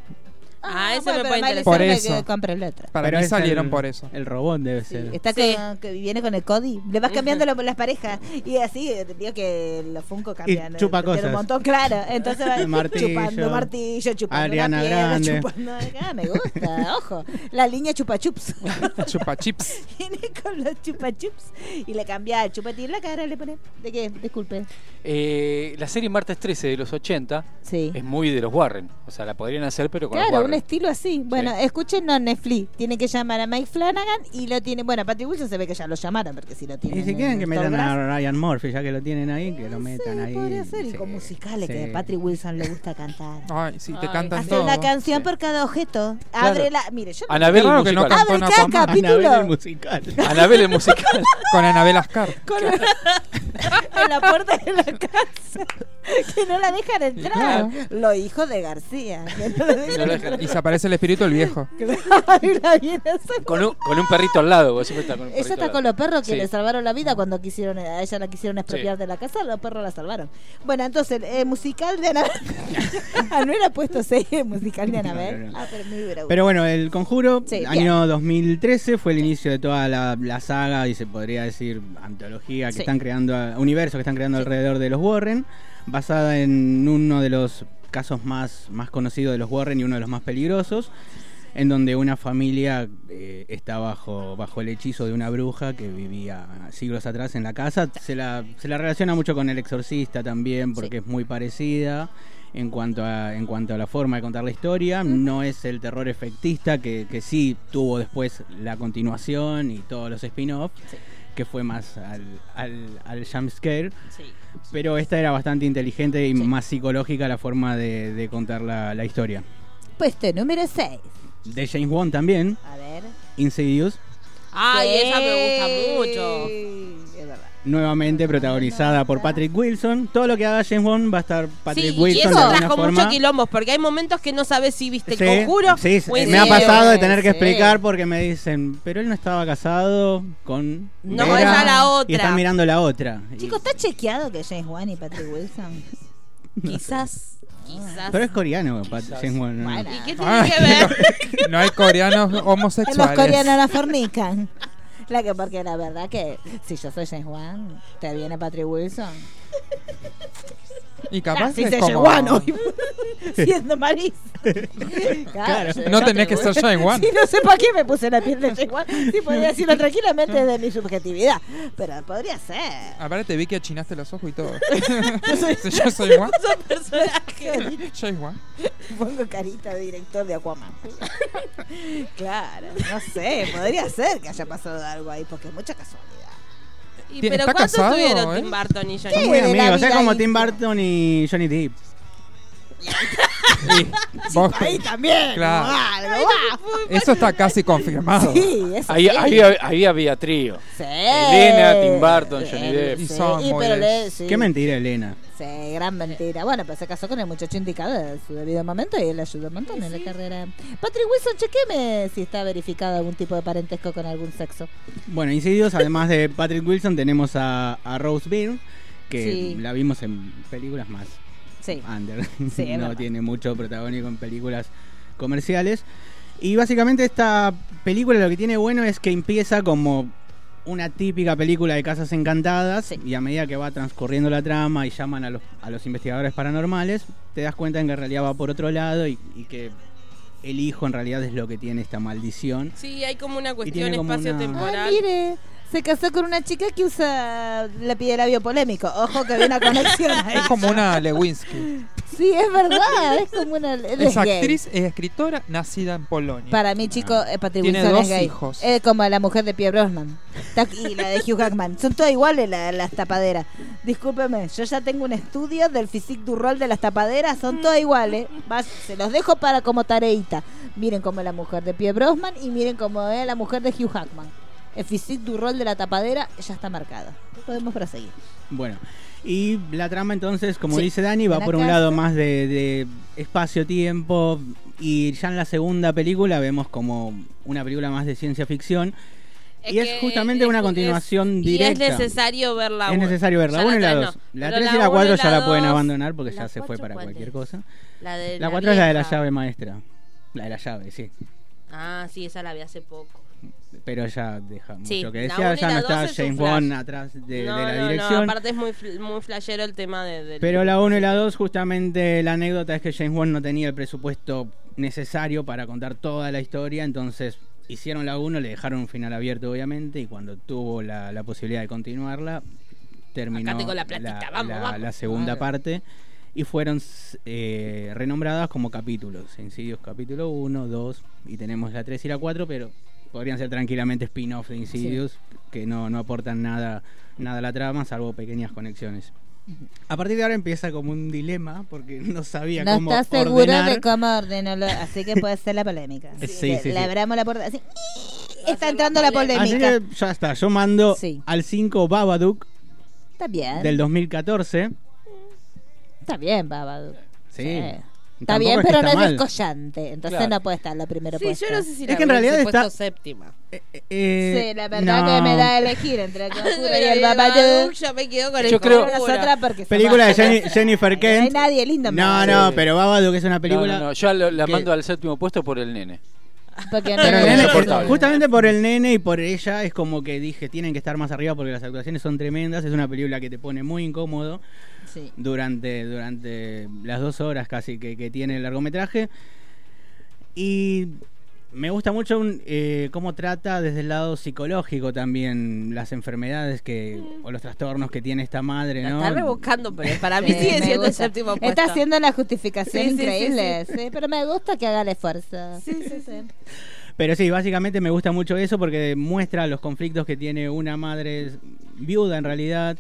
Ah, ese
bueno,
me
pero
puede
Miley
interesar.
Por
Cyrus
eso.
que compre letra.
Para
Pero
mí
es
salieron
el-
por eso.
El robot debe ser.
Está con- que viene con el Cody. Le vas cambiando lo- las parejas. Y así, eh, te digo que los Funko cambian. eh,
chupa
pero
cosas.
un montón, claro. Entonces va
<laughs> Martillo.
chupando martillo, chupando
Ariana
una piedra,
Grande.
chupando acá. Me
<laughs>
gusta, ojo. La línea chupa chups. <laughs>
Chupa chips.
viene con los chupa chups. Y le cambia el chupati en la cara, le pone. ¿De qué? Disculpe.
Eh, la serie Martes 13 de los 80 es muy de los Warren. O sea, la podrían hacer, pero con los
Claro, un
Warren.
estilo así. Bueno, escuchen no Netflix. Tienen que llamar a Mike Flanagan y lo tiene. Bueno, a Patty Wilson se ve que ya lo llamaron porque si lo tienen.
Y si
en
quieren que
el
metan
Autograph,
a Ryan Murphy, ya que lo tienen ahí, que lo metan ahí.
Podría ser, y con musicales, que
sí.
a
<laughs>
Patrick Wilson le gusta cantar.
Ay, sí, te cantan
Hace
todo.
una canción por cada objeto. Abre la. Mire, yo.
Anabel, Qué raro que no musical. cantó
Abre
en
cada
Aquaman.
capítulo.
Anabel,
<laughs>
el
musical.
Anabel el musical. <laughs>
Con Anabel Ascar.
<laughs> en la puerta de la casa. <laughs> Que no la dejan entrar.
Claro.
Los hijos de García. que
<laughs>
no la dejan
Y se aparece el espíritu del viejo.
entrar. <laughs> Y la viene a hacer-
Con un, con un perrito al lado. vos siempre estás con un
Ella
perrito
está
al
con los
lado.
perros que
Sí.
le salvaron la vida cuando quisieron, eh, a ella la quisieron expropiar
Sí.
de la casa, los perros la salvaron. Bueno, entonces, eh, musical de Anabel. <laughs> ah, no era puesto 6, musical de Anabel. Ah, pero muy bravo.
Pero bueno, el conjuro,
Sí,
año 2013, fue el inicio de toda la, la saga y se podría decir antología que
Sí.
están creando, a- universo que están creando alrededor de los Warren, basada en uno de los casos más, más conocidos de los Warren y uno de los más peligrosos, en donde una familia eh, está bajo, bajo el hechizo de una bruja que vivía siglos atrás en la casa. Se la, se la relaciona mucho con el exorcista también, porque es muy parecida. En cuanto, a, en cuanto a la forma de contar la historia, no es el terror efectista que, que sí tuvo después la continuación y todos los spin-offs, que fue más al, al, al jumpscare. Pero esta era bastante inteligente y más psicológica la forma de, de contar la, la historia.
Puesto número 6.
De James Wan también,
A ver.
Insidious,
Ay,
Sí.
esa me gusta mucho.
Es verdad.
nuevamente protagonizada por Patrick Wilson. Todo lo que haga James Wan va a estar Patrick
sí, y
Wilson
eso
de alguna
trajo mucho
forma.
quilombos, porque hay momentos que no sabes si viste
Sí,
el conjuro.
sí, sí.
o el
me ha
video.
pasado de tener que
Sí.
explicar porque me dicen, pero él no estaba casado con.
No,
Vera",
esa la otra.
Y están mirando la otra. Y-
Chicos, ¿está chequeado que James Wan y Patrick
<laughs>
Wilson? Quizás. Quizás.
pero es coreano, Pat- James Wan. no.
¿Y qué
Ay,
<laughs>
no, <laughs> no hay coreanos
Que los
homosexuales.
coreanos la fornican. La que, porque la verdad que si yo soy James Wan, te viene Patrick Wilson.
Y
Ah,
capaz
si
es
soy
como...
James Wan
<laughs>
hoy, <laughs> siendo Maris. Claro, yo-
No
yo
tenés
te-
que ser James Wan.
Sí, no sé para qué me puse la piel de James Wan. Sí, podría decirlo tranquilamente desde mi subjetividad. Pero podría ser.
Aparte te vi que achinaste los ojos y todo.
<laughs> Yo soy-
Si <laughs> Yo soy Juan.
Son
<laughs>
personajes.
James Wan.
Pongo carita de director de Aquaman. <laughs> Claro, no sé, podría ser que haya pasado algo ahí, porque es mucha casualidad.
Y,
Tiene-
pero
está
¿cuánto
casado,
tuvieron
eh?
Tim Burton y
Son
Johnny
muy
Depp?
amigos, o
vida
sea, como
íntima.
Tim Burton y Johnny Depp.
Vos-
Ahí también.
Claro.
como algo, va.
Eso está casi confirmado.
Sí, eso
Ahí,
sí.
ahí, ahí había trío.
Sí.
Elena, Tim Burton, Johnny
Sí,
Depp.
sí,
Y son
y
muy
pero
de-
le- sí,
Qué mentira, Elena.
sí, gran mentira. Bueno, pero se casó con el muchacho indicado en su debido momento y él ayudó un montón en la carrera. Patrick Wilson, chequeme si está verificado algún tipo de parentesco con algún sexo.
Bueno, Insidious, además de Patrick Wilson, tenemos a, a Rose Byrne, que
Sí.
la vimos en películas más
Sí.
under.
Sí, es
<laughs> no
verdad.
tiene mucho protagónico en películas comerciales. Y básicamente esta película lo que tiene bueno es que empieza como una típica película de casas encantadas y a medida que va transcurriendo la trama y llaman a los, a los investigadores paranormales, te das cuenta en que en realidad va por otro lado y, y que el hijo en realidad es lo que tiene esta maldición.
Sí, hay como una cuestión
tiene como una-
espacio-temporal.
Ay, mire, se casó con una chica que usa lápiz de labio polémico. Ojo que había una conexión ahí.
<laughs> Es como una Lewinsky.
Sí, es verdad, es como una... él
Es
gay.
actriz, es escritora, nacida en Polonia.
Para mí, chico, eh, Patrick
Tiene
Wilson es
dos
gay.
hijos.
Es como la mujer de Pierre Brosnan Tac- y la de Hugh Jackman. Son todas iguales la- las tapaderas. Discúlpeme, yo ya tengo un estudio del physique du rol de las tapaderas. Son todas iguales. Vas- se los dejo para como tareita. Miren como la mujer de Pierre Brosnan y miren como es la mujer de Hugh Jackman. El physique du rol de la tapadera ya está marcado. Podemos proseguir.
Bueno, y la trama entonces, como
Sí.
dice Dani, va
Una
por un
casa.
lado más de, de espacio-tiempo y ya en la segunda película vemos como una película más de ciencia ficción. y es
que
justamente una continuación directa.
Y es necesario verla.
Es necesario verla,
Ya
uno y la
tres
dos.
no,
La
pero
tres y la
uno
cuatro ya la pueden
dos-
abandonar porque ya
la
se fue
cuatro,
para
¿cuál
cualquier
es?
cosa.
La de
La cuatro es la de la
vieja.
llave maestra. La de la llave, sí.
Ah, sí, esa la vi hace poco.
Pero ya deja mucho
Sí,
que
la
decía,
uno y
ya
la
no
dos
está
es un
James
flash.
Bond atrás de, de
No,
la
no, no,
dirección.
aparte es muy, fl- muy flashero el tema de, del-
Pero la 1 y la 2, justamente la anécdota es que James Wan no tenía el presupuesto necesario para contar toda la historia, entonces hicieron la 1, le dejaron un final abierto obviamente, y cuando tuvo la, la posibilidad de continuarla, terminó
Acá tengo la platita, vamos,
la-
vamos.
la segunda
Claro.
parte y fueron eh, renombradas como capítulos, Insidious capítulo 1, 2, y tenemos la 3 y la 4, pero podrían ser tranquilamente spin-off de Insidious, que no, no aportan nada, nada a la trama, salvo pequeñas conexiones. A partir de ahora empieza como un dilema porque <laughs> no sabía
No
cómo
está seguro
ordenar.
de cómo ordenarlo, así que puede ser la polémica.
<laughs> Sí, sí, sí.
Le abramos la puerta. así. Está entrando la
Así
polémica.
que ya está, yo mando
Sí.
al 5 Babadook
Está bien.
del 2014.
Está bien, Babadook.
Sí.
Está
Tampoco
bien,
es que
pero
está
no es
mal.
descollante. Entonces
Claro.
no puede estar la primera
Sí,
puesta.
yo no sé si
Es que en realidad está-
<laughs> séptima.
Eh,
Sí, la verdad
no.
que me da a elegir entre <laughs> el conjuro y el
Babadook,
Babadook.
yo me quedo con el
Yo creo-
Conjuro.
Nosotras porque somos <laughs>
Película de
jóvenes.
Jenny- Jennifer
No hay
Kent.
nadie lindo.
No,
me-
no, pero Babadook es una
No,
película.
no, no, yo la, la
que-
mando al séptimo puesto por el nene.
<laughs> Porque no
Pero
hay
el nene-
insoportable.
justamente por el nene y por ella es como que dije, tienen que estar más arriba porque las actuaciones son tremendas, es una película que te pone muy incómodo.
Sí.
durante, durante las dos horas casi que, que tiene el largometraje. Y me gusta mucho un, eh, cómo trata desde el lado psicológico también las enfermedades que o los trastornos que tiene esta madre,
La
¿no?
está rebuscando, pero para mí
Sí,
sigue
me
siendo el
gusta.
séptimo puesto.
Está haciendo la justificación
Sí, sí, sí,
increíble. Sí, pero me gusta que haga el esfuerzo. Sí, sí, sí.
Pero sí, básicamente me gusta mucho eso porque muestra los conflictos que tiene una madre viuda en realidad,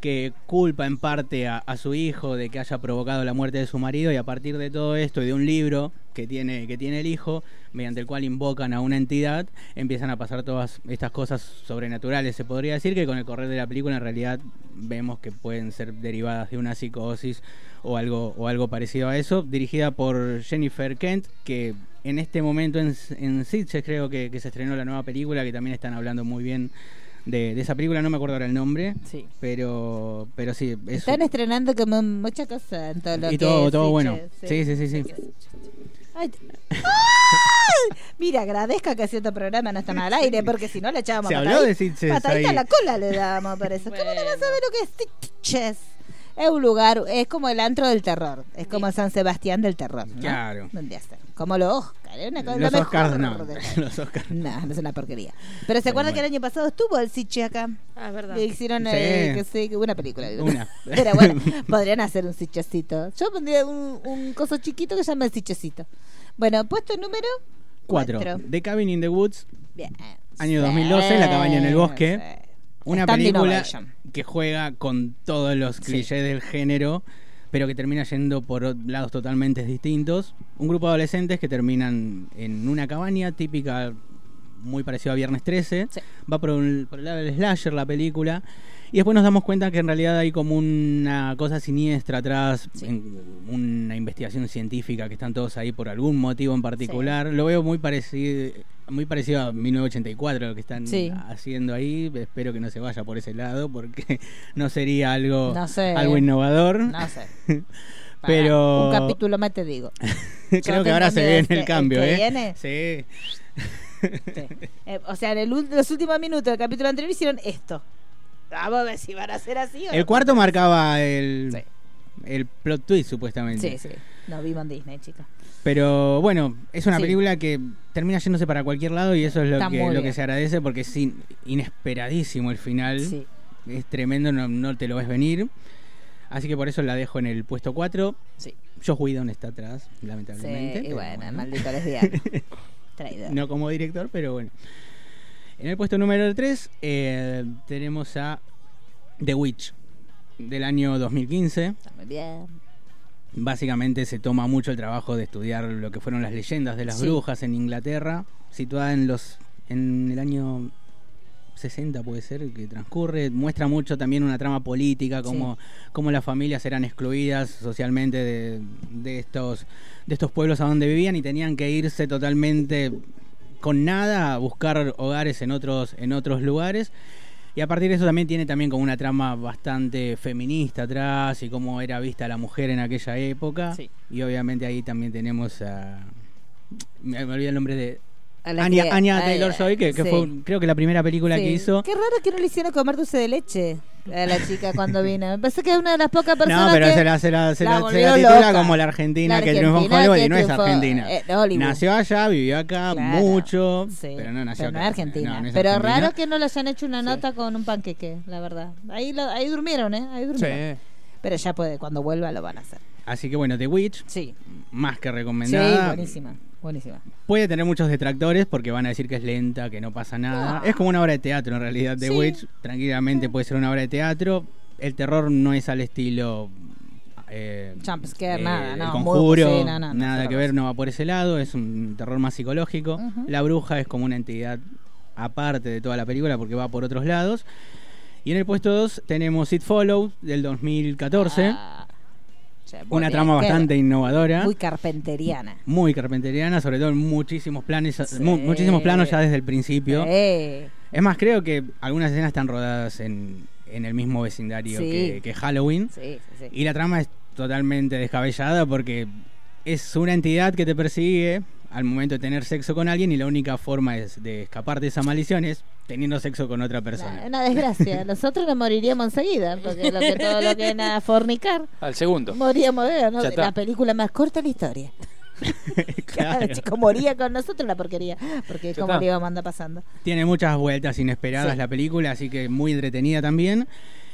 que culpa en parte a, a su hijo de que haya provocado la muerte de su marido y a partir de todo esto y de un libro que tiene, que tiene el hijo, mediante el cual invocan a una entidad, empiezan a pasar todas estas cosas sobrenaturales, se podría decir, que con el correr de la película en realidad vemos que pueden ser derivadas de una psicosis o algo, o algo parecido a eso, dirigida por Jennifer Kent, que en este momento en, en Sitges creo que, que se estrenó la nueva película, que también están hablando muy bien de, de esa película, no me acuerdo ahora el nombre,
Sí.
pero, pero sí, es
Están estrenando como muchas cosas en todo lo
y
que
todo,
es
todo
Sitges,
bueno. Sí, sí, sí, sí.
Ay, t- ¡Ay! Mira, agradezca que cierto programa no está al aire, porque si no le echábamos
Se
patadita-
habló de Sitges
patadita
ahí.
a la cola le dábamos por eso. ¿Cómo no vas a ver lo que es Sitges? Es un lugar, es como el antro del terror, es como San Sebastián del terror. ¿no?
Claro.
¿Dónde hacen? Como los Oscar, es una cosa
Los
lo mejor
Oscars no,
de-
<laughs> los Oscars.
No, no es una porquería. Pero se
Pero
acuerdan que el
bueno.
año pasado estuvo el Sitges acá.
Ah, es verdad.
Le hicieron
Sí.
eh, que sí, que una película. digo. <laughs>
Una.
Pero
<laughs>
bueno, podrían hacer un sichecito. Yo pondría un, un coso chiquito que se llama el sichecito. Bueno, puesto número
Cuatro. The Cabin in the Woods,
Bien.
año 2012, La cabaña en el bosque. Una
Standing
película
ovation.
que juega con todos los clichés del género, pero que termina yendo por o- lados totalmente distintos. Un grupo de adolescentes que terminan en una cabaña típica, muy parecido a Viernes 13.
Sí.
Va por, un- por el lado del slasher la película. Y después nos damos cuenta que en realidad hay como una cosa siniestra atrás, en- una investigación científica que están todos ahí por algún motivo en particular. Lo veo muy parecido, muy parecido a 1984 lo que están
Sí.
haciendo ahí. Espero que no se vaya por ese lado porque <laughs> no sería algo,
No sé.
algo innovador.
No sé. Pará,
Pero-
Un capítulo más te digo.
<laughs> Creo que
tengo
ahora se
miedo
ve en
este-
el cambio,
el que
¿eh?
viene.
Sí.
Eh, o sea, en el ul- los últimos minutos del capítulo anterior hicieron esto. Vamos a ver si van a ser así o
El
no.
cuarto marcaba el, el plot twist, supuestamente.
Sí, sí. No vimos en Disney, chica.
Pero bueno, es una
Sí.
película que termina yéndose para cualquier lado y eso es
Está
lo, que,
muy
lo
bien.
que se agradece porque es in- inesperadísimo el final.
Sí.
Es tremendo, no, no te lo ves venir. Así que por eso la dejo en el puesto 4.
Sí.
Josh Whedon está atrás,
Sí,
lamentablemente.
y
pero
bueno,
bueno.
maldito
<laughs>
lesbiano. Traidor.
No como director, pero bueno. En el puesto número 3 tenemos a The Witch del año 2015.
Está muy bien.
Básicamente se toma mucho el trabajo de estudiar lo que fueron las leyendas de las
Sí.
brujas en Inglaterra, situada en los en el año 60 puede ser que transcurre, muestra mucho también una trama política, cómo, cómo las familias eran excluidas socialmente de, de estos de estos pueblos a donde vivían y tenían que irse totalmente con nada a buscar hogares en otros en otros lugares. Y a partir de eso también tiene también como una trama bastante feminista atrás y cómo era vista la mujer en aquella época.
Sí.
Y obviamente ahí también tenemos a... Me me olvidé el nombre de...
A la
Anya,
que-
Anya
a-
Taylor-Joy, que, que
sí.
fue un- creo que la primera película que
Sí.
hizo.
Qué raro que no le hicieron comer dulce de leche a la
<laughs>
chica cuando vino. Me parece que es una de las pocas personas
No, pero
que...
se la, se la- se
la
la- se la
volvió
titula
loca.
como la Argentina
La
que triunfó en
Argentina
Hollywood
que
y no es
triunfó,
Argentina.
eh, en Hollywood.
nació allá, vivió acá
Claro,
mucho,
sí,
pero no nació
pero no
acá.
es Argentina.
No, no es
pero
Argentina.
raro que no le hayan hecho una nota con un panqueque, la verdad. Ahí, lo- ahí durmieron, ¿eh? Ahí durmieron.
Sí.
Pero ya puede, cuando vuelva lo van a hacer.
Así que bueno, The Witch,
sí.
más que
Sí,
recomendada.
buenísima, buenísima.
Puede tener muchos detractores porque van a decir que es lenta, que no pasa nada.
No.
Es como una obra de teatro en realidad. The
Ah. Sí.
Witch tranquilamente puede ser una obra de teatro. El terror no es al estilo... Eh,
Jumpscare,
eh,
nada, no.
el
muy-
conjuro,
sí, no, no, no,
nada
otra
que ver, no va por ese lado, es un terror más psicológico.
Ujú.
La bruja es como una entidad aparte de toda la película porque va por otros lados. Y en el puesto 2 tenemos It Follows del 2014,
Ah, cosa.
una
Volví
trama
a quedar
bastante innovadora.
Muy carpenteriana.
muy carpenteriana, sobre todo en muchísimos planes,
Sí.
mu- muchísimos planos ya desde el principio.
Eh,
Es más, creo que algunas escenas están rodadas en, en el mismo vecindario
Sí.
que, que Halloween.
sí, sí, sí.
Y la trama es totalmente descabellada porque es una entidad que te persigue al momento de tener sexo con alguien y la única forma es de escapar de esa maldición es teniendo sexo con otra persona.
Una
<laughs>
desgracia. Nosotros nos moriríamos enseguida, porque lo que, todo lo que era fornicar,
Al segundo.
moríamos de ¿no?
Ya está.
la película más corta de la
<laughs>
historia.
Claro.
El chico moría con nosotros la porquería, porque
Ya
como
está.
le íbamos a andar pasando.
Tiene muchas vueltas inesperadas
Sí.
la película, así que muy entretenida también.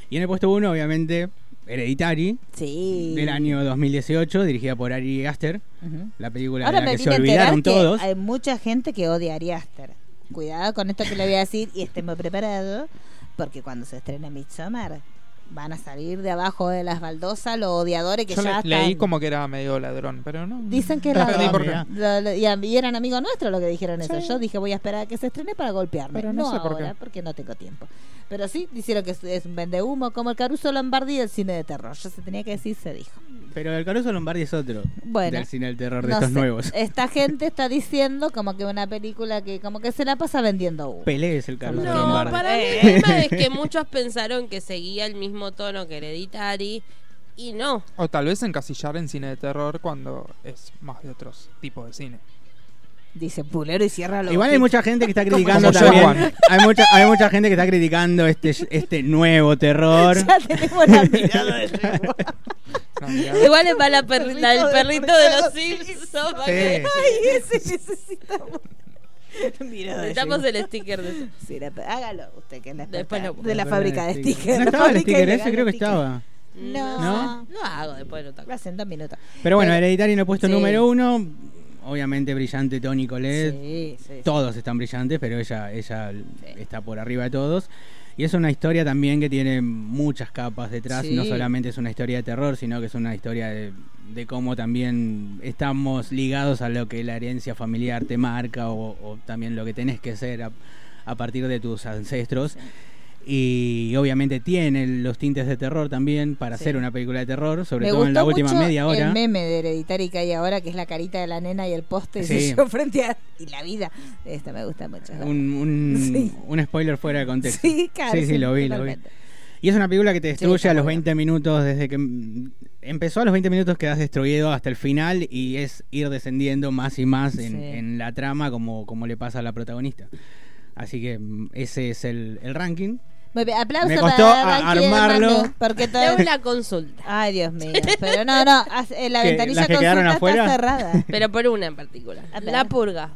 Y en el puesto uno, obviamente, Hereditary,
Sí.
del año 2018, dirigida por Ari Aster,
Ujú.
la película
Ahora
de la
me vine
que se
a enterar
olvidaron
que
todos.
hay mucha gente que odia a Ari Aster. Cuidado con esto que le voy a decir y estén muy preparados, porque cuando se estrene Midsommar van a salir de abajo de las baldosas los odiadores que
Yo
ya
le-
están.
leí como que era medio ladrón, pero no.
Dicen que
no
era
entendí por qué.
ladrón. Lo- lo- y, a- y eran amigos nuestros los que dijeron eso. Yo dije, voy a esperar a que se estrene para golpearme.
Pero
no
no sé por
ahora,
qué.
porque no tengo tiempo. Pero sí, dijeron que es, es un vendehumo como el Caruso Lombardi del cine de terror. Ya se tenía que decir, se dijo.
Pero el Caruso Lombardi es otro
Bueno,
del cine del terror de
No
estos
sé.
nuevos.
Esta gente está diciendo como que una película que como que se la pasa vendiendo humo.
Pelé es el Caruso
No,
Lombardi.
para
Para mí,
Eh.
el tema es que muchos pensaron que seguía el mismo tono que Hereditary y no.
O tal vez encasillar en cine de terror cuando es más de otros tipos
<laughs>
de cine.
Dice pulero y cierra los
Igual hay mucha gente que está
Como
criticando
yo,
también.
Juan.
Hay mucha, hay mucha gente que está criticando este, este nuevo terror.
<laughs> Ya tenemos la mirada de Yeguá.
Ah.
Igual es para la
Perrito
perrita, <laughs> el
de-
perrito de los Simpsons.
Sí.
¿vale?
Ay, ese necesitamos. Mirada de
Necesitamos
Yeguá.
el sticker de eso.
Sí, la- hágalo usted, que es la
Después
experta
lo-
de la
Perdón,
fábrica de
stickers.
stickers.
No
La
estaba el
fábrica
sticker
ilegal
ese, creo
de
que
stickers.
estaba.
No.
¿No?
No hago después de otra
Lo hacen dos minutos.
Pero bueno, Hereditary en el puesto
Sí.
número uno. Obviamente brillante Tony Colette.
Sí, sí, sí.
Todos están brillantes, pero ella, ella está por arriba de todos. Y es una historia también que tiene muchas capas detrás.
Sí.
No solamente es una historia de terror, sino que es una historia de, de cómo también estamos ligados a lo que la herencia familiar te marca o, o también lo que tenés que ser a, a partir de tus ancestros. Y obviamente tiene los tintes de terror también para
Sí.
hacer una película de terror, sobre
Me
todo en la
gustó
última
mucho
media hora.
El meme de Hereditary que hay ahora, que es la carita de la nena y el poste
Sí.
y <laughs> yo frente a. y la vida. Esta me gusta mucho.
un, un-
Sí.
un spoiler fuera de contexto.
Sí, claro,
Sí, sí,
sí,
lo vi, lo vi.
totalmente.
Y es una película que te destruye
está
a los
muy bien.
20 minutos, desde que mm, empezó a los 20 minutos quedas destruido hasta el final y es ir descendiendo más y más en,
Sí.
en la trama como, como le pasa a la protagonista. Así que mm, ese es el, el ranking.
Muy bien, aplauso
Me
para
costó a-
Banqui
armarlo.
Hernández, Porque
<laughs> Te hago
todavía... <laughs>
una consulta.
Ay, Dios mío. Pero no, no, haz- eh, la
¿Qué,
ventanilla
las que
consulta
quedaron
está
afuera?
cerrada.
<laughs>
Pero por una en particular.
ver.
La purga.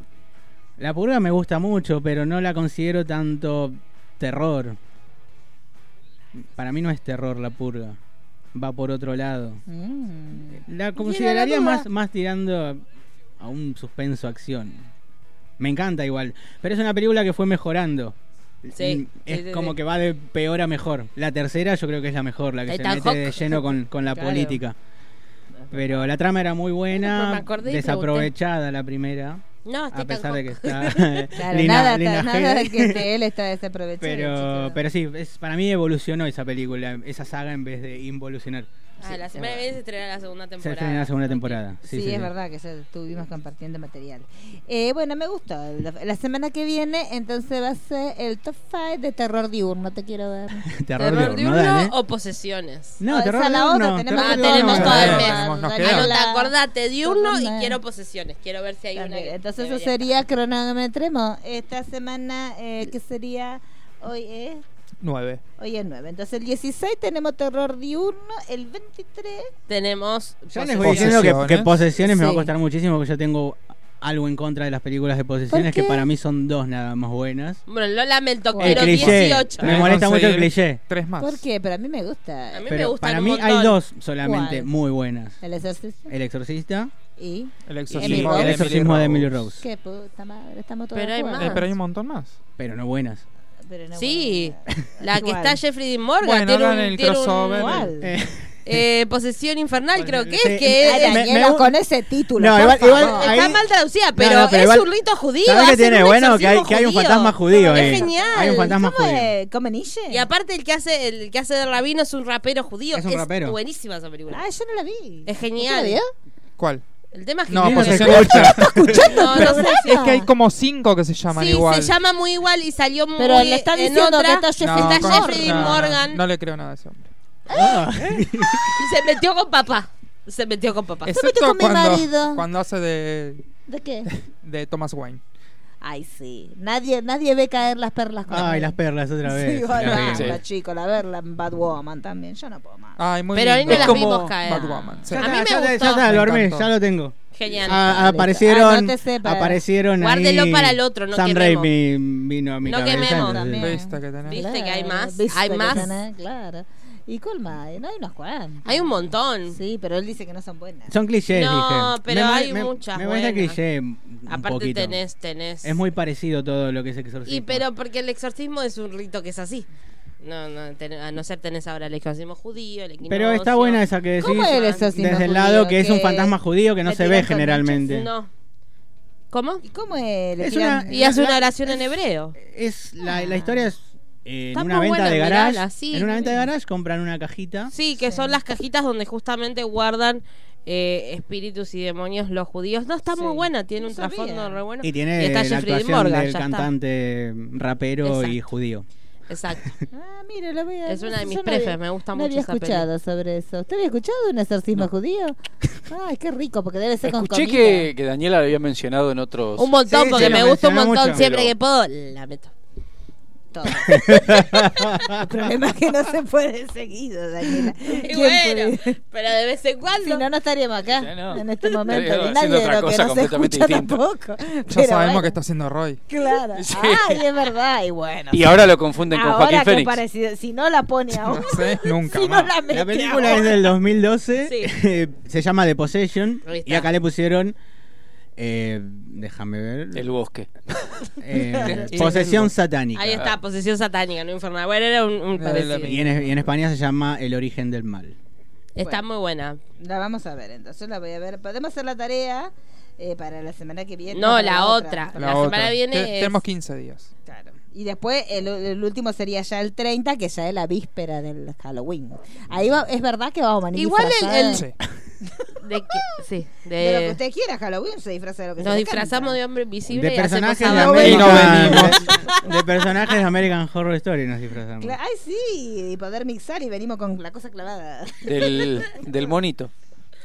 La purga me gusta mucho, pero no la considero tanto terror. Para mí no es terror la purga. Va por otro lado.
Mm.
La consideraría
duda.
más, más tirando a- a un suspenso acción. Me encanta igual. Pero es una película que fue mejorando.
Sí,
Mm,
sí,
es
sí,
como
sí.
que va de peor a mejor. La tercera yo creo que es la mejor, la que se
Ethan
mete de
Hawke.
lleno con, con la
Claro.
política. Pero la trama era muy
Me
buena,
acordé y Ah,
desaprovechada la primera.
No, es
a
Ethan
pesar de que
Hawke.
está <laughs>
Claro,
Lina-
nada,
Lina
nada
Headey. <laughs>
que de él está desaprovechado.
Pero,
chiquito.
pero sí, es, para mí evolucionó esa película, esa saga en vez de involucionar.
Ah, la semana que viene se estrena la segunda
Se estrena
temporada.
la segunda temporada. Sí,
Sí,
sí,
es
sí.
verdad que ya estuvimos compartiendo material. Eh, bueno, me gusta. La, la semana que viene, entonces va a ser el top 5 de terror diurno. Te quiero ver.
<laughs> Terror,
¿Terror
diurno,
diurno
dale.
o posesiones?
No,
Ah,
terror
esa es la
diurno,
otra, tenemos
terror
Ah,
que-
tenemos
diurno, no,
todo el
no,
mes.
no,
Nos
no.
queda.
Anota, acordate diurno y
Turno.
quiero posesiones. Quiero ver si hay una. que
Entonces eso
debería
sería cronometremos. Esta semana, eh, que sería hoy es...
9.
Hoy es 9. Entonces el 16 tenemos terror diurno, el 23
estar. Tenemos.
Ya les
posesiones.
voy diciendo que, que
Posesiones.
posesiones me va a
Sí.
costar muchísimo porque yo tengo algo en contra de las películas de posesiones
qué?
que para mí son dos nada más buenas.
Bueno, lo lamento,
El
quiero
cliché.
18.
Me molesta mucho el
Conseguir
cliché.
Tres más.
¿Por qué? Pero a mí me gusta.
A mí me
Pero
gustan
para
un
mí hay
montón.
dos solamente
¿Cuál?
muy buenas.
El exorcista
El exorcista
y...
El
y
exorcismo,
Rose.
el
de,
exorcismo de Emily
Emily
Rose.
¿Qué puta madre? Estamos todos
Pero
de
hay
acuerdo.
más.
Eh, pero hay un montón más.
Pero no buenas.
Pero no,
Sí,
<laughs> bueno.
la que
Igual.
está Jeffrey Dean Morgan.
Bueno,
tiene un,
hagan el
tiene un-
crossover.
¿Cuál?
Eh,
eh, posesión infernal, creo que
Sí,
es. Que
eh,
es-
me-
Daniela,
me-
con ese título.
No,
por
igual- igual-
favor.
ahí-
Está mal traducida, pero,
no, pero
es
igual-
un rito judío.
¿Sabes qué
hacen
tiene
un
bueno? Que hay,
exorcismo
que hay un fantasma judío.
Es
eh.
genial.
Hay un fantasma
¿Cómo
judío.
es? ¿Come Nietzsche?
Y aparte el que hace el que hace de rabino es un rapero judío.
Es un rapero.
buenísima esa película.
Ah, yo no la vi.
Es
¿Usted
genial.
la vio?
¿Cuál?
El tema es que
No,
tiene-
posesión-
posesión
pues se
escuchando
No, no sé
Es que hay como cinco que se llaman
Sí,
igual.
se llama muy igual y salió muy
Pero le están
en
diciendo
otra,
que está Jeffrey
está
Dean
con-
Jeffrey Dean
no, no,
Morgan
No le creo nada a ese hombre.
<laughs>
Ah.
y se metió con papá. Se metió con papá.
metió con mi marido.
cuando, cuando hace de,
¿De qué?
de Thomas Wayne.
Ay, sí. Nadie, nadie ve caer las perlas con
Ay, las perlas otra
<laughs>
vez.
Sí, bueno,
Terrible.
basta, chico. La verla en Batwoman también. Yo no puedo más.
Ay, muy
Pero ahí
lindo.
no las
Es como
vimos caer.
Batwoman, sí.
Ya
A mí
está,
me
ya
gustó.
está, ya está,
Me
lo armé,
encantó.
ya lo tengo.
Genial.
Ah, aparecieron,
Anótese para-
aparecieron ahí-
Guárdelo para el otro, no
Sam
quememos.
Raimi vino a mi
No
cabeza,
quememos.
entonces-
También.
Vista que tenés.
Viste que hay más,
viste
hay
que
más.
tenés, claro. ¿Y cuál más? No hay unos cuantos.
Hay un montón.
Sí, pero él dice que no son buenas.
Son clichés,
No,
dije.
pero
me,
hay
me-
muchas
Me parece
buenas.
cliché un
Aparte
poquito.
tenés, tenés.
Es muy parecido todo lo que es exorcismo.
Y pero porque el exorcismo es un rito que es así. No, no, ten- a no ser tenés ahora el exorcismo judío, el
Pero está
equinoccio.
buena esa que decís.
¿Cómo es el exorcismo
Desde el
judío
lado que es un
que
fantasma judío que no
le
se
tiran con
ve generalmente.
No. ¿Cómo?
¿Y cómo es? Le
Es
tiran-
una-
Y hace una
La-
oración en hebreo.
Es la, la historia es eh,
Está
en una
muy
venta
buena,
de garage.
mirala, sí,
en una
está
venta de
bien.
garage compran una cajita.
Sí, que son las cajitas donde justamente guardan eh, espíritus y demonios los judíos. No, está muy
Sí.
buena, tiene
No
un
sabía.
trasfondo re bueno.
Y tiene
está
la
Jeffrey Dean
actuación
Morgan,
del
ya está.
cantante rapero y
Exacto.
judío. <laughs>
Exacto.
Ah, mira, la voy a...
Es una de mis
yo no
prefes,
había-
me gusta
no
mucho
había
esa peli.
escuchado sobre eso. ¿Usted había escuchado de un exorcismo judío?
<laughs>
Ay, qué rico, porque debe ser con
Escuché
comida.
que, que Daniela lo había mencionado en otros.
Un montón,
Sí,
porque
sí,
me
lo
gusta un
mencionó
montón.
mucho.
Siempre
Pero-
que puedo, la meto.
Todo. <laughs> El problema es que no se puede seguido, Daniela.
<laughs> Y
¿Quién
bueno,
puede?
<laughs> pero de vez en cuando.
<laughs> Si no, no estaríamos acá
Ya no.
en este
Estaríamos
momento. Y
haciendo
nadie de
otra
lo que
cosa
no se
completamente
escucha
distinta.
tampoco.
Ya
Pero
sabemos
bueno,
que está haciendo Roy.
Claro.
<laughs> Sí.
Ay, es verdad. Y bueno.
Y ahora lo confunden con
ahora
Joaquín
que
Fénix.
parecido- Si no <laughs> la pone ahora.
No sé, nunca
si no
más.
la mete
La película
ahora.
es del 2012.
Sí.
eh, <laughs> se llama The Possession.
Ahí está.
Y acá le pusieron. eh, déjame ver.
El bosque.
eh,
El-
posesión satánica.
Ahí está, posesión satánica, no infernal. Bueno, era un, un
Eh,
parecido.
la-
Y en, y en España se llama El origen del mal.
Está muy buena.
La vamos a ver, entonces la voy a ver. Podemos hacer la tarea eh, para la semana que viene.
No,
para
la otra. La
La otra.
semana viene
Te-
es-
Tenemos 15 días.
Claro. Y después el, el último sería ya el 30, que ya es la víspera del Halloween. Ahí va, es verdad que vamos a venir
Igual el-
disfrazadas
el-
Sí.
De que- sí, de-
de lo que usted quiera. Halloween se disfraza de lo que
Nos
se le
disfrazamos de
canta.
hombre invisible
de
y hacemos
personajes de
Halloween.
América.
American,
Y no
<laughs> de personajes de American Horror Story nos disfrazamos.
Cla-
<laughs>
Ay, sí, y poder mixar y venimos con la cosa clavada. <laughs>
Del, del monito.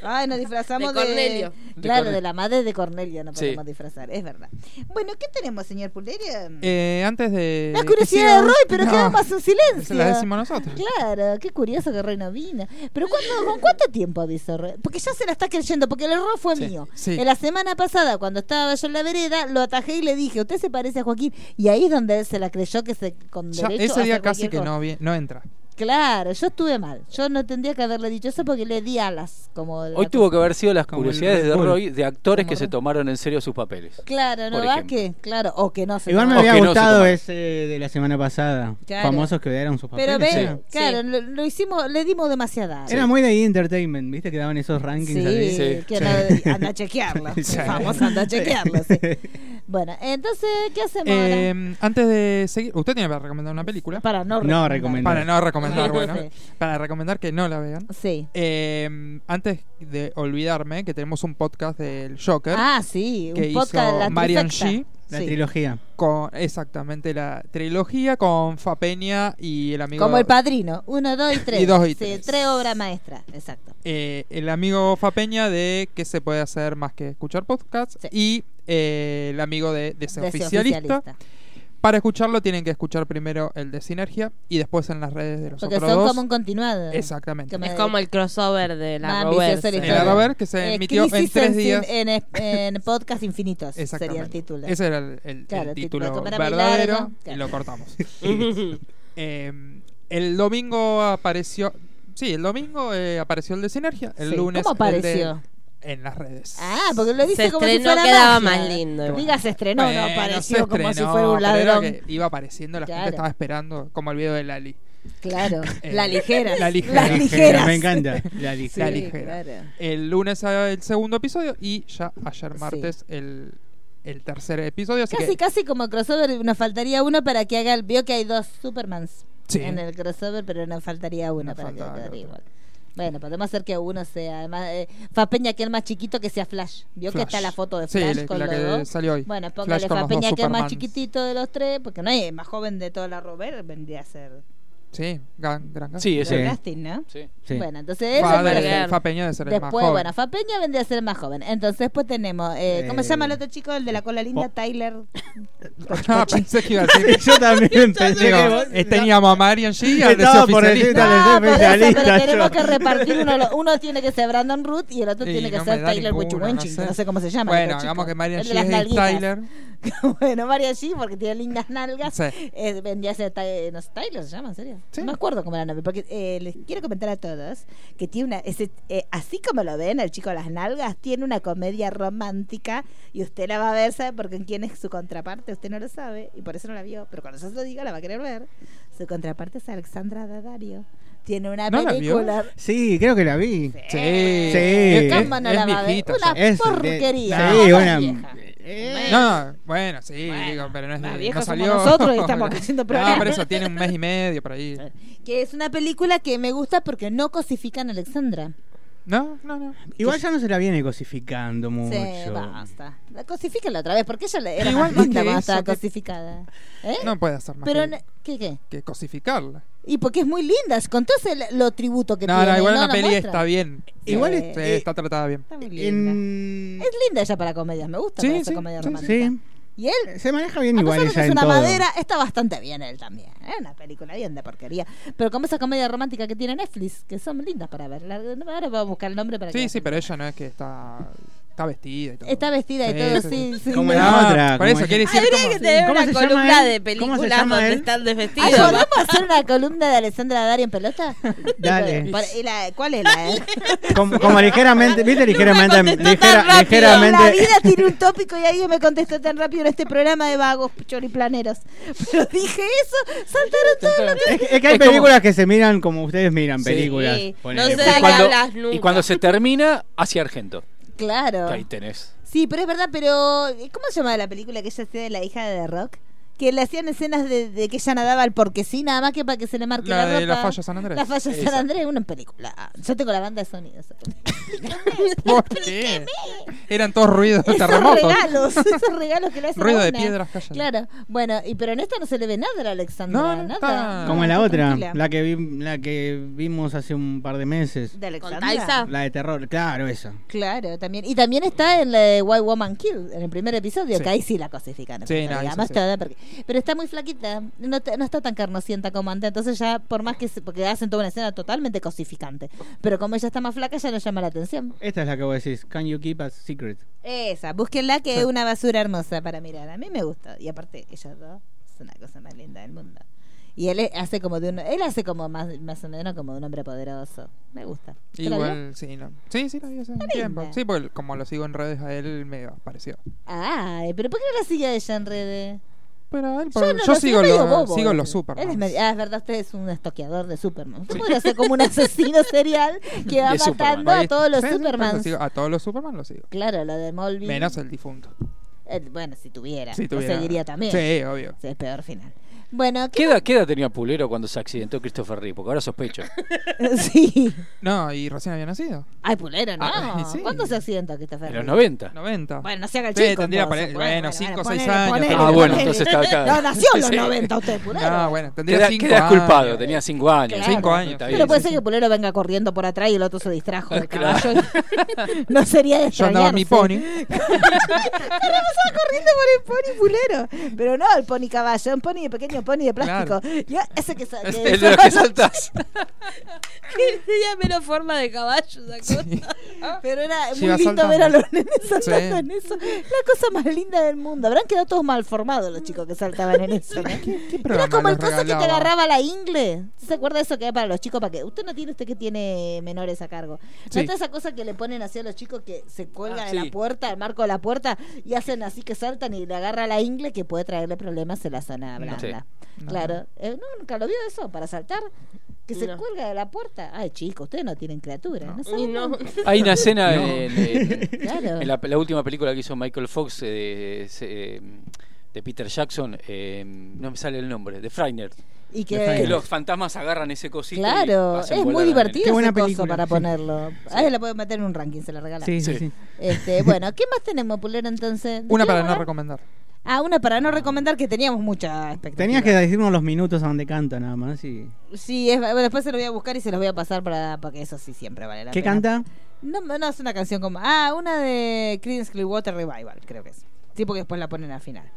Ay, nos disfrazamos
De
de.
Cornelio.
De
Claro,
Cornelio.
de la madre de Cornelio nos
Sí.
podemos disfrazar, es verdad. Bueno, ¿qué tenemos, señor Puleria?
Eh, antes de.
La curiosidad de Roy, pero
No,
queda más un silencio.
se la decimos nosotros.
Claro, qué curioso que Roy no vino. Pero ¿cuándo- ¿con cuánto tiempo avisó Roy? Porque ya se la está creyendo, porque el error fue
Sí,
mío.
sí.
En la semana pasada, cuando estaba yo en la vereda, lo atajé y le dije, usted se parece a Joaquín. Y ahí es donde él se la creyó que se con
Ya,
derecho
ese día
hace
casi
cualquier
que
cosa.
no, vi- no entra.
Claro, yo estuve mal. Yo no tendría que haberle dicho eso porque le di alas. como la
Hoy tuvo que haber sido las
Como el
curiosidades
Red
de
Bull.
Roy de actores
Como
que se
Red-
tomaron en serio sus papeles.
Claro, ¿no
Por
va
ejemplo.
que? Claro, o que no se
Igual me
tomó.
O
había
que no se
gustado
tomaron.
ese de la semana pasada.
Claro.
Famosos que dieron sus papeles.
Pero ven,
era-
claro, lo, lo hicimos, le dimos demasiada.
Era muy de entertainment, ¿viste? Que daban esos rankings
Sí,
ahí.
Sí. que
<laughs>
no- anda a chequearlo.
Sí.
Vamos, anda a chequearlo,
<laughs>
sí. Bueno, entonces, ¿qué hacemos ahora?
Eh, antes de seguir, usted tiene para recomendar una película.
Para no,
No,
recomendar.
recomendar.
Para no recomendar,
Sí.
bueno. Para recomendar que no la vean.
<laughs> Sí.
Eh, antes de olvidarme que tenemos un podcast del Joker.
Ah, sí,
que
un podcast de
hizo
la
Marian
trifecta.
Shee.
La
Sí.
trilogía.
Con, exactamente, la trilogía con Fa Peña y el amigo...
Como el padrino, uno, dos y tres.
Y dos y
Sí,
tres.
obras maestras, exacto.
eh, el amigo Fa Peña de ¿Qué se puede hacer más que escuchar podcasts?
Sí.
Y eh, el amigo de Desoficialista.
Desoficialista.
Para escucharlo tienen que escuchar primero el de Sinergia y después en las redes de los
Porque son
otros dos.
como un continuado.
Exactamente.
Es como el crossover de la
Más ambicioso
Roberts.
la
El
historia.
Arrover Este, que se
Eh,
emitió en
Crisis
tres
en-
días.
En, en podcast infinitos sería el
Exactamente.
título.
Ese era el, el- el
Claro, el título,
título
como era
verdadero
bailar, ¿no?
y lo cortamos. <laughs>
<laughs>
Eh, el domingo apareció. Sí, el domingo eh, apareció el de Sinergia. El
Sí.
lunes.
¿Cómo
el de-
apareció?
en las redes.
Ah, porque lo dice
Se
como si
estrenó,
fuera
quedaba
magia.
más lindo.
Diga, se estrenó,
Bueno,
no apareció
se
como si
estrenó,
fuera un
pero era
ladrón.
que iba apareciendo, la
Claro.
gente estaba esperando, como el video de Lali.
Claro,
Eh,
la ligera.
la ligera.
Las ligeras.
Me encanta. La lista.
la
Sí,
ligera.
claro.
El lunes eh, el segundo episodio y ya ayer
Sí.
martes el, el tercer episodio. Así
Casi,
que,
casi como crossover, nos faltaría uno para que haga el. Vio que hay dos Supermans
Sí.
en el crossover, pero nos faltaría uno
Nos
para que
faltaba el
quede
otro.
igual. Bueno, podemos hacer que uno sea. Además, eh, Fapeña, que el más chiquito, que sea Flash. Vio que
Flash.
está la foto de
Sí,
Flash
la-
con
la
los
que
dos.
salió hoy.
Bueno,
Flash
póngale
con los dos
Fapeña, que es más
Supermans.
chiquitito de los tres, porque no hay más joven de toda la Robert, vendría a ser.
sí, gran, gran caso.
Sí,
el
ese.
casting, ¿no?
Sí.
Sí.
Bueno, entonces eso
Fa,
para-
de-
Verguer.
Fa Peña de ser el más
Después,
joven.
bueno, Fapeña vendría a ser el más joven. Entonces, después tenemos, eh, ¿cómo se
Eh,
llama el otro chico? El de la cola
oh.
linda,
<laughs>
Tyler.
Ah, pensé que iba a decir.
<laughs> Yo
<laughs>
también pensé
Digo,
que vos-
eh, teníamos a Marion G y al
Estaba por decir
desoficialista.
No,
Tyler, soy
por eso,
especialista,
Ah, pero tenemos
yo.
que repartir. Uno, lo- uno tiene que ser Brandon Root y el otro
Y
tiene que
no me
ser
da
Tyler
ninguno,
Wichuenchi.
no
No,
sé.
sé cómo se llama. el
Bueno,
otro
hagamos
chico.
que Marion
El de
G
las
es el
nalguitas.
Tyler.
<laughs> bueno, María G, porque tiene lindas nalgas.
Sí.
Eh, vendría a ser Ty- no sé, Tyler, se llama, en serio.
Sí.
No me acuerdo cómo era el nombre. Porque eh, les quiero comentar a todos que tiene una. ese, eh, así como lo ven, el chico de las nalgas, tiene una comedia romántica y usted la va a ver, ¿sabe? Porque quién es su contraparte, usted no lo sabe y por eso no la vio. Pero cuando yo se lo diga, la va a querer ver. Su contraparte es Alexandra Daddario. Tiene una
¿No la vio?
película.
Sí, creo que la vi.
Sí.
Sí.
Es-
¿Cómo no la
es
va a ver?
viejita
Una
ya.
Es-
porquería.
Sí,
Más
una-
vieja.
eh,
No, bueno, sí, digo, pero no es
más
de-
viejos
no
somos
salió.
nosotros y estamos haciendo
No,
programa.
pero eso tiene un mes y medio por ahí.
Que es una película que me gusta porque no cosifican a Alexandra.
No, no, no.
Igual ya no se la viene cosificando mucho.
Sí, basta. La cosifíquenla otra vez, porque ella le- era
Igual
más
más
linda
que
cuando
eso,
estaba
que-
cosificada. ¿Eh?
No puede hacer más
Pero,
que,
no- ¿qué qué?
que cosificarla.
Y porque es muy linda, con todo ese lo tributo que
No,
tiene.
no, igual la
nos
peli
muestra.
está bien.
Igual este,
Sí,
es-
sí, está tratada bien.
Está muy linda.
En-
Es linda ella para comedias, me gusta
Sí,
para hacer
sí,
comedia
sí,
romántica.
Sí.
Y él,
eh, Se maneja bien
a
igual
pesar de que
ella
es
en
una
todo.
madera, está bastante bien él también. Es una película bien de porquería. Pero como esa comedia romántica que tiene Netflix, que son lindas para ver. La- Ahora voy a buscar el nombre para que
Sí,
la
sí,
gente-
pero ella no es que está, está vestida y todo.
Está vestida y
Sí,
todo,
sí,
sí, sí.
Como
no.
la
Ah,
otra,
Por
como
eso
ella.
quiere decir.
Habría
como-
que tener
¿Cómo
una
se llama
columna
él?
de
¿Cómo se
películas
llama
donde
él?
están
Ay,
desvestidos. <laughs>
¿Podemos hacer una columna de Alessandra Dario en pelota?
Dale.
Para- ¿y la- ¿Cuál es la? eh?
<laughs>
<laughs>
Como, como ligeramente, viste, ligeramente,
contestó
ligera-
tan rápido.
ligeramente.
La vida tiene un tópico y alguien me contestó tan rápido en este programa de vagos choriplaneros. Pero dije eso, saltaron todos los
<laughs> Es, que- es que hay
Es como-
películas que se miran como ustedes miran películas.
Sí.
Ponele.
No sé.
Y
que
cuando,
hablas nunca.
y cuando se termina, hacia
<laughs>
Argento. Que
Claro.
ahí tenés.
eh, Sí, pero es verdad, pero ¿cómo se llama la película que ella sea de la hija de The Rock? que le hacían escenas de, de que ella nadaba al porque sí, nada más que para que se le marque la,
La de
ropa.
La Falla San Andrés.
La Falla San
Esa.
Andrés, una película. Yo tengo la banda de sonidos.
<laughs>
<laughs>
¿Por qué? Eran todos ruidos de
Esos
terremotos. <laughs>
regalos, esos regalos que le hacen
Ruido
a
de
una.
piedras, cállate.
Claro, bueno, y pero en esta no se le ve nada a la Alexandra,
No, no
nada.
está.
Como la
Está
otra,
tranquila.
la que, vi- la que vimos hace un par de meses.
de Alexandra.
La de terror, claro, esa.
Claro, también. Y también está en la de White Woman Kill, en el primer episodio,
Sí.
que ahí sí la cosifican. en
Sí,
realidad,
no, esa
más
sí.
toda, porque- pero está muy flaquita, no, te- no está tan carnosienta como antes, entonces ya, por más que... se- Porque hacen toda una escena totalmente cosificante. Pero como ella está más flaca, ya no llama la atención.
Esta es la que vos decís, Can You Keep a Secret?
Esa, búsquenla que
Sí.
es una basura hermosa para mirar. A mí me gusta. Y aparte, ellos dos es una cosa más linda del mundo. Y él eh, hace como de un... Él hace como más, más o menos como de un hombre poderoso. Me gusta. ¿Te la vio?
Igual, sí, no. Sí, sí, la vi hace un tiempo. Sí, porque como lo sigo en redes a él, me pareció.
Ay, pero ¿por qué no la sigue a ella en redes?
Pero él,
yo,
por-
no
yo
lo sé,
sigo
es medio
lo-
bobo.
sigo los Superman.
Él es medio- ah, es verdad, usted es un estoqueador de Superman. Usted podría ser como un asesino serial que va
De
matando
Superman.
a todos los
Sí, sí, por eso
Supermans.
sigo- A todos los Superman los sigo.
Claro, lo de Molby.
Menos el difunto.
bueno, si tuviera,
Si
lo
tuviera.
seguiría también.
Sí,
obvio.
Sí, es peor final. Bueno,
¿Qué edad, qué edad tenía Pulero cuando se accidentó Christopher Reeve? Porque ahora sospecho.
sí.
No, y recién había nacido.
Ay, pulero, no.
Ah, sí.
¿Cuándo se accidentó Christopher?
En los
Reeve?
90.
90.
Bueno, no se haga el
Sí,
chico.
tendría
entonces,
pare- bueno, 5 o 6
ponele,
años.
ponele,
Ah, bueno,
ponele.
entonces está acá.
No, nació
<laughs>
en los
Sí.
90 usted, pulero.
No, bueno,
Queda-
tendría 5
queda
años.
culpado, tenía 5 años.
Claro.
5 años.
Está
Pero
bien.
puede ser que Pulero venga corriendo por atrás y el otro se distrajo de
Claro.
caballo. <laughs> no sería de
Yo andaba en mi
extrañarse.
pony.
<laughs> Pero pasaba corriendo por el pony Pulero. Pero no el pony caballo, un pony de pequeño pony de plástico. Yo, ese que sa-
Es
que
el
<laughs>
de los que saltás.
Que Tenía menos forma de caballo esa cosa.
Pero era muy
Lleva
lindo
saltando.
ver a los nenes saltando
Sí.
en eso. La cosa más linda del mundo. Habrán quedado todos mal formados los chicos que saltaban en eso. ¿no?
programa
Era como el
les
coso que te
regalaba?
agarraba la ingle. ¿Se acuerda eso que es para los chicos? Para que usted no tiene, usted que tiene menores a cargo. ¿No
Sí.
está esa cosa que le ponen así a los chicos que se cuelgan
Ah,
de
sí.
la puerta, al marco de la puerta, y hacen así que saltan y le agarra la ingle que puede traerle problemas en la zona blanda?
Sí. No.
Claro. Eh, no, nunca lo vio eso, para saltar. Que se cuelga de la puerta. Ay, chicos, ustedes no tienen criatura. No, saben nada.
Hay una escena
No.
en, en-
<laughs> Claro.
en la, la última película que hizo Michael Fox eh, se- eh, de Peter Jackson, eh, no me sale el nombre, de Frightner.
Y que-
los fantasmas agarran ese cosito. y
Claro,
hacen
es
volar
muy
al
divertido
nene.
ese coso para ponerlo. Ahí la pueden meter en un ranking, se la regalan.
Sí, sí, sí.
Este, bueno, ¿qué más tenemos, Pulero, entonces? ¿De
Una
qué vamos
para
a
no
hablar?
recomendar.
Ah, una para no recomendar que teníamos mucha expectativa.
Tenías que decirnos los minutos a donde canta nada más. Y...
Sí, es, bueno, después se lo voy a buscar y se los voy a pasar para, porque eso sí siempre vale la
¿Qué
pena.
canta?
No, no, es una canción como... Ah, una de Creedence Clearwater Revival, creo que es. Sí, porque después la ponen al final.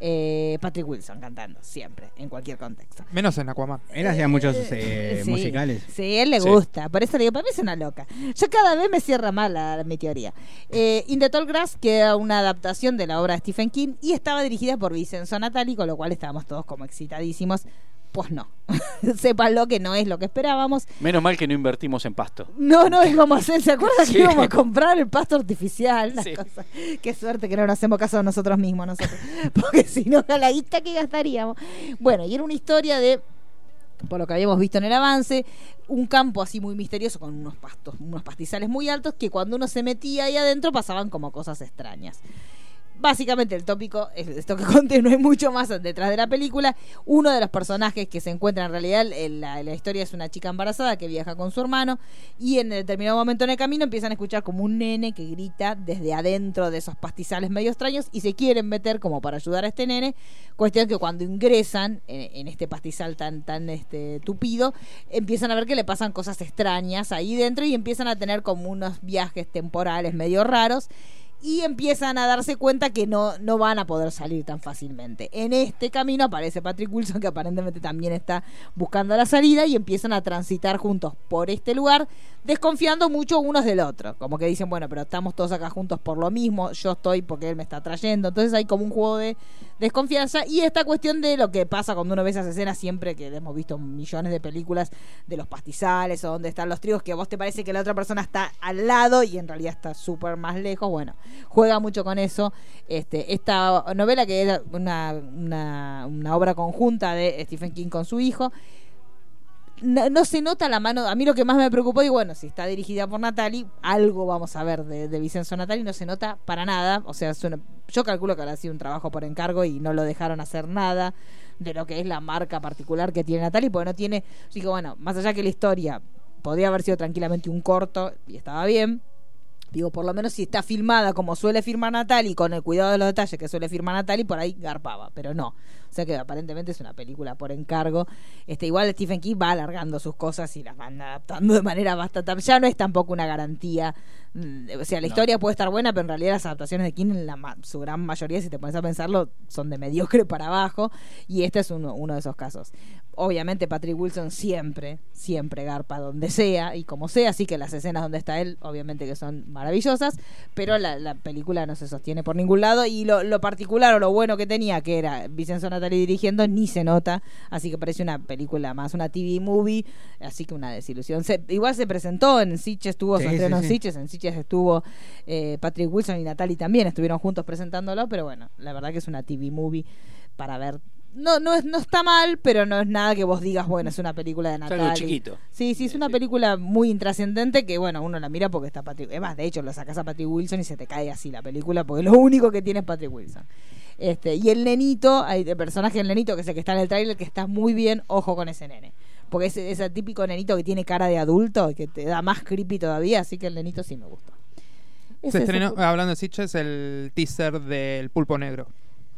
Eh, Patrick Wilson cantando, siempre, en cualquier contexto.
Menos en Aquaman.
Él hacía muchos eh,
Sí.
musicales.
Sí, él le
Sí.
gusta. Por eso le digo, para mí es una loca. Yo cada vez me cierra mal la- mi teoría. Eh, In the Tall Grass, que era una adaptación de la obra de Stephen King y estaba dirigida por Vincenzo Natali, con lo cual estábamos todos como excitadísimos. Pues no. <laughs> Sépanlo que no es lo que esperábamos.
Menos mal que no invertimos en pasto.
No, no, íbamos a hacer, ¿se acuerdan
Sí.
que íbamos a comprar el pasto artificial? Las
Sí.
cosas. Qué suerte que no nos hacemos caso a nosotros mismos, nosotros. <laughs> Porque si no, a la guita que gastaríamos. Bueno, y era una historia de, por lo que habíamos visto en el avance, un campo así muy misterioso con unos pastos, unos pastizales muy altos que cuando uno se metía ahí adentro pasaban como cosas extrañas. Básicamente el tópico, es esto <laughs> que conté, no hay mucho más detrás de la película. Uno de los personajes que se encuentra en realidad, en la, en la historia es una chica embarazada que viaja con su hermano y en determinado momento en el camino empiezan a escuchar como un nene que grita desde adentro de esos pastizales medio extraños y se quieren meter como para ayudar a este nene. Cuestión que cuando ingresan en, en este pastizal tan, tan este, tupido, empiezan a ver que le pasan cosas extrañas ahí dentro y empiezan a tener como unos viajes temporales medio raros y empiezan a darse cuenta que no, no van a poder salir tan fácilmente. En este camino aparece Patrick Wilson, que aparentemente también está buscando la salida, y empiezan a transitar juntos por este lugar, desconfiando mucho unos del otro. Como que dicen, bueno, pero estamos todos acá juntos por lo mismo, yo estoy porque él me está trayendo. Entonces hay como un juego de desconfianza y esta cuestión de lo que pasa cuando uno ve esas escenas siempre que hemos visto millones de películas de los pastizales o donde están los trigos que a vos te parece que la otra persona está al lado y en realidad está súper más lejos bueno juega mucho con eso este esta novela que era una, una, una obra conjunta de Stephen King con su hijo no, no se nota la mano. A mí lo que más me preocupó, y bueno, si está dirigida por Natali, algo vamos a ver de, de Vicenzo Natali, no se nota para nada. O sea, es una- yo calculo que habrá sido un trabajo por encargo y no lo dejaron hacer nada de lo que es la marca particular que tiene Natalie, porque no tiene, digo, bueno, más allá que la historia podría haber sido tranquilamente un corto y estaba bien. Digo, por lo menos si está filmada como suele firmar Natalie, con el cuidado de los detalles que suele firmar Natalie, por ahí garpaba, pero no. O sea que aparentemente es una película por encargo. Este, igual Stephen King va alargando sus cosas y las van adaptando de manera bastante. Ya no es tampoco una garantía. mm, O sea, la
No.
historia puede estar buena, pero en realidad las adaptaciones de King, en la ma- su gran mayoría, si te pones a pensarlo, son de mediocre para abajo. Y este es uno, uno de esos casos. Obviamente, Patrick Wilson siempre, siempre garpa donde sea y como sea. Así que las escenas donde está él, obviamente que son maravillosas. Pero la, la película no se sostiene por ningún lado. Y lo, lo particular o lo bueno que tenía, que era Vincenzo Natali dirigiendo, ni se nota. Así que parece una película más, una TV movie. Así que una desilusión. Se- igual se presentó en Sitges, estuvo
Sí,
su
sí,
estreno en
sí.
Sitges. En Sitges estuvo eh, Patrick Wilson y Natalie también. Estuvieron juntos presentándolo. Pero bueno, la verdad que es una TV movie para ver. No, no, es, no está mal, pero no es nada que vos digas, bueno, es una película de
Es algo
Natalie.
chiquito.
Sí, sí, es una película muy intrascendente que, bueno, uno la mira porque está Patrick. Es más, de hecho, lo sacas a Patrick Wilson y se te cae así la película porque lo único que tiene es Patrick Wilson. Este, y el nenito, hay el personaje del nenito que es el que está en el tráiler, que está muy bien, ojo con ese nene. Porque es ese típico nenito que tiene cara de adulto, que te da más creepy todavía, así que el nenito sí me gusta. Ese
Se
es
estrenó,
el-
hablando de Sitches, el teaser del Pulpo Negro.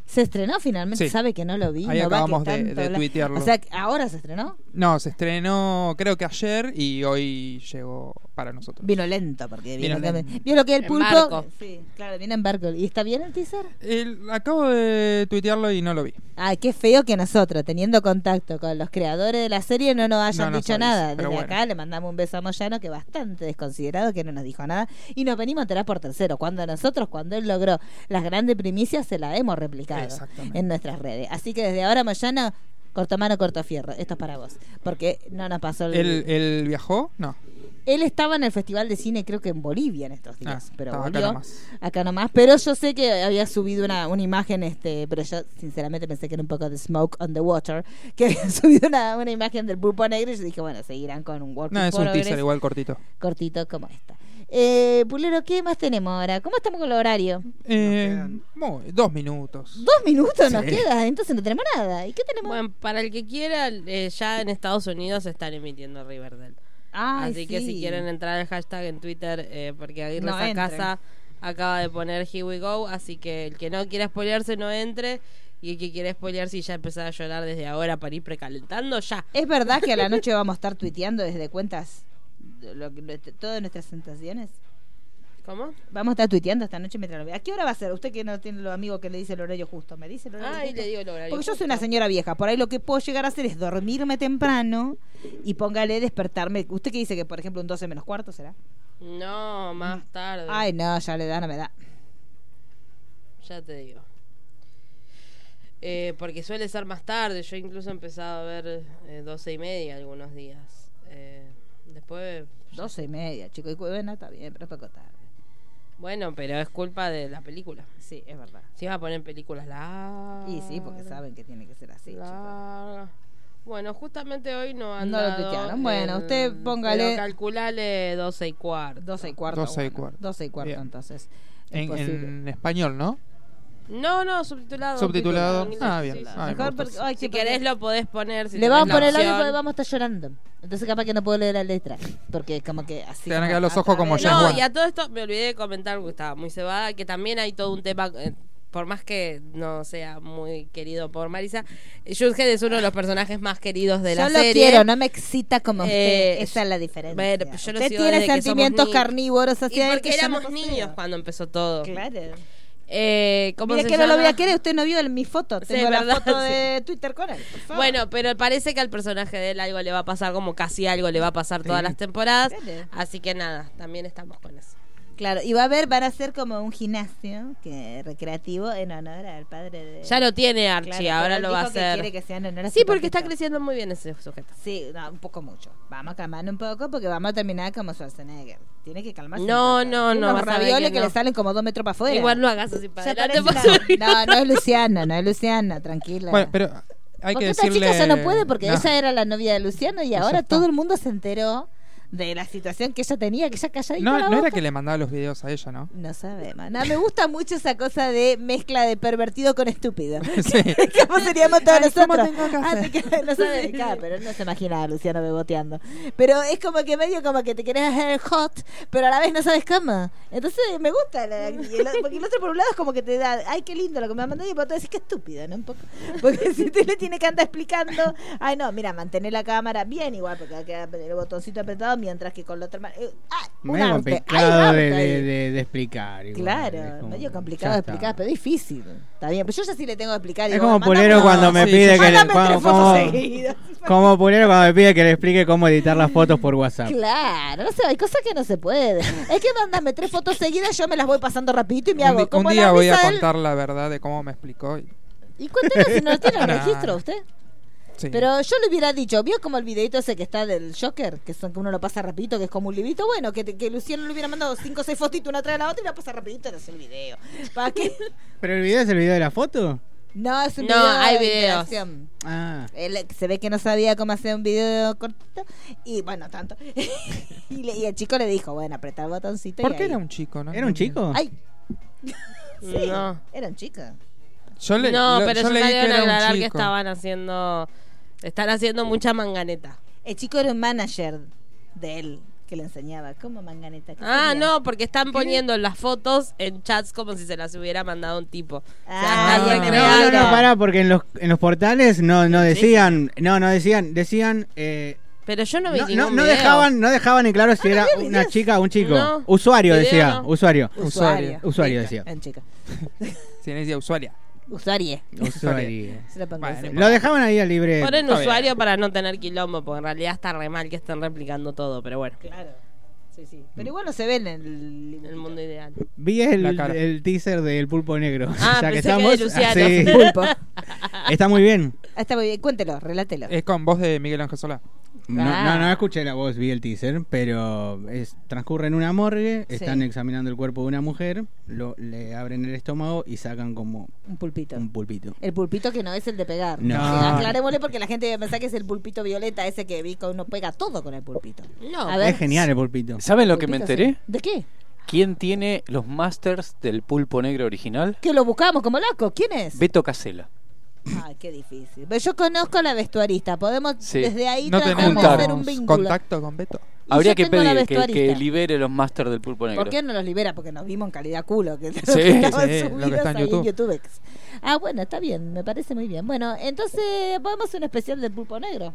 se estrenó finalmente,
Sí.
sabe que no lo vi.
Ahí
no va, que
acabamos de-
tanto
de
habla-
tuitearlo.
O sea, que ahora se estrenó.
No, se estrenó creo que ayer y hoy llegó para nosotros.
Vino lento, porque vino,
Vino
que-
lento.
vio lo que es el
En
pulpo.
barco.
Sí, claro, viene en barco. ¿Y está bien el teaser?
El- acabo de tuitearlo y no lo vi.
Ay, qué feo que nosotros, teniendo contacto con los creadores de la serie, no nos hayan
No nos
dicho
avisa,
nada. Desde
pero bueno.
acá le mandamos un beso a Moyano, que bastante desconsiderado, que no nos dijo nada. Y nos venimos a enterar por tercero. Cuando nosotros, cuando él logró las grandes primicias, se las hemos replicado en nuestras redes. Así que desde ahora, Moyano, corto mano, corto fierro. Esto es para vos. Porque no nos pasó el.
¿Él, él viajó? No.
Él estaba en el Festival de Cine, creo que en Bolivia en estos días.
Ah,
pero
estaba acá
volvió
nomás.
acá nomás. Pero yo sé que había subido una, una imagen, este, pero yo sinceramente pensé que era un poco de Smoke on the Water, <laughs> que había subido una, una imagen del pulpo negro y yo dije, bueno, seguirán con un work
No,
in
es un
progress
teaser igual cortito.
cortito como esta. Eh, Pulero, ¿qué más tenemos ahora? ¿Cómo estamos con el horario?
Eh, muy- dos minutos.
Dos minutos nos
Sí.
queda, entonces no tenemos nada. ¿Y qué tenemos?
Bueno, para el que quiera, eh, ya en Estados Unidos están emitiendo Riverdale.
Ay,
Así que
sí.
si quieren entrar al hashtag en Twitter, eh, porque Aguirre
No
esa
entren.
casa acaba de poner Here We Go, así que el que no quiera spoilearse no entre. Y el que quiera spoilearse y ya empezar a llorar desde ahora para ir precalentando, ya.
¿Es verdad que a la noche vamos a estar tuiteando desde cuentas de lo que- de todas nuestras sensaciones?
¿Cómo?
Vamos a estar tuiteando esta noche mientras lo vea. ¿A qué hora va a ser? Usted que no tiene los amigos que le dice el horario justo. ¿Me dice el horario
Ay,
justo?
Ah, le digo el horario
Porque yo
justo.
soy una señora vieja. Por ahí lo que puedo llegar a hacer es dormirme temprano y póngale despertarme. ¿Usted qué dice? Que por ejemplo un 12 menos cuarto será.
No, más tarde.
Ay, no, ya le da, no me da.
Ya te digo. Eh, porque suele ser más tarde. Yo incluso he empezado a ver eh, 12 y media algunos días. Eh, después.
12 y media, chico. Y bueno, está bien, pero es poco tarde.
Bueno, pero es culpa de la película.
Sí, es verdad.
Si vas a poner películas largas.
Y sí, porque saben que tiene que ser así, chicos.
largas. Bueno, justamente hoy no han
No lo
dado
tuitearon. Bueno,
el-
usted póngale-
pero calculale 12 y cuarto.
12 y cuarto.
12 y
bueno.
cuarto.
12 y cuarto,
Bien.
entonces. es
En,
posible.
en español, ¿no?
No, no, subtitulado.
Subtitulado.
en inglés,
Ah,
sí,
bien.
sí.
Ah, me
Mejor porque- ay, sí,
Si
porque-
querés lo podés poner. si
Le vamos a
tenés la
poner el audio
opción.
porque vamos a estar llorando. Entonces capaz que no puedo leer la letra. Porque como que así.
Te van a
como
quedar los ojos como
través-
James
No,
Wan.
y a todo esto me olvidé de comentar, porque estaba muy cebada, que también hay todo un tema, eh, por más que no sea muy querido por Marisa, Jürgen es uno de los personajes más queridos de la
yo lo
serie.
quiero, no me excita como
Eh,
usted. Esa es la diferencia.
Bueno, yo lo
usted
sigo
tiene
desde que somos
sentimientos
niños.
carnívoros
Y
hacia él
porque
que yo no
éramos niños cuando empezó todo.
Claro.
Eh, ¿cómo
Mira
se
que no lo voy
llama?
a querer, usted no vio el- mi foto.
Sí,
Tengo la
verdad,
foto de Twitter con él. por favor.
Bueno, pero parece que al personaje de él algo le va a pasar, como casi algo le va a pasar todas las temporadas. Así que nada, también estamos con eso.
Claro, y va a haber, van a hacer como un gimnasio que, recreativo en honor al padre de.
Ya lo tiene Archie,
Claro, pero
ahora
él
lo va a
dijo que
hacer.
quiere que sea en honor a
sí,
su
porque está
papito.
creciendo muy bien ese sujeto.
Sí, no, un poco mucho. Vamos a calmarnos un poco porque vamos a terminar como Schwarzenegger. Tiene que calmarse. un
No,
poco.
no,
Tiene
no,
Unos
vas a ver
ravioles
que
que,
no.
le salen como dos metros para afuera.
Igual no hagas así para
Ya
adelante.
parece
para subir.
la- <laughs> No, no es Luciana, no es Luciana, tranquila.
Bueno, pero hay
porque
que
esta
decirle...
chica ya no puede porque
No.
ella era la novia de Luciano y ahora todo el mundo se enteró de la situación que ella tenía, que ella calladita.
No,
la
no era
boca.
que le mandaba los videos a ella, ¿no?
No sabemos. No, me gusta mucho esa cosa de mezcla de pervertido con estúpido. <laughs>
Sí.
¿Cómo seríamos todos
Ay, ¿cómo
nosotros?
tengo que
Ah,
hacer?
te quedas- no sabe- claro, pero no se imagina a Luciano beboteando. Pero es como que medio como que te querés hacer el hot, pero a la vez no sabes cómo. Entonces me gusta. la- y el otro- porque el otro por un lado es como que te da, ay, qué lindo lo que me ha mandado, y por otro decís que estúpida, ¿no? Un poco. Porque si tú le tienes que andar explicando, ay, no, mira, mantener la cámara bien igual, porque va a quedar el botoncito apretado, mientras que con la otra mano. eh, ah, un
Medio
arte. Hay un
complicado de,
arte ahí.
de- de- de explicar. igual, es
Claro,
como-
medio
ya
complicado de
está.
explicar, pero difícil. Está bien, pero yo ya sí le tengo que explicar.
Es
digo,
como
mandame
Pulero
una-
cuando me
sí,
pide que le,
mandame
cuando,
tres fotos
como,
<laughs> seguidas.
como Pulero cuando me pide que le explique cómo editar las fotos por WhatsApp.
Claro, no sé, hay cosas que no se pueden. Es que mandame tres fotos seguidas, yo me las voy pasando rapidito y me
un,
hago
di-
como
un
la
día voy a
risa del-
contar la verdad de cómo me explicó. y-
Y cuéntenos si no
<laughs>
tiene
Nah.
registro usted.
sí.
Pero yo le hubiera dicho, ¿vio como el videito ese que está del Joker? Que son que uno lo pasa rapidito, que es como un librito. Bueno, que, te- que Luciano le hubiera mandado cinco o seis fotitos una tras de la otra y la pasa rapidito en el video. ¿Para qué? <laughs>
¿Pero el video es el video de la foto?
No, es un
No,
video
hay
de
videos.
interacción.
Ah.
Él se ve que no sabía cómo hacer un video cortito y bueno, tanto. <laughs> y, le- y el chico le dijo, bueno, apretar el botoncito.
¿Por
y
qué
ahí.
era un chico, no?
¿Era un chico?
<laughs>
Ay. sí,
No.
era un chico.
Yo le-
no,
lo-
pero
yo
ya
leí que
salieron a
era un
aclarar que
chico.
estaban haciendo. Están haciendo mucha manganeta.
El chico era un manager de él que le enseñaba cómo manganeta. ¿Qué
Ah,
sería?
no, porque están poniendo las fotos en chats como si se las hubiera mandado un tipo.
Ah,
o sea,
bien,
están
No, no,
recreando.
no, pará, porque en los, en los portales no, no decían, no, no decían, decían, eh,
Pero yo no vi
no, no,
ningún
no
video. Ah,
dejaban, no dejaban en claro si era
había
una
videos.
chica o un chico.
No,
usuario
video
decía,
no.
usuario.
Usuario.
Usuario
Chica,
decía.
en chica.
Sí, le decía usuaria.
Usuario.
Usuario.
Se la pongo
Bueno,
así.
no
Lo dejaban ahí al libre.
Ponen
Eh, Está bien.
usuario para no tener quilombo, porque en realidad está re mal que estén replicando todo, pero bueno.
Claro. Sí, sí. Pero igual no se ve en el,
El mundo ideal.
Vi
La
el,
cara.
el teaser del pulpo negro.
Ah,
<laughs> ya
pensé
que
que
estamos.
de Luciano.
así-
Pulpo.
Está muy bien.
Está muy bien. Cuéntelo, relátelo.
Es con voz de Miguel Ángel Solá.
No,
Ah.
no, no escuché la voz, vi el teaser, pero es- transcurre en una morgue,
Sí.
están examinando el cuerpo de una mujer, lo, le abren el estómago y sacan como
Un pulpito.
un pulpito.
El pulpito que no es el de pegar.
No.
Aclarémosle porque la gente pensar que es el pulpito violeta, ese que Vico uno pega todo con el pulpito.
No,
A ver.
Es genial el pulpito.
¿Saben lo que me
Pulpito, sí.
enteré?
¿De qué?
¿Quién tiene los masters del pulpo negro original?
Que lo buscamos como loco. ¿Quién es?
Beto Casela.
Ay, qué difícil. Pero yo conozco a la vestuarista. Podemos
Sí.
desde ahí
No
tratar de
tenemos
hacer un vínculo.
contacto con Beto.
Y
Habría
yo
que
tengo la
pedir que, que
vestuarista.
libere los masters del pulpo negro.
¿Por qué no los libera? Porque nos vimos en calidad culo. Que
Sí,
estaban
sí, lo que
subidos
está en
ahí
YouTube.
Ah, bueno, está bien, me parece muy bien. Bueno, entonces podemos hacer un especial del pulpo
<laughs>
negro.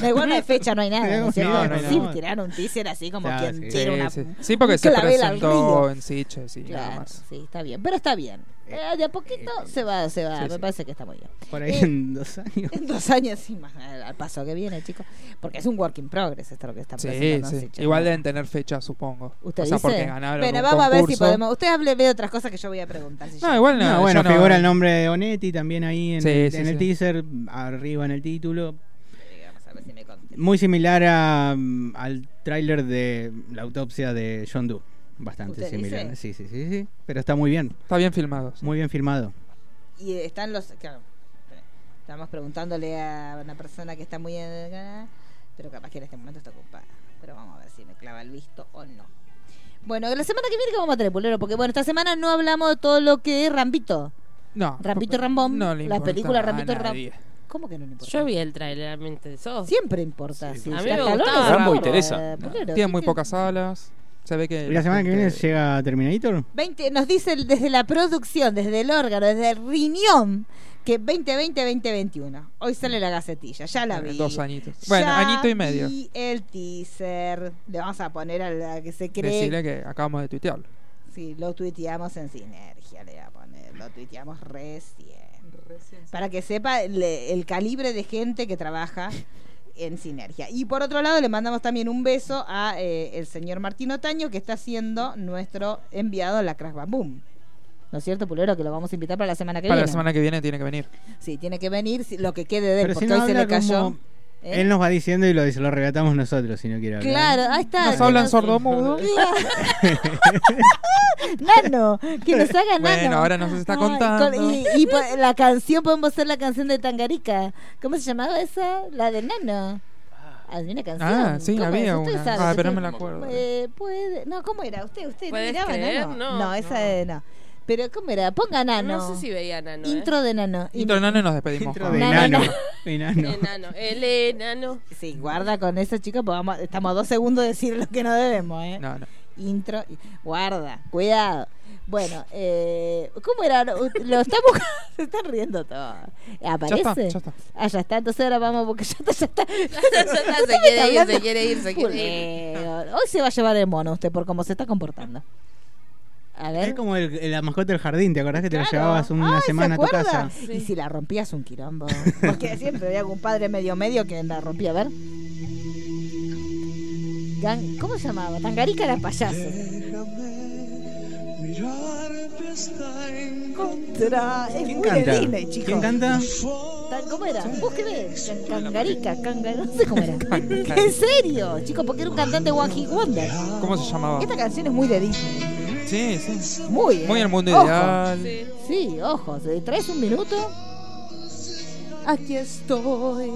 Da igual no hay fecha, no hay nada. ¿no es cierto?
No, no hay
sí,
nada.
tiraron un teaser así como
Ah,
quien
sí.
tira una.
sí. Sí, porque
un
se
clavel al río.
presentó en Sitges y nada
Claro,
más.
sí, está bien. Pero está bien. Eh, de a poquito se va, se va.
sí,
me
sí.
parece que está muy
<laughs>
bien.
Por ahí
Eh,
en dos años.
En dos años y más, al al paso que viene, chicos. Porque es un work in progress esto lo que está
Sí,
pasando.
sí. Igual deben tener fecha, supongo.
Usted
o sea,
dice.
porque ganaron
Bueno,
un
vamos a ver si
concurso.
podemos. Usted hable de otras cosas que yo voy a preguntar. si
No,
yo-
igual no.
No, bueno,
yo no-
figura el nombre de Onetti también ahí en,
Sí,
el-
sí,
en
sí.
el teaser, arriba en el título.
Vamos a ver si me conté.
Muy similar a, mm, al tráiler de la autopsia de John Doe. Bastante
¿Usted
similar.
dice?
Sí, sí, sí, sí. Pero está muy bien,
Está bien filmado. sí.
muy bien filmado.
Y están los. Claro. espera, Estamos preguntándole a una persona que está muy. en- Pero capaz que en este momento está ocupada. Pero vamos a ver si me clava el visto o no. Bueno, la semana que viene que vamos a tener, pulero, porque bueno, esta semana no hablamos de todo lo que es Rambito.
No.
Rampito Rambón,
No le
la
importa
película
a
Rampito Ram-
nadie.
¿Cómo que no le importa?
yo vi el trailer, me interesó.
Siempre importa. sí,
A mí
la
me
calor
gustaba
es
Rambo y
gorda,
Teresa.
eh, pulero,
Tiene
¿qué
muy
tiene?
pocas alas. Se ve que.
¿Y la semana que viene
Eh, gente-
llega Terminator?
20, nos dice el- desde la producción, desde el órgano, desde el riñón, que 2020-2021. Hoy sale la gacetilla, ya la vi.
Dos añitos. Bueno,
Ya
añito y medio.
vi el teaser. Le vamos a poner a la que se cree.
Decirle que acabamos de tuitearlo.
Sí, lo tuiteamos en sinergia, le voy a poner. Lo tuiteamos recién. Para que sepa el, el calibre de gente que trabaja en sinergia. Y por otro lado, le mandamos también un beso a eh, el señor Martín Otaño, que está siendo nuestro enviado a la Crash Bam Boom. ¿No es cierto, Pulero? Que lo vamos a invitar para la semana que
Para la
viene.
semana que viene tiene que venir.
Sí, tiene que venir si- lo que quede de él,
Pero
porque
si no
hoy se
habla
le cayó.
como-
¿Eh?
Él nos va diciendo y lo, se lo regatamos nosotros si no quiere hablar.
Claro, ahí está.
Nos
que
hablan
nos-
sordomudo. <laughs>
<laughs> Nano, que nos haga
Bueno,
Nano.
ahora nos está
Ay,
contando.
con- y y po- la canción, podemos hacer la canción de Tangarica. ¿Cómo se llamaba esa? La de Nano. Hay una canción.
Ah, sí,
¿Cómo
había
es? Ustedes
una.
saben,
Ah,
yo
pero no
estoy-
me la acuerdo.
Eh, puede- No, ¿cómo era? ¿Usted, usted
¿Puedes
miraba
creer?
Nano?
No,
esa de no. Pero ¿cómo era? Ponga Nano.
No sé si veía Nano. ¿eh?
Intro de Nano.
Intro de nano y nos despedimos.
Intro
con-
de
Nano.
nano. <laughs>
Enano. El enano.
Sí, guarda con eso, chicos, porque vamos- estamos a dos segundos de decir lo que no debemos, ¿eh?
No, no.
Intro. Guarda, cuidado. Bueno, eh, ¿cómo era? Lo lo está buscando. <laughs> Se están riendo todos.
Ya
¿Aparece?
está, ya está.
Ah, ya está. Entonces ahora vamos porque ya está, ya está.
<laughs> Ya
<laughs>
está, se
Usted me
quiere
está
ir, se
hablando.
quiere ir, se quiere
Pulero. Hoy se va a llevar el mono usted por cómo se está comportando. A ver.
Es como el- el- la mascota del jardín, ¿te acordás que te la
Claro.
llevabas una
Ay, ¿se
semana a tu
acuerda?
casa?
Y si la rompías un quilombo. Porque siempre había algún padre medio medio que la rompía. A ver. Gan- ¿Cómo se llamaba? Tangarica era payaso. Contra. Es
¿Quién
muy de
canta?
Disney, chicos.
¿Quién canta?
Tan- ¿Cómo era? Búsqueme. Can- Cangarica, canga, no sé cómo era. ¿En serio? Chicos, porque era un cantante One Hit Wonder.
¿Cómo se llamaba?
Esta canción es muy de Disney.
Sí, sí.
Muy.
Muy
eh.
el mundo
Ojo.
ideal.
Sí, ojo, ¿se- ¿traes un minuto? Aquí estoy,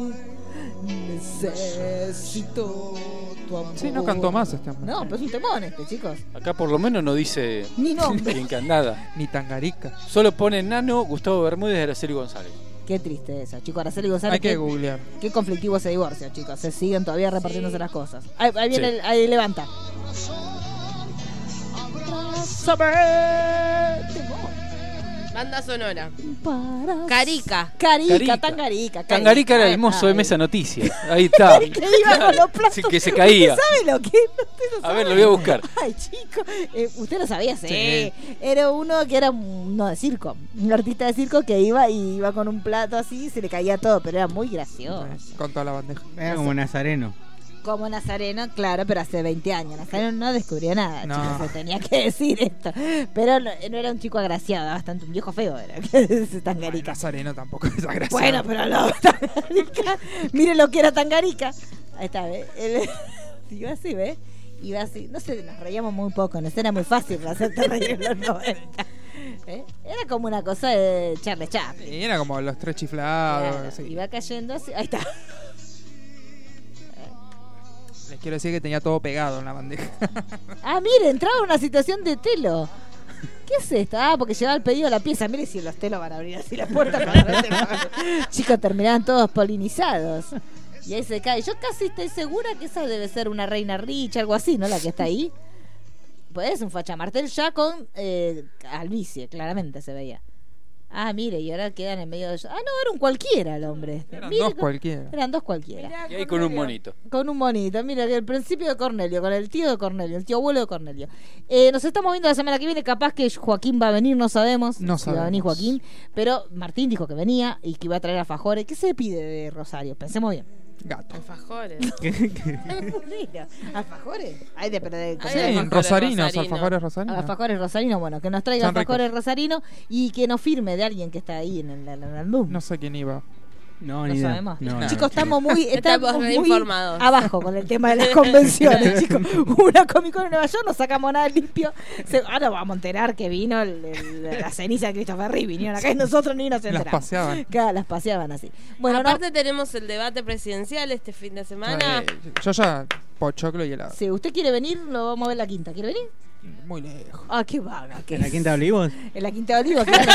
necesito tu amor.
Sí, no cantó más este hombre.
No, pero es un temón este, chicos.
Acá por lo menos no dice
Ni nombre.
bien <laughs> que nada.
Ni Tangarica.
Solo pone Nano, Gustavo Bermúdez y Araceli González.
Qué triste eso, chicos. Araceli González,
Hay que
qué,
googlear.
qué conflictivo ese divorcio, chicos. Se siguen todavía repartiéndose las cosas. Ahí, ahí viene, el- ahí levanta.
ir. Banda sonora.
Para-
Carica.
Carica,
Carica.
tan carica.
Cangarica era el mozo de mesa noticia. Ahí
<laughs>
está.
Que
<laughs>
iba con los platos.
Sí, que se caía.
¿Usted sabe lo que? ¿Usted lo
A
sabe?
ver, lo voy a buscar.
Ay, chico, eh, usted lo sabía, sí. Era uno que era uno de circo, un artista de circo que iba y iba con un plato así y se le caía todo, pero era muy gracioso.
Con toda la bandeja.
Era como Nazareno.
Como Nazareno, claro, pero hace 20 años. Nazareno no descubrió nada,
No.
chicos, se tenía que <laughs> decir esto. Pero no, no era un chico agraciado, era bastante un viejo feo, era <laughs> es
Ay,
tangarica.
Nazareno tampoco es agraciado.
Bueno, pero no, Tangarica. Mire lo que era Tangarica. Ahí está, ¿ves? <laughs> Él- iba así, ¿ves? Iba así. No sé, nos reíamos muy poco. Nos era muy fácil hacerte <laughs> reír en los 90. ¿Eh? Era como una cosa de Charles Chaplin.
Y Era como los tres
Claro,
chiflados. sí.
Iba cayendo así. Ahí está.
Les quiero decir que tenía todo pegado en la bandeja.
Ah, mire, entraba en una situación de telo. ¿Qué es esto? Ah, porque llevaba el pedido de la pieza. Mire si los telos van a abrir así la puerta. para abrirse. Chicos, terminaban todos polinizados. Y ahí se cae. Yo casi estoy segura que esa debe ser una reina richa, algo así, ¿no? La que está ahí. Pues es un fachamartel ya con eh, albicie, claramente se veía. Ah, mire, y ahora quedan en medio de... Ah, no, era un cualquiera el hombre. este.
Eran
Mire,
dos
co-
cualquiera.
Eran dos cualquiera.
Y ahí con un monito.
Con un monito, mira, que el principio de Cornelio, con el tío de Cornelio, el tío abuelo de Cornelio. Eh, nos estamos viendo la semana que viene, capaz que Joaquín va a venir, no sabemos
No
si va a venir
sabemos.
Joaquín, pero Martín dijo que venía y que iba a traer a Fajores. ¿Qué se pide de Rosario? Pensemos <laughs> bien.
Gato.
Alfajores.
¿Alfajores? Ay, de, pero de
Ay,
Sí, rosarinos,
alfajores rosarinos.
alfajores rosarinos.
Alfajores Rosarino, bueno, que nos traiga
Son ricos.
Alfajores Rosarino y que nos firme de alguien que está ahí en el, en el álbum.
No sé quién iba.
No,
No
ni idea.
sabemos.
No, no.
chicos, estamos muy, estamos
Estamos re
muy
informados.
abajo con el tema de
<laughs>
las convenciones, chicos. Una Comic Con en Nueva York, no sacamos nada limpio. Se- ahora vamos a enterar que vino el- el- la ceniza de Christopher Reeve. Vinieron acá y nosotros ni nos
Las
enteramos. <laughs>
paseaban.
Claro, las paseaban así. Bueno, no-
Aparte tenemos el debate presidencial este fin de semana.
Eh, Yo ya pochoclo y helado.
si usted quiere venir, lo vamos a ver la quinta. ¿Quiere venir?
Muy lejos.
Ah, qué vaga. que
¿En la
es.
quinta de
<laughs>
Olivos?
En la quinta de Olivo, claro.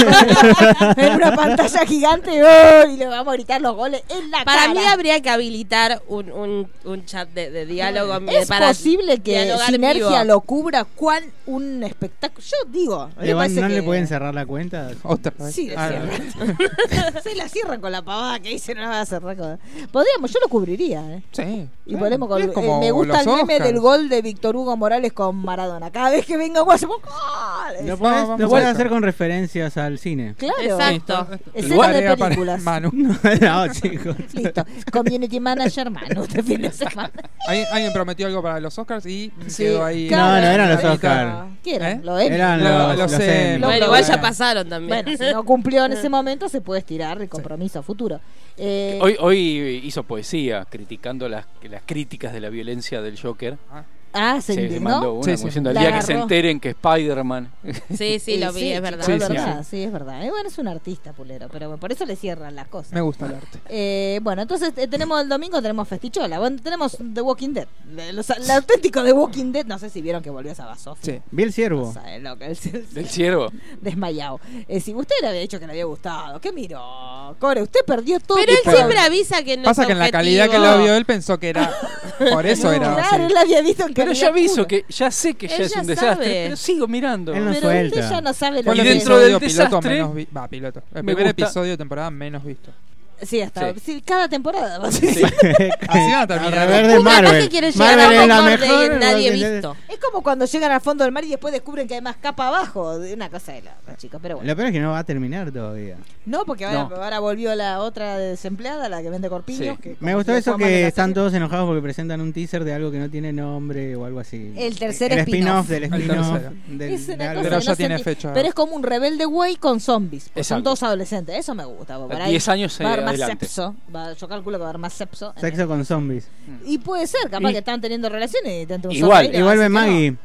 <laughs> en una pantalla gigante. ¡oh! y le vamos a gritar los goles en la
Para
cara.
mí habría que habilitar un, un, un chat de, de diálogo. eh,
¿Es
para
posible que
dialogar
Sinergia
vivo.
lo cubra cual un espectáculo? Yo digo, a mí
Le
me
van-
parece
¿No
que
le pueden cerrar la cuenta?
Otra vez.
Sí, la
Ah,
cierran. <laughs> Se la cierran con la pavada que dicen, no la van a cerrar con... Podríamos, yo lo cubriría, ¿eh?
sí.
Y ponemos con,
Es
eh,
como
me gusta el
los
meme
Oscars.
del gol de Víctor Hugo Morales con Maradona. Cada vez que venga Guay, hacemos goles.
Lo
vamos
puedes,
a
lo puedes
hacer.
hacer con referencias al
<laughs>
cine. <laughs>
Claro.
Exacto.
Escena
Igual
de
era para
películas.
Manu.
no, chicos.
Listo. Community manager,
<laughs>
mano, este fin de semana.
Alguien, alguien prometió algo para los Oscars y
Sí,
quedó ahí.
No, no eran los
Ahí
Oscar.
¿Qué eran?
¿Eh?
Lo Emmy.
Eran
Lo-
los,
los
los
Emmy.
Emmy.
Bueno,
Lo
igual ya
logra.
pasaron también.
Bueno, si no cumplió en ese momento, se puede estirar el compromiso a futuro. Eh,
Hoy, hoy hizo poesía criticando las, las críticas de la violencia del Joker.
Ah.
Ah, se
le
entendió.
mandó una como diciendo, el día que se enteren que Spider-Man.
Sí, sí, lo vi, es verdad.
Sí,
Sí,
es
sí,
verdad, sí, es verdad. Eh, bueno, es un artista pulero, pero bueno, por eso le cierran las cosas.
Me gusta el arte.
Eh, bueno, entonces eh, tenemos el domingo, tenemos Festichola, bueno, tenemos The Walking Dead, de los- el auténtico The Walking Dead, no sé si vieron que volvió a Sabasoff.
Sí.
Vi el ciervo.
Sabe lo que es el-
Del ciervo.
desmayado. Eh, si usted le había dicho que le había gustado, ¿qué miró? Core, usted perdió todo.
Pero él
tipo-
siempre avisa que no
Pasa
es
que en la
objetivo.
calidad que lo vio él pensó que era. Por eso era.
Claro,
así.
él había visto en
Pero
calidad
ya aviso
pura.
que ya sé que ya
Él
es
ya
un desastre,
sabe.
pero sigo mirando.
Él no
Pero usted
suelta.
ya no sabe lo
Fue
Y
el
que es.
dentro del
episodio piloto
desastre,
menos vi- va, piloto. El
me
primer
gusta-
episodio de temporada menos visto.
Sí, hasta
Sí.
sí, cada temporada.
Así van
<laughs>
a
Al
terminar.
revés de
Un ataque
Marvel.
quiere llegar
Marvel
a
es la
un borde
mejor.
que nadie
Walking Dead
visto.
es-
Es como cuando llegan al fondo del mar y después descubren que hay más capa abajo. de Una cosa de la otra, chicos. Pero bueno.
Lo peor es que no va a terminar todavía.
No, porque ahora,
No.
ahora volvió la otra desempleada, la que vende corpiños.
Sí.
que
Me
como
gustó
le
eso
fue mal en
que
la
están
serie.
todos enojados porque presentan un teaser de algo que no tiene nombre o algo así.
El tercer
El
spin-off.
spin-off del
El
spin-off.
tercero.
del-
Es una
de algo.
cosa
Pero
que
ya
no
tiene
sentí.
fecha.
Pero es como un rebelde güey con zombies. porque Son
Exacto.
dos adolescentes. Eso me gusta. porque
A
ahí
10 años, eh,
va a haber más
adelante.
sexo. Va- yo calculo que va a haber más sexo. en
Sexo con zombies.
Y puede ser, capaz
Y-
que están teniendo relaciones. y tanto un
Igual,
zorro
Y
ahí,
vuelve
así que no.
Maggie.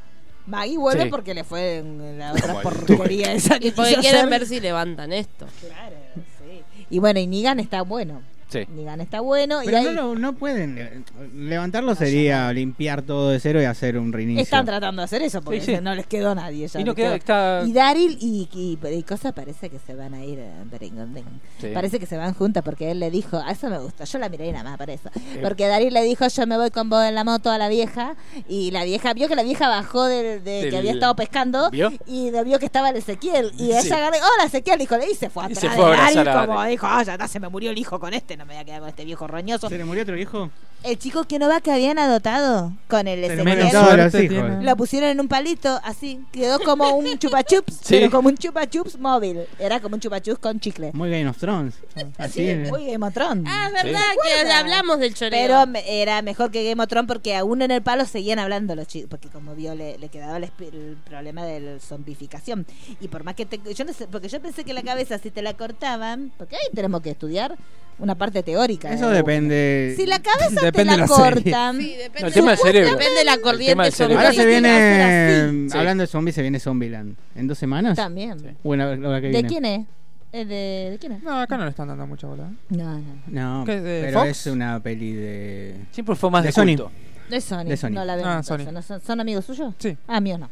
Maggie vuelve
Sí.
porque le fue en la otra
Como el
porquería
<laughs>
esa que
Y porque
quiso
quieren
hacer.
ver si levantan esto.
Claro, sí. Y bueno, y Negan está bueno.
Sí.
Negan está bueno. y
Pero
ahí
no, lo- no pueden. le- Levantarlo sería limpiar todo de cero y hacer un reinicio.
están tratando de hacer eso porque
Sí, sí.
no les quedó nadie. ya
Y no
les
queda,
quedó.
está...
Y Daryl y, y, y Cosa parece que se van a ir eh, a Beringonding.
Sí.
Parece que se van juntas porque él le dijo, a eso me gusta, yo la miré nada más para eso.
Eh.
Porque Daryl le dijo, yo me voy con vos en la moto a la vieja y la vieja vio que la vieja bajó de, de que
Del-
había estado pescando
¿Vio?
y lo vio que estaba el Ezequiel y ella
Sí.
agarró, hola Ezequiel, dijo, y se fue
Y
atrás
se
de
fue a
Daryl,
abrazar a
como
Daryl.
dijo, "Ah, ya está, se me murió el hijo con este, no me voy a quedar con este viejo roñoso.
¿Se le murió otro hijo?
El chico que no va que habían adoptado con el
Se le
Ezequiel.
murieron todos los
Suerte
hijos.
tiene.
Lo pusieron en un palito, así. Quedó como un chupa chups,
Sí.
pero como un chupa chups móvil. Era como un chupa chups con chicle.
Muy Game of Thrones. Así
Sí,
es.
muy Game of Thrones.
Ah, es verdad que hablamos del choreo.
pero me- era mejor que Game of Thrones porque aún en el palo seguían hablando los chicos. Porque como vio, le, le quedaba el, esp- el problema de la zombificación. Y por más que te, yo no sé, porque yo pensé que la cabeza si te la cortaban, porque ahí tenemos que estudiar una parte teórica.
Eso
de-
depende.
Si la cabeza te
Depende
la,
de la serie.
cortan.
Sí, depende,
No, el tema del cerebro.
depende de la
El tema
corriente
del cerebro.
zombie.
Ahora
Pero
se
tiene que hacer
viene.
así.
Hablando de zombies, se viene Zombieland. ¿En dos semanas?
También.
Bueno, la, la que
¿De
viene.
quién es? Eh, ¿De, de quién es?
No, acá no le están dando mucha bola. ¿eh?
No, no.
No,
¿Qué, de
pero
Fox?
es una peli de.
Siempre fue más
De
de,
Sony.
culto.
No es Sony.
De Sony.
No la veo.
Ah,
entonces,
Sony.
¿no son, son amigos suyos?
Sí.
Ah, míos no.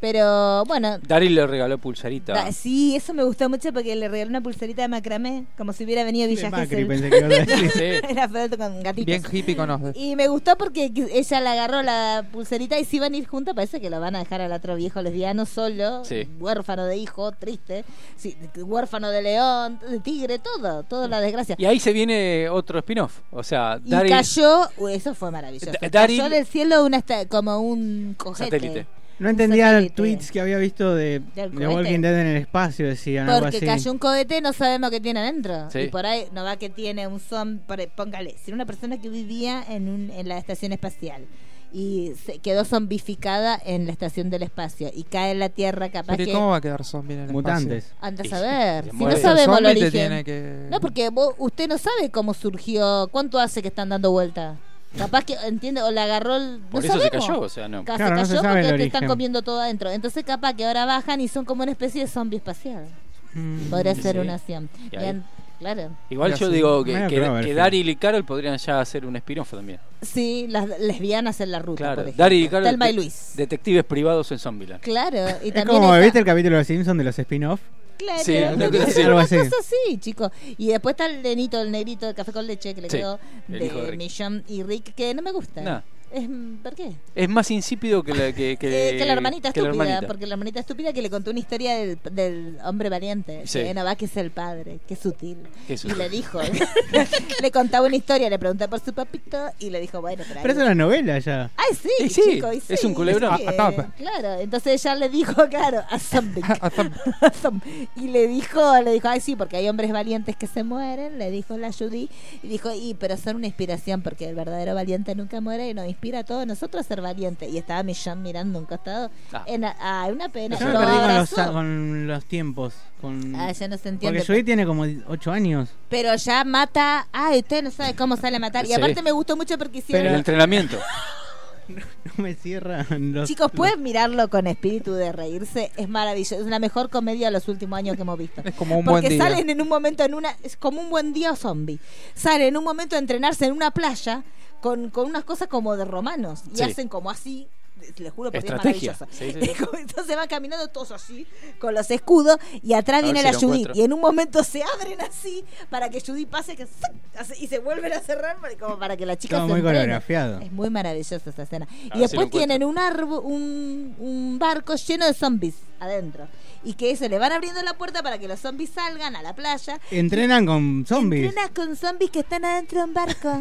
Pero bueno.
Daryl le regaló pulsarita.
da- sí, eso me gustó mucho porque le regaló una pulserita de macramé, como si hubiera venido Villa
Macri,
Gesell.
pensé que iba a decir.
Sí.
<laughs> Era feroz con gatitos.
Bien hippie con los de-
Y me gustó porque ella le agarró la pulserita y si van a ir juntas, parece que lo van a dejar al otro viejo lesbiano solo,
Sí.
huérfano de hijo, triste, sí, huérfano de león, de tigre, todo, toda la desgracia.
Y ahí se viene otro spin-off. O sea,
Y
Daryl...
cayó, eso fue maravilloso.
Da-
cayó
Daryl-
del cielo una, esta- como un cojete.
Satélite.
No entendía
satélite.
tweets que había visto de,
Del
de
cohete.
Walking Dead en el espacio, decían algo
Porque
así.
cayó un cohete, no sabemos qué tiene adentro.
Sí.
Y por ahí no va que tiene un zombie. Póngale, si era una persona que vivía en, un- en la estación espacial y se quedó zombificada en la estación del espacio y cae en la Tierra, capaz
Pero ¿y
que.
¿Cómo va a quedar zombie en el espacio? Eh,
Mutantes.
Anda a
Y se-
saber.
se
Si no
muere.
sabemos el
zombie te
origen.
tiene que...
No, porque vos- usted no sabe cómo surgió, cuánto hace que están dando vuelta. Capaz que, entiende, o la agarró el. no
Por eso se
sabemos.
cayó, o sea, no.
Ca-
Claro,
se
no se
cayó
sabe
porque
el
te están
origen.
comiendo todo adentro. Entonces, capaz que ahora bajan y son como una especie de zombie espacial.
Mm. <laughs>
Podría
Sí.
ser una acción.
Y ahí-
Bien, claro.
Igual
Ya
yo
sí.
digo que,
Medio
que,
que va a haber
que
fin.
Daryl y Carol podrían ya hacer un spin-off también.
Sí, las lesbianas en la ruta.
Claro.
por ejemplo.
Daryl y Carol.
Telma y
de-
Luis.
Detectives privados en Zombieland.
Claro, y
Es
también.
como,
está-
¿viste el capítulo de los Simpsons de los spin-off?
Claro,
Sí, una cosa así.
Algo
una
así.
cosa así, chicos. Y después está el nenito, el negrito de café con leche que le
Sí,
quedó
el
de,
hijo de Rick.
Millón y Rick, que no me gusta.
No.
Es, ¿Por qué?
Es más insípido que la, que, que,
<laughs> Eh, que la hermanita
que la
estúpida,
hermanita.
porque la hermanita estúpida que le contó una historia del, del hombre valiente,
Sí.
que no va que es el padre, que es sutil.
Qué sutil.
Y le dijo, <laughs> le contaba una historia, le preguntaba por su papito y le dijo, bueno, pero...
Pero es
ahí-
una novela ya.
Ay, sí,
Y sí,
chico, y
es
sí,
un culebrón.
sí,
A- atapa.
claro, entonces ella le dijo, <laughs> claro, a
<laughs>
something.
Ah, zombie.
a som- y le dijo, le dijo, ay sí, porque hay hombres valientes que se mueren, le dijo la Judy, y dijo, y pero son una inspiración, porque el verdadero valiente nunca muere y nos inspira a todos nosotros a ser valientes. Y estaba Millán mirando a un costado,
Ah.
en, ay, una pena.
Yo
lo
me perdí con los,
abrazó.
con los tiempos. Con...
Ah, ya no se entiende.
Porque Shui tiene como 8 años. <laughs>
Pero ya mata, ay, usted no sabe cómo sale a matar. Y
Sí.
aparte me gustó mucho porque hicieron <laughs>
El entrenamiento.
No me cierran los.
Chicos, pueden mirarlo con espíritu de reírse. Es maravilloso. Es la mejor comedia de los últimos años que hemos visto.
Es como un
Porque
buen día.
salen en un momento en una. Es como un buen día zombie. Salen en un momento a entrenarse en una playa con, con unas cosas como de romanos. Y
Sí.
hacen como así. Les juro porque
Estrategia.
es maravilloso. <laughs>
Sí, sí, sí.
Entonces van caminando todos así, con los escudos, y atrás
A
viene
ver
la
si lo
Judith.
encuentro.
Y en un momento se abren así para que Judith pase que ¡zac! hace- y se vuelven a cerrar para- como para que la chica
Estaba
se
muy
entrene.
coreografiado.
Es muy maravillosa esa escena.
ver
y
si
después
lo encuentro.
tienen un, arbo- un, un barco lleno de zombies adentro. Y que se le van abriendo la puerta para que los zombies salgan a la playa.
Entrenan con zombies.
Nenas con zombies que están adentro de un
<laughs>
barco.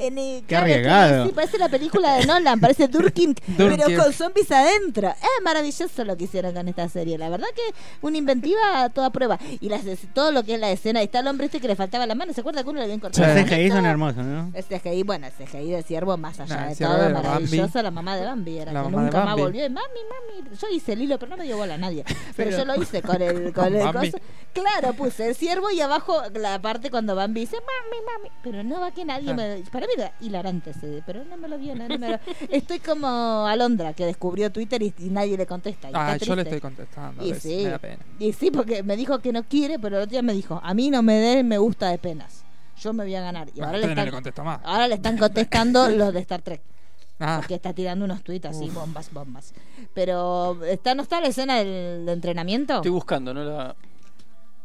En el-
Qué
claro, tiene-
arriesgado.
Sí, parece la película de Nolan,
<laughs>
parece Durkin, pero
Durkin.
con zombies adentro. Es maravilloso lo que hicieron con esta serie. La verdad que una inventiva a toda prueba. Y las, todo lo que es la escena. Está el hombre este que le faltaba la mano. ¿Se acuerda que uno le habían
Los
cortado? la
CGI son
manito?
hermosos, ¿no?
El CGI, bueno, el CGI del ciervo más allá
Nah, el
de
ciervo
todo,
era
maravilloso,
Bambi.
la mamá de Bambi era
La
que
mamá de
nunca más
Bambi.
volvió. Y, mami, mami, yo hice el hilo, pero no me dio bola a nadie. Pero,
Pero-
yo lo hice con el, con
Con
el
Bambi.
coso. Claro, puse el ciervo y abajo la parte cuando Bambi dice, mami, mami, pero no va que nadie me... Para mí era hilarante ese, pero no me lo vio, no, no me lo- <laughs> Estoy como Alondra, que descubrió Twitter y, y nadie le contesta. y
Ah,
está
yo le
triste.
estoy contestando.
Y
es-
sí,
me da pena.
y sí, porque me dijo que no quiere, pero el otro día me dijo, a mí no me den me gusta de penas. Yo me voy a ganar. Y
Bueno,
ahora, le
entonces no
están,
le contesto más.
ahora le están
<laughs>
contestando los de Star Trek.
Ah.
Porque está tirando unos tweets así,
Uf.
bombas, bombas. Pero, ¿está, ¿no está la escena del, del entrenamiento?
Estoy buscando, no la.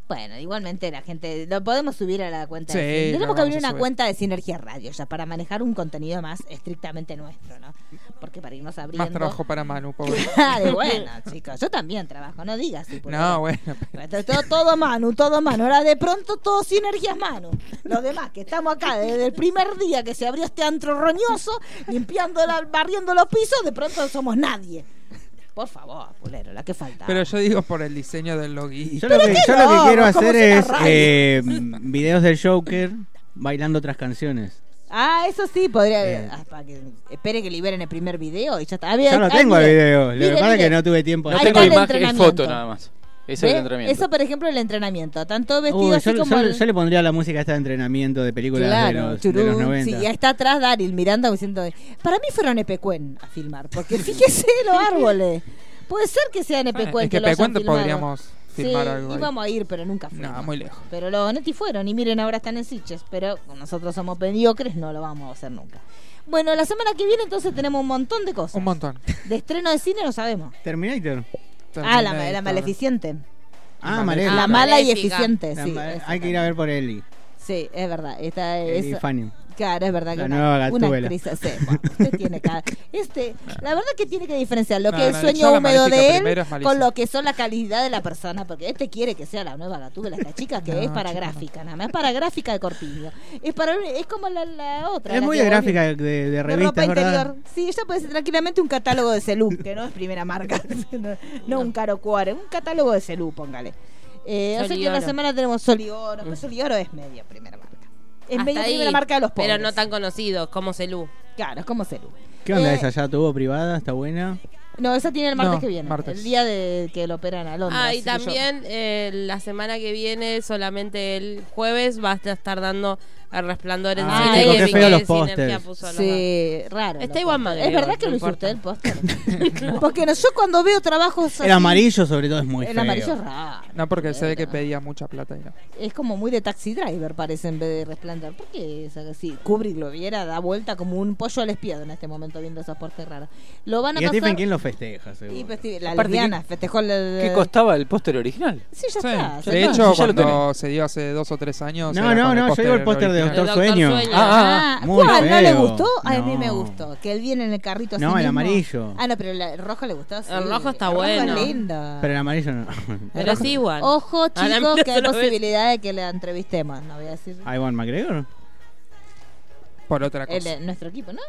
Bueno, igualmente la gente, lo podemos subir a la cuenta. de
Sí,
Sin-
lo
Tenemos que abrir
vamos a
una
subir.
cuenta de Sinergia Radio, ya para manejar un contenido más estrictamente nuestro, ¿no? Porque para irnos abriendo... <laughs>
Más trabajo para Manu, pobre.
Claro, bueno, chicos, yo también trabajo, no digas. sí, por
No,
favor.
bueno.
Pero Todo, todo Manu, todo Manu. Ahora de pronto todo sinergias Manu. Los demás que estamos acá desde el primer día que se abrió este antro roñoso, limpiando, la- barriendo los pisos, de pronto somos nadie. Por favor, pulero, la que falta.
Pero yo digo por el diseño del loguito.
Yo lo que, yo lo que quiero hacer es
radio?
eh, videos del Joker bailando otras canciones.
Ah, eso sí, podría. ah, para que- espere que liberen el primer video y ya está. Ah, bien,
Eh. Yo no
ah,
tengo el
mire,
video, lo
mire,
que pasa es que
mire.
no tuve tiempo.
Ahí
de-
está el entrenamiento.
foto nada más. Ese
¿Ve?
es el entrenamiento.
Eso, por ejemplo, el entrenamiento. Tanto vestido
Uy,
así
yo, yo-
como. el-
yo le pondría la música a este entrenamiento de películas
Claro,
de, los, de los
churú,
90.
Sí, y ahí está atrás Daryl mirando diciendo, para mí fueron Epecuen a filmar, porque fíjese los árboles. Puede ser que sean Epecuen
Es que
los hayan
Pecuente
filmado.
podríamos filmar
sí,
algo. ahí.
íbamos a ir, pero nunca fuimos.
No, muy lejos.
Pero los Onetti fueron y miren, ahora están en Sitges, pero nosotros somos mediocres, no lo vamos a hacer nunca. Bueno, la semana que viene entonces tenemos un montón de cosas.
Un montón.
De estreno de cine no sabemos.
Terminator.
Ah, la, la maleficiente. Maléfica.
Ah, Maléfica.
La mala y eficiente,
La
sí,
ma-
esa
Hay que ir a ver por Ellie.
Sí, es verdad. Esta es...
Ellie Fanning.
Claro, es verdad que
La
una,
nueva
una
Gatúbela.
actriz sí, bueno, usted tiene cara- este, la verdad que tiene que diferenciar lo que
No,
es
no,
sueño
yo la
húmedo
Maléfica
de
primero
él
es malísima.
con lo que son la calidad de la persona, porque este quiere que sea la nueva Gatúbela, esta chica que
<laughs> No,
es para
chico, no.
gráfica, nada más para gráfica de corpiño. Es para es como la, la otra.
Es
la
muy
que
de
volvió-
gráfica de, de
de
revistas,
ropa
¿verdad?
interior. Sí, ella puede ser tranquilamente un catálogo de Celú, que no es primera marca, <laughs> no, no un caro cuore, un catálogo de Celú, póngale. Eh, o
Sol
sea
y
que la
Oro.
semana tenemos Sol y Oro, pero Sol y Oro es media primera marca. Es
Hasta
media
ahí,
primera marca de los pobres.
Pero no tan conocidos como Celú.
Claro, es como Celú.
¿Qué onda
Eh,
esa? ¿Ya tuvo privada? ¿Está buena?
No, esa tiene el martes
No,
que viene,
martes.
el día de que lo operan a Londres.
Ah, y
así que yo-
también eh, la semana que viene, solamente el jueves, vas a estar dando el resplandor en
Ah,
cine
chicos,
y
qué
en
feo
Miguel
los
Sinergia
pósters.
puso los
Sí, raro.
Está
los
igual
pósteres.
Madrid,
Es verdad que
no
lo hizo usted
importa.
el póster.
<laughs>
Porque no, yo cuando veo trabajos
El
así-
amarillo, sobre todo, es muy
El
feo.
amarillo es raro.
No, porque se ve que pedía mucha plata y no.
Es como muy de taxi driver, parece, en vez de resplandor. ¿Por qué es así? Kubrick lo viera, da vuelta como un pollo al espiado en este momento viendo esa porte rara. Lo van a
Y a
pasar.
Stephen King lo festeja, seguro.
Y pues, sí, la
Aparte,
lesbiana
¿qué-
festejó el.
¿Qué costaba el póster original?
Sí, ya está.
ya
De
está,
hecho,
ya lo
cuando se dio hace dos o tres años.
No,
era
no,
con
no, yo digo el póster
original.
de Doctor Doctor Sueño. Sueño.
Ah, ah,
Ah,
ah.
muy
¿Cuál? ¿No le
feo.
gustó? A mí me
No.
gustó. Que él viene en el carrito así.
No, el
mismo.
amarillo.
Ah, no, pero la- el rojo le gustó. sí.
El rojo está
El es
bueno.
lindo.
Pero el amarillo no. <laughs>
Pero es igual.
Ojo,
A la
chicos,
mina
que
se
hay
lo ve.
posibilidad de que la entrevistemos. No voy a decir.
¿Iwan McGregor?
Por otra
El, eh, nuestro equipo, no.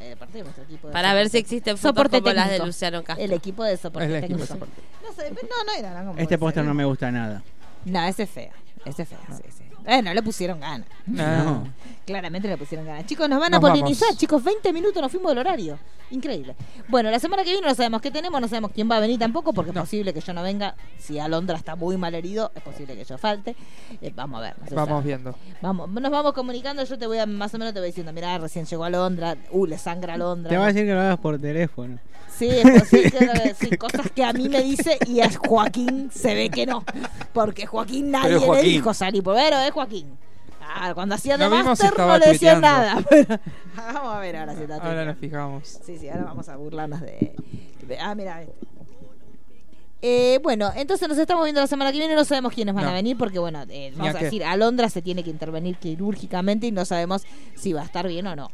Eh, parte de nuestro equipo. de
Para
soporte.
ver si existen fotos
Soporte
como las de
técnico.
Luciano Castro.
El equipo de soporte
El equipo
técnico.
de soporte.
No sé, no, no era. No, como
Este póster no me gusta nada.
No, ese es feo. Ese es feo. sí, sí. Eh, no le pusieron ganas.
No.
Claramente le pusieron ganas. Chicos, nos van a
Nos
polinizar,
vamos.
chicos. 20 minutos nos fuimos del horario. Increíble. Bueno, la semana que viene no sabemos qué tenemos, no sabemos quién va a venir tampoco, porque es posible que yo no venga. Si Alondra está muy mal herido, es posible que yo falte. Eh, vamos a ver. no se
Vamos
sabe.
viendo.
Vamos, nos vamos comunicando. Yo te voy a, más o menos te voy diciendo, mirá, recién llegó Alondra. Uh, le sangra Alondra.
Te va a decir que lo hagas por teléfono.
Sí, es posible, que- sí, cosas que a mí me dice y a Joaquín se ve que no. Porque Joaquín
Pero
nadie
es Joaquín.
le dijo salir por pero es Joaquín. Ah, cuando hacía de
Lo mismo si
máster no
estaba
le decía
tuiteando.
nada. <laughs> pero- vamos a ver ahora si está
Ahora
tuiteando.
nos fijamos.
Sí, sí, ahora vamos a burlarnos de. de- ah, mira. este. Eh, bueno, entonces nos estamos viendo la semana que viene. No sabemos quiénes van
No.
a venir porque, bueno, eh,
Ni
vamos
a
a
qué.
decir, Alondra se tiene que intervenir quirúrgicamente y no sabemos si va a estar bien o no.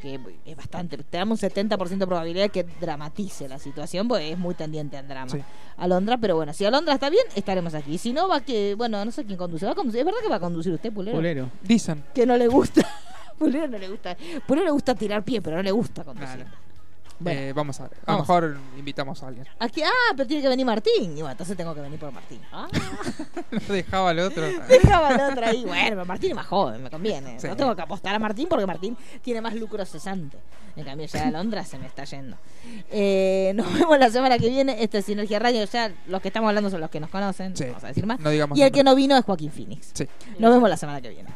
Que es bastante. Tenemos un 70% de probabilidad que dramatice la situación porque es muy tendiente al drama.
Sí.
Alondra, pero bueno, si Alondra está bien, estaremos aquí. Si no, va que. Bueno, no sé quién conduce. ¿Va a conducir? ¿Es verdad que va a conducir usted, Pulero?
Pulero.
Dicen.
Que no le gusta. <laughs> Pulero no le gusta. Pulero le gusta tirar pie, pero no le gusta conducir.
Claro.
Bueno.
Eh, vamos a ver. A lo
Vamos.
mejor invitamos a alguien. <laughs>
Aquí, ah, pero tiene que venir Martín. Y bueno, entonces tengo que venir por Martín. Ah,
Lo dejaba el otro.
<laughs> dejaba la otra ahí. Bueno, pero Martín es más joven, me conviene.
Sí.
No tengo que apostar a Martín porque Martín tiene más lucro cesante. En cambio, ya a Londra se me está yendo. Eh, nos <laughs> vemos la semana que viene. Este es Sinergia Radio. Ya los que estamos hablando son los que nos conocen.
Sí.
Vamos a decir más.
No digamos
y el
nombre.
que no vino es Joaquín Phoenix.
Sí.
Nos vemos la semana que viene.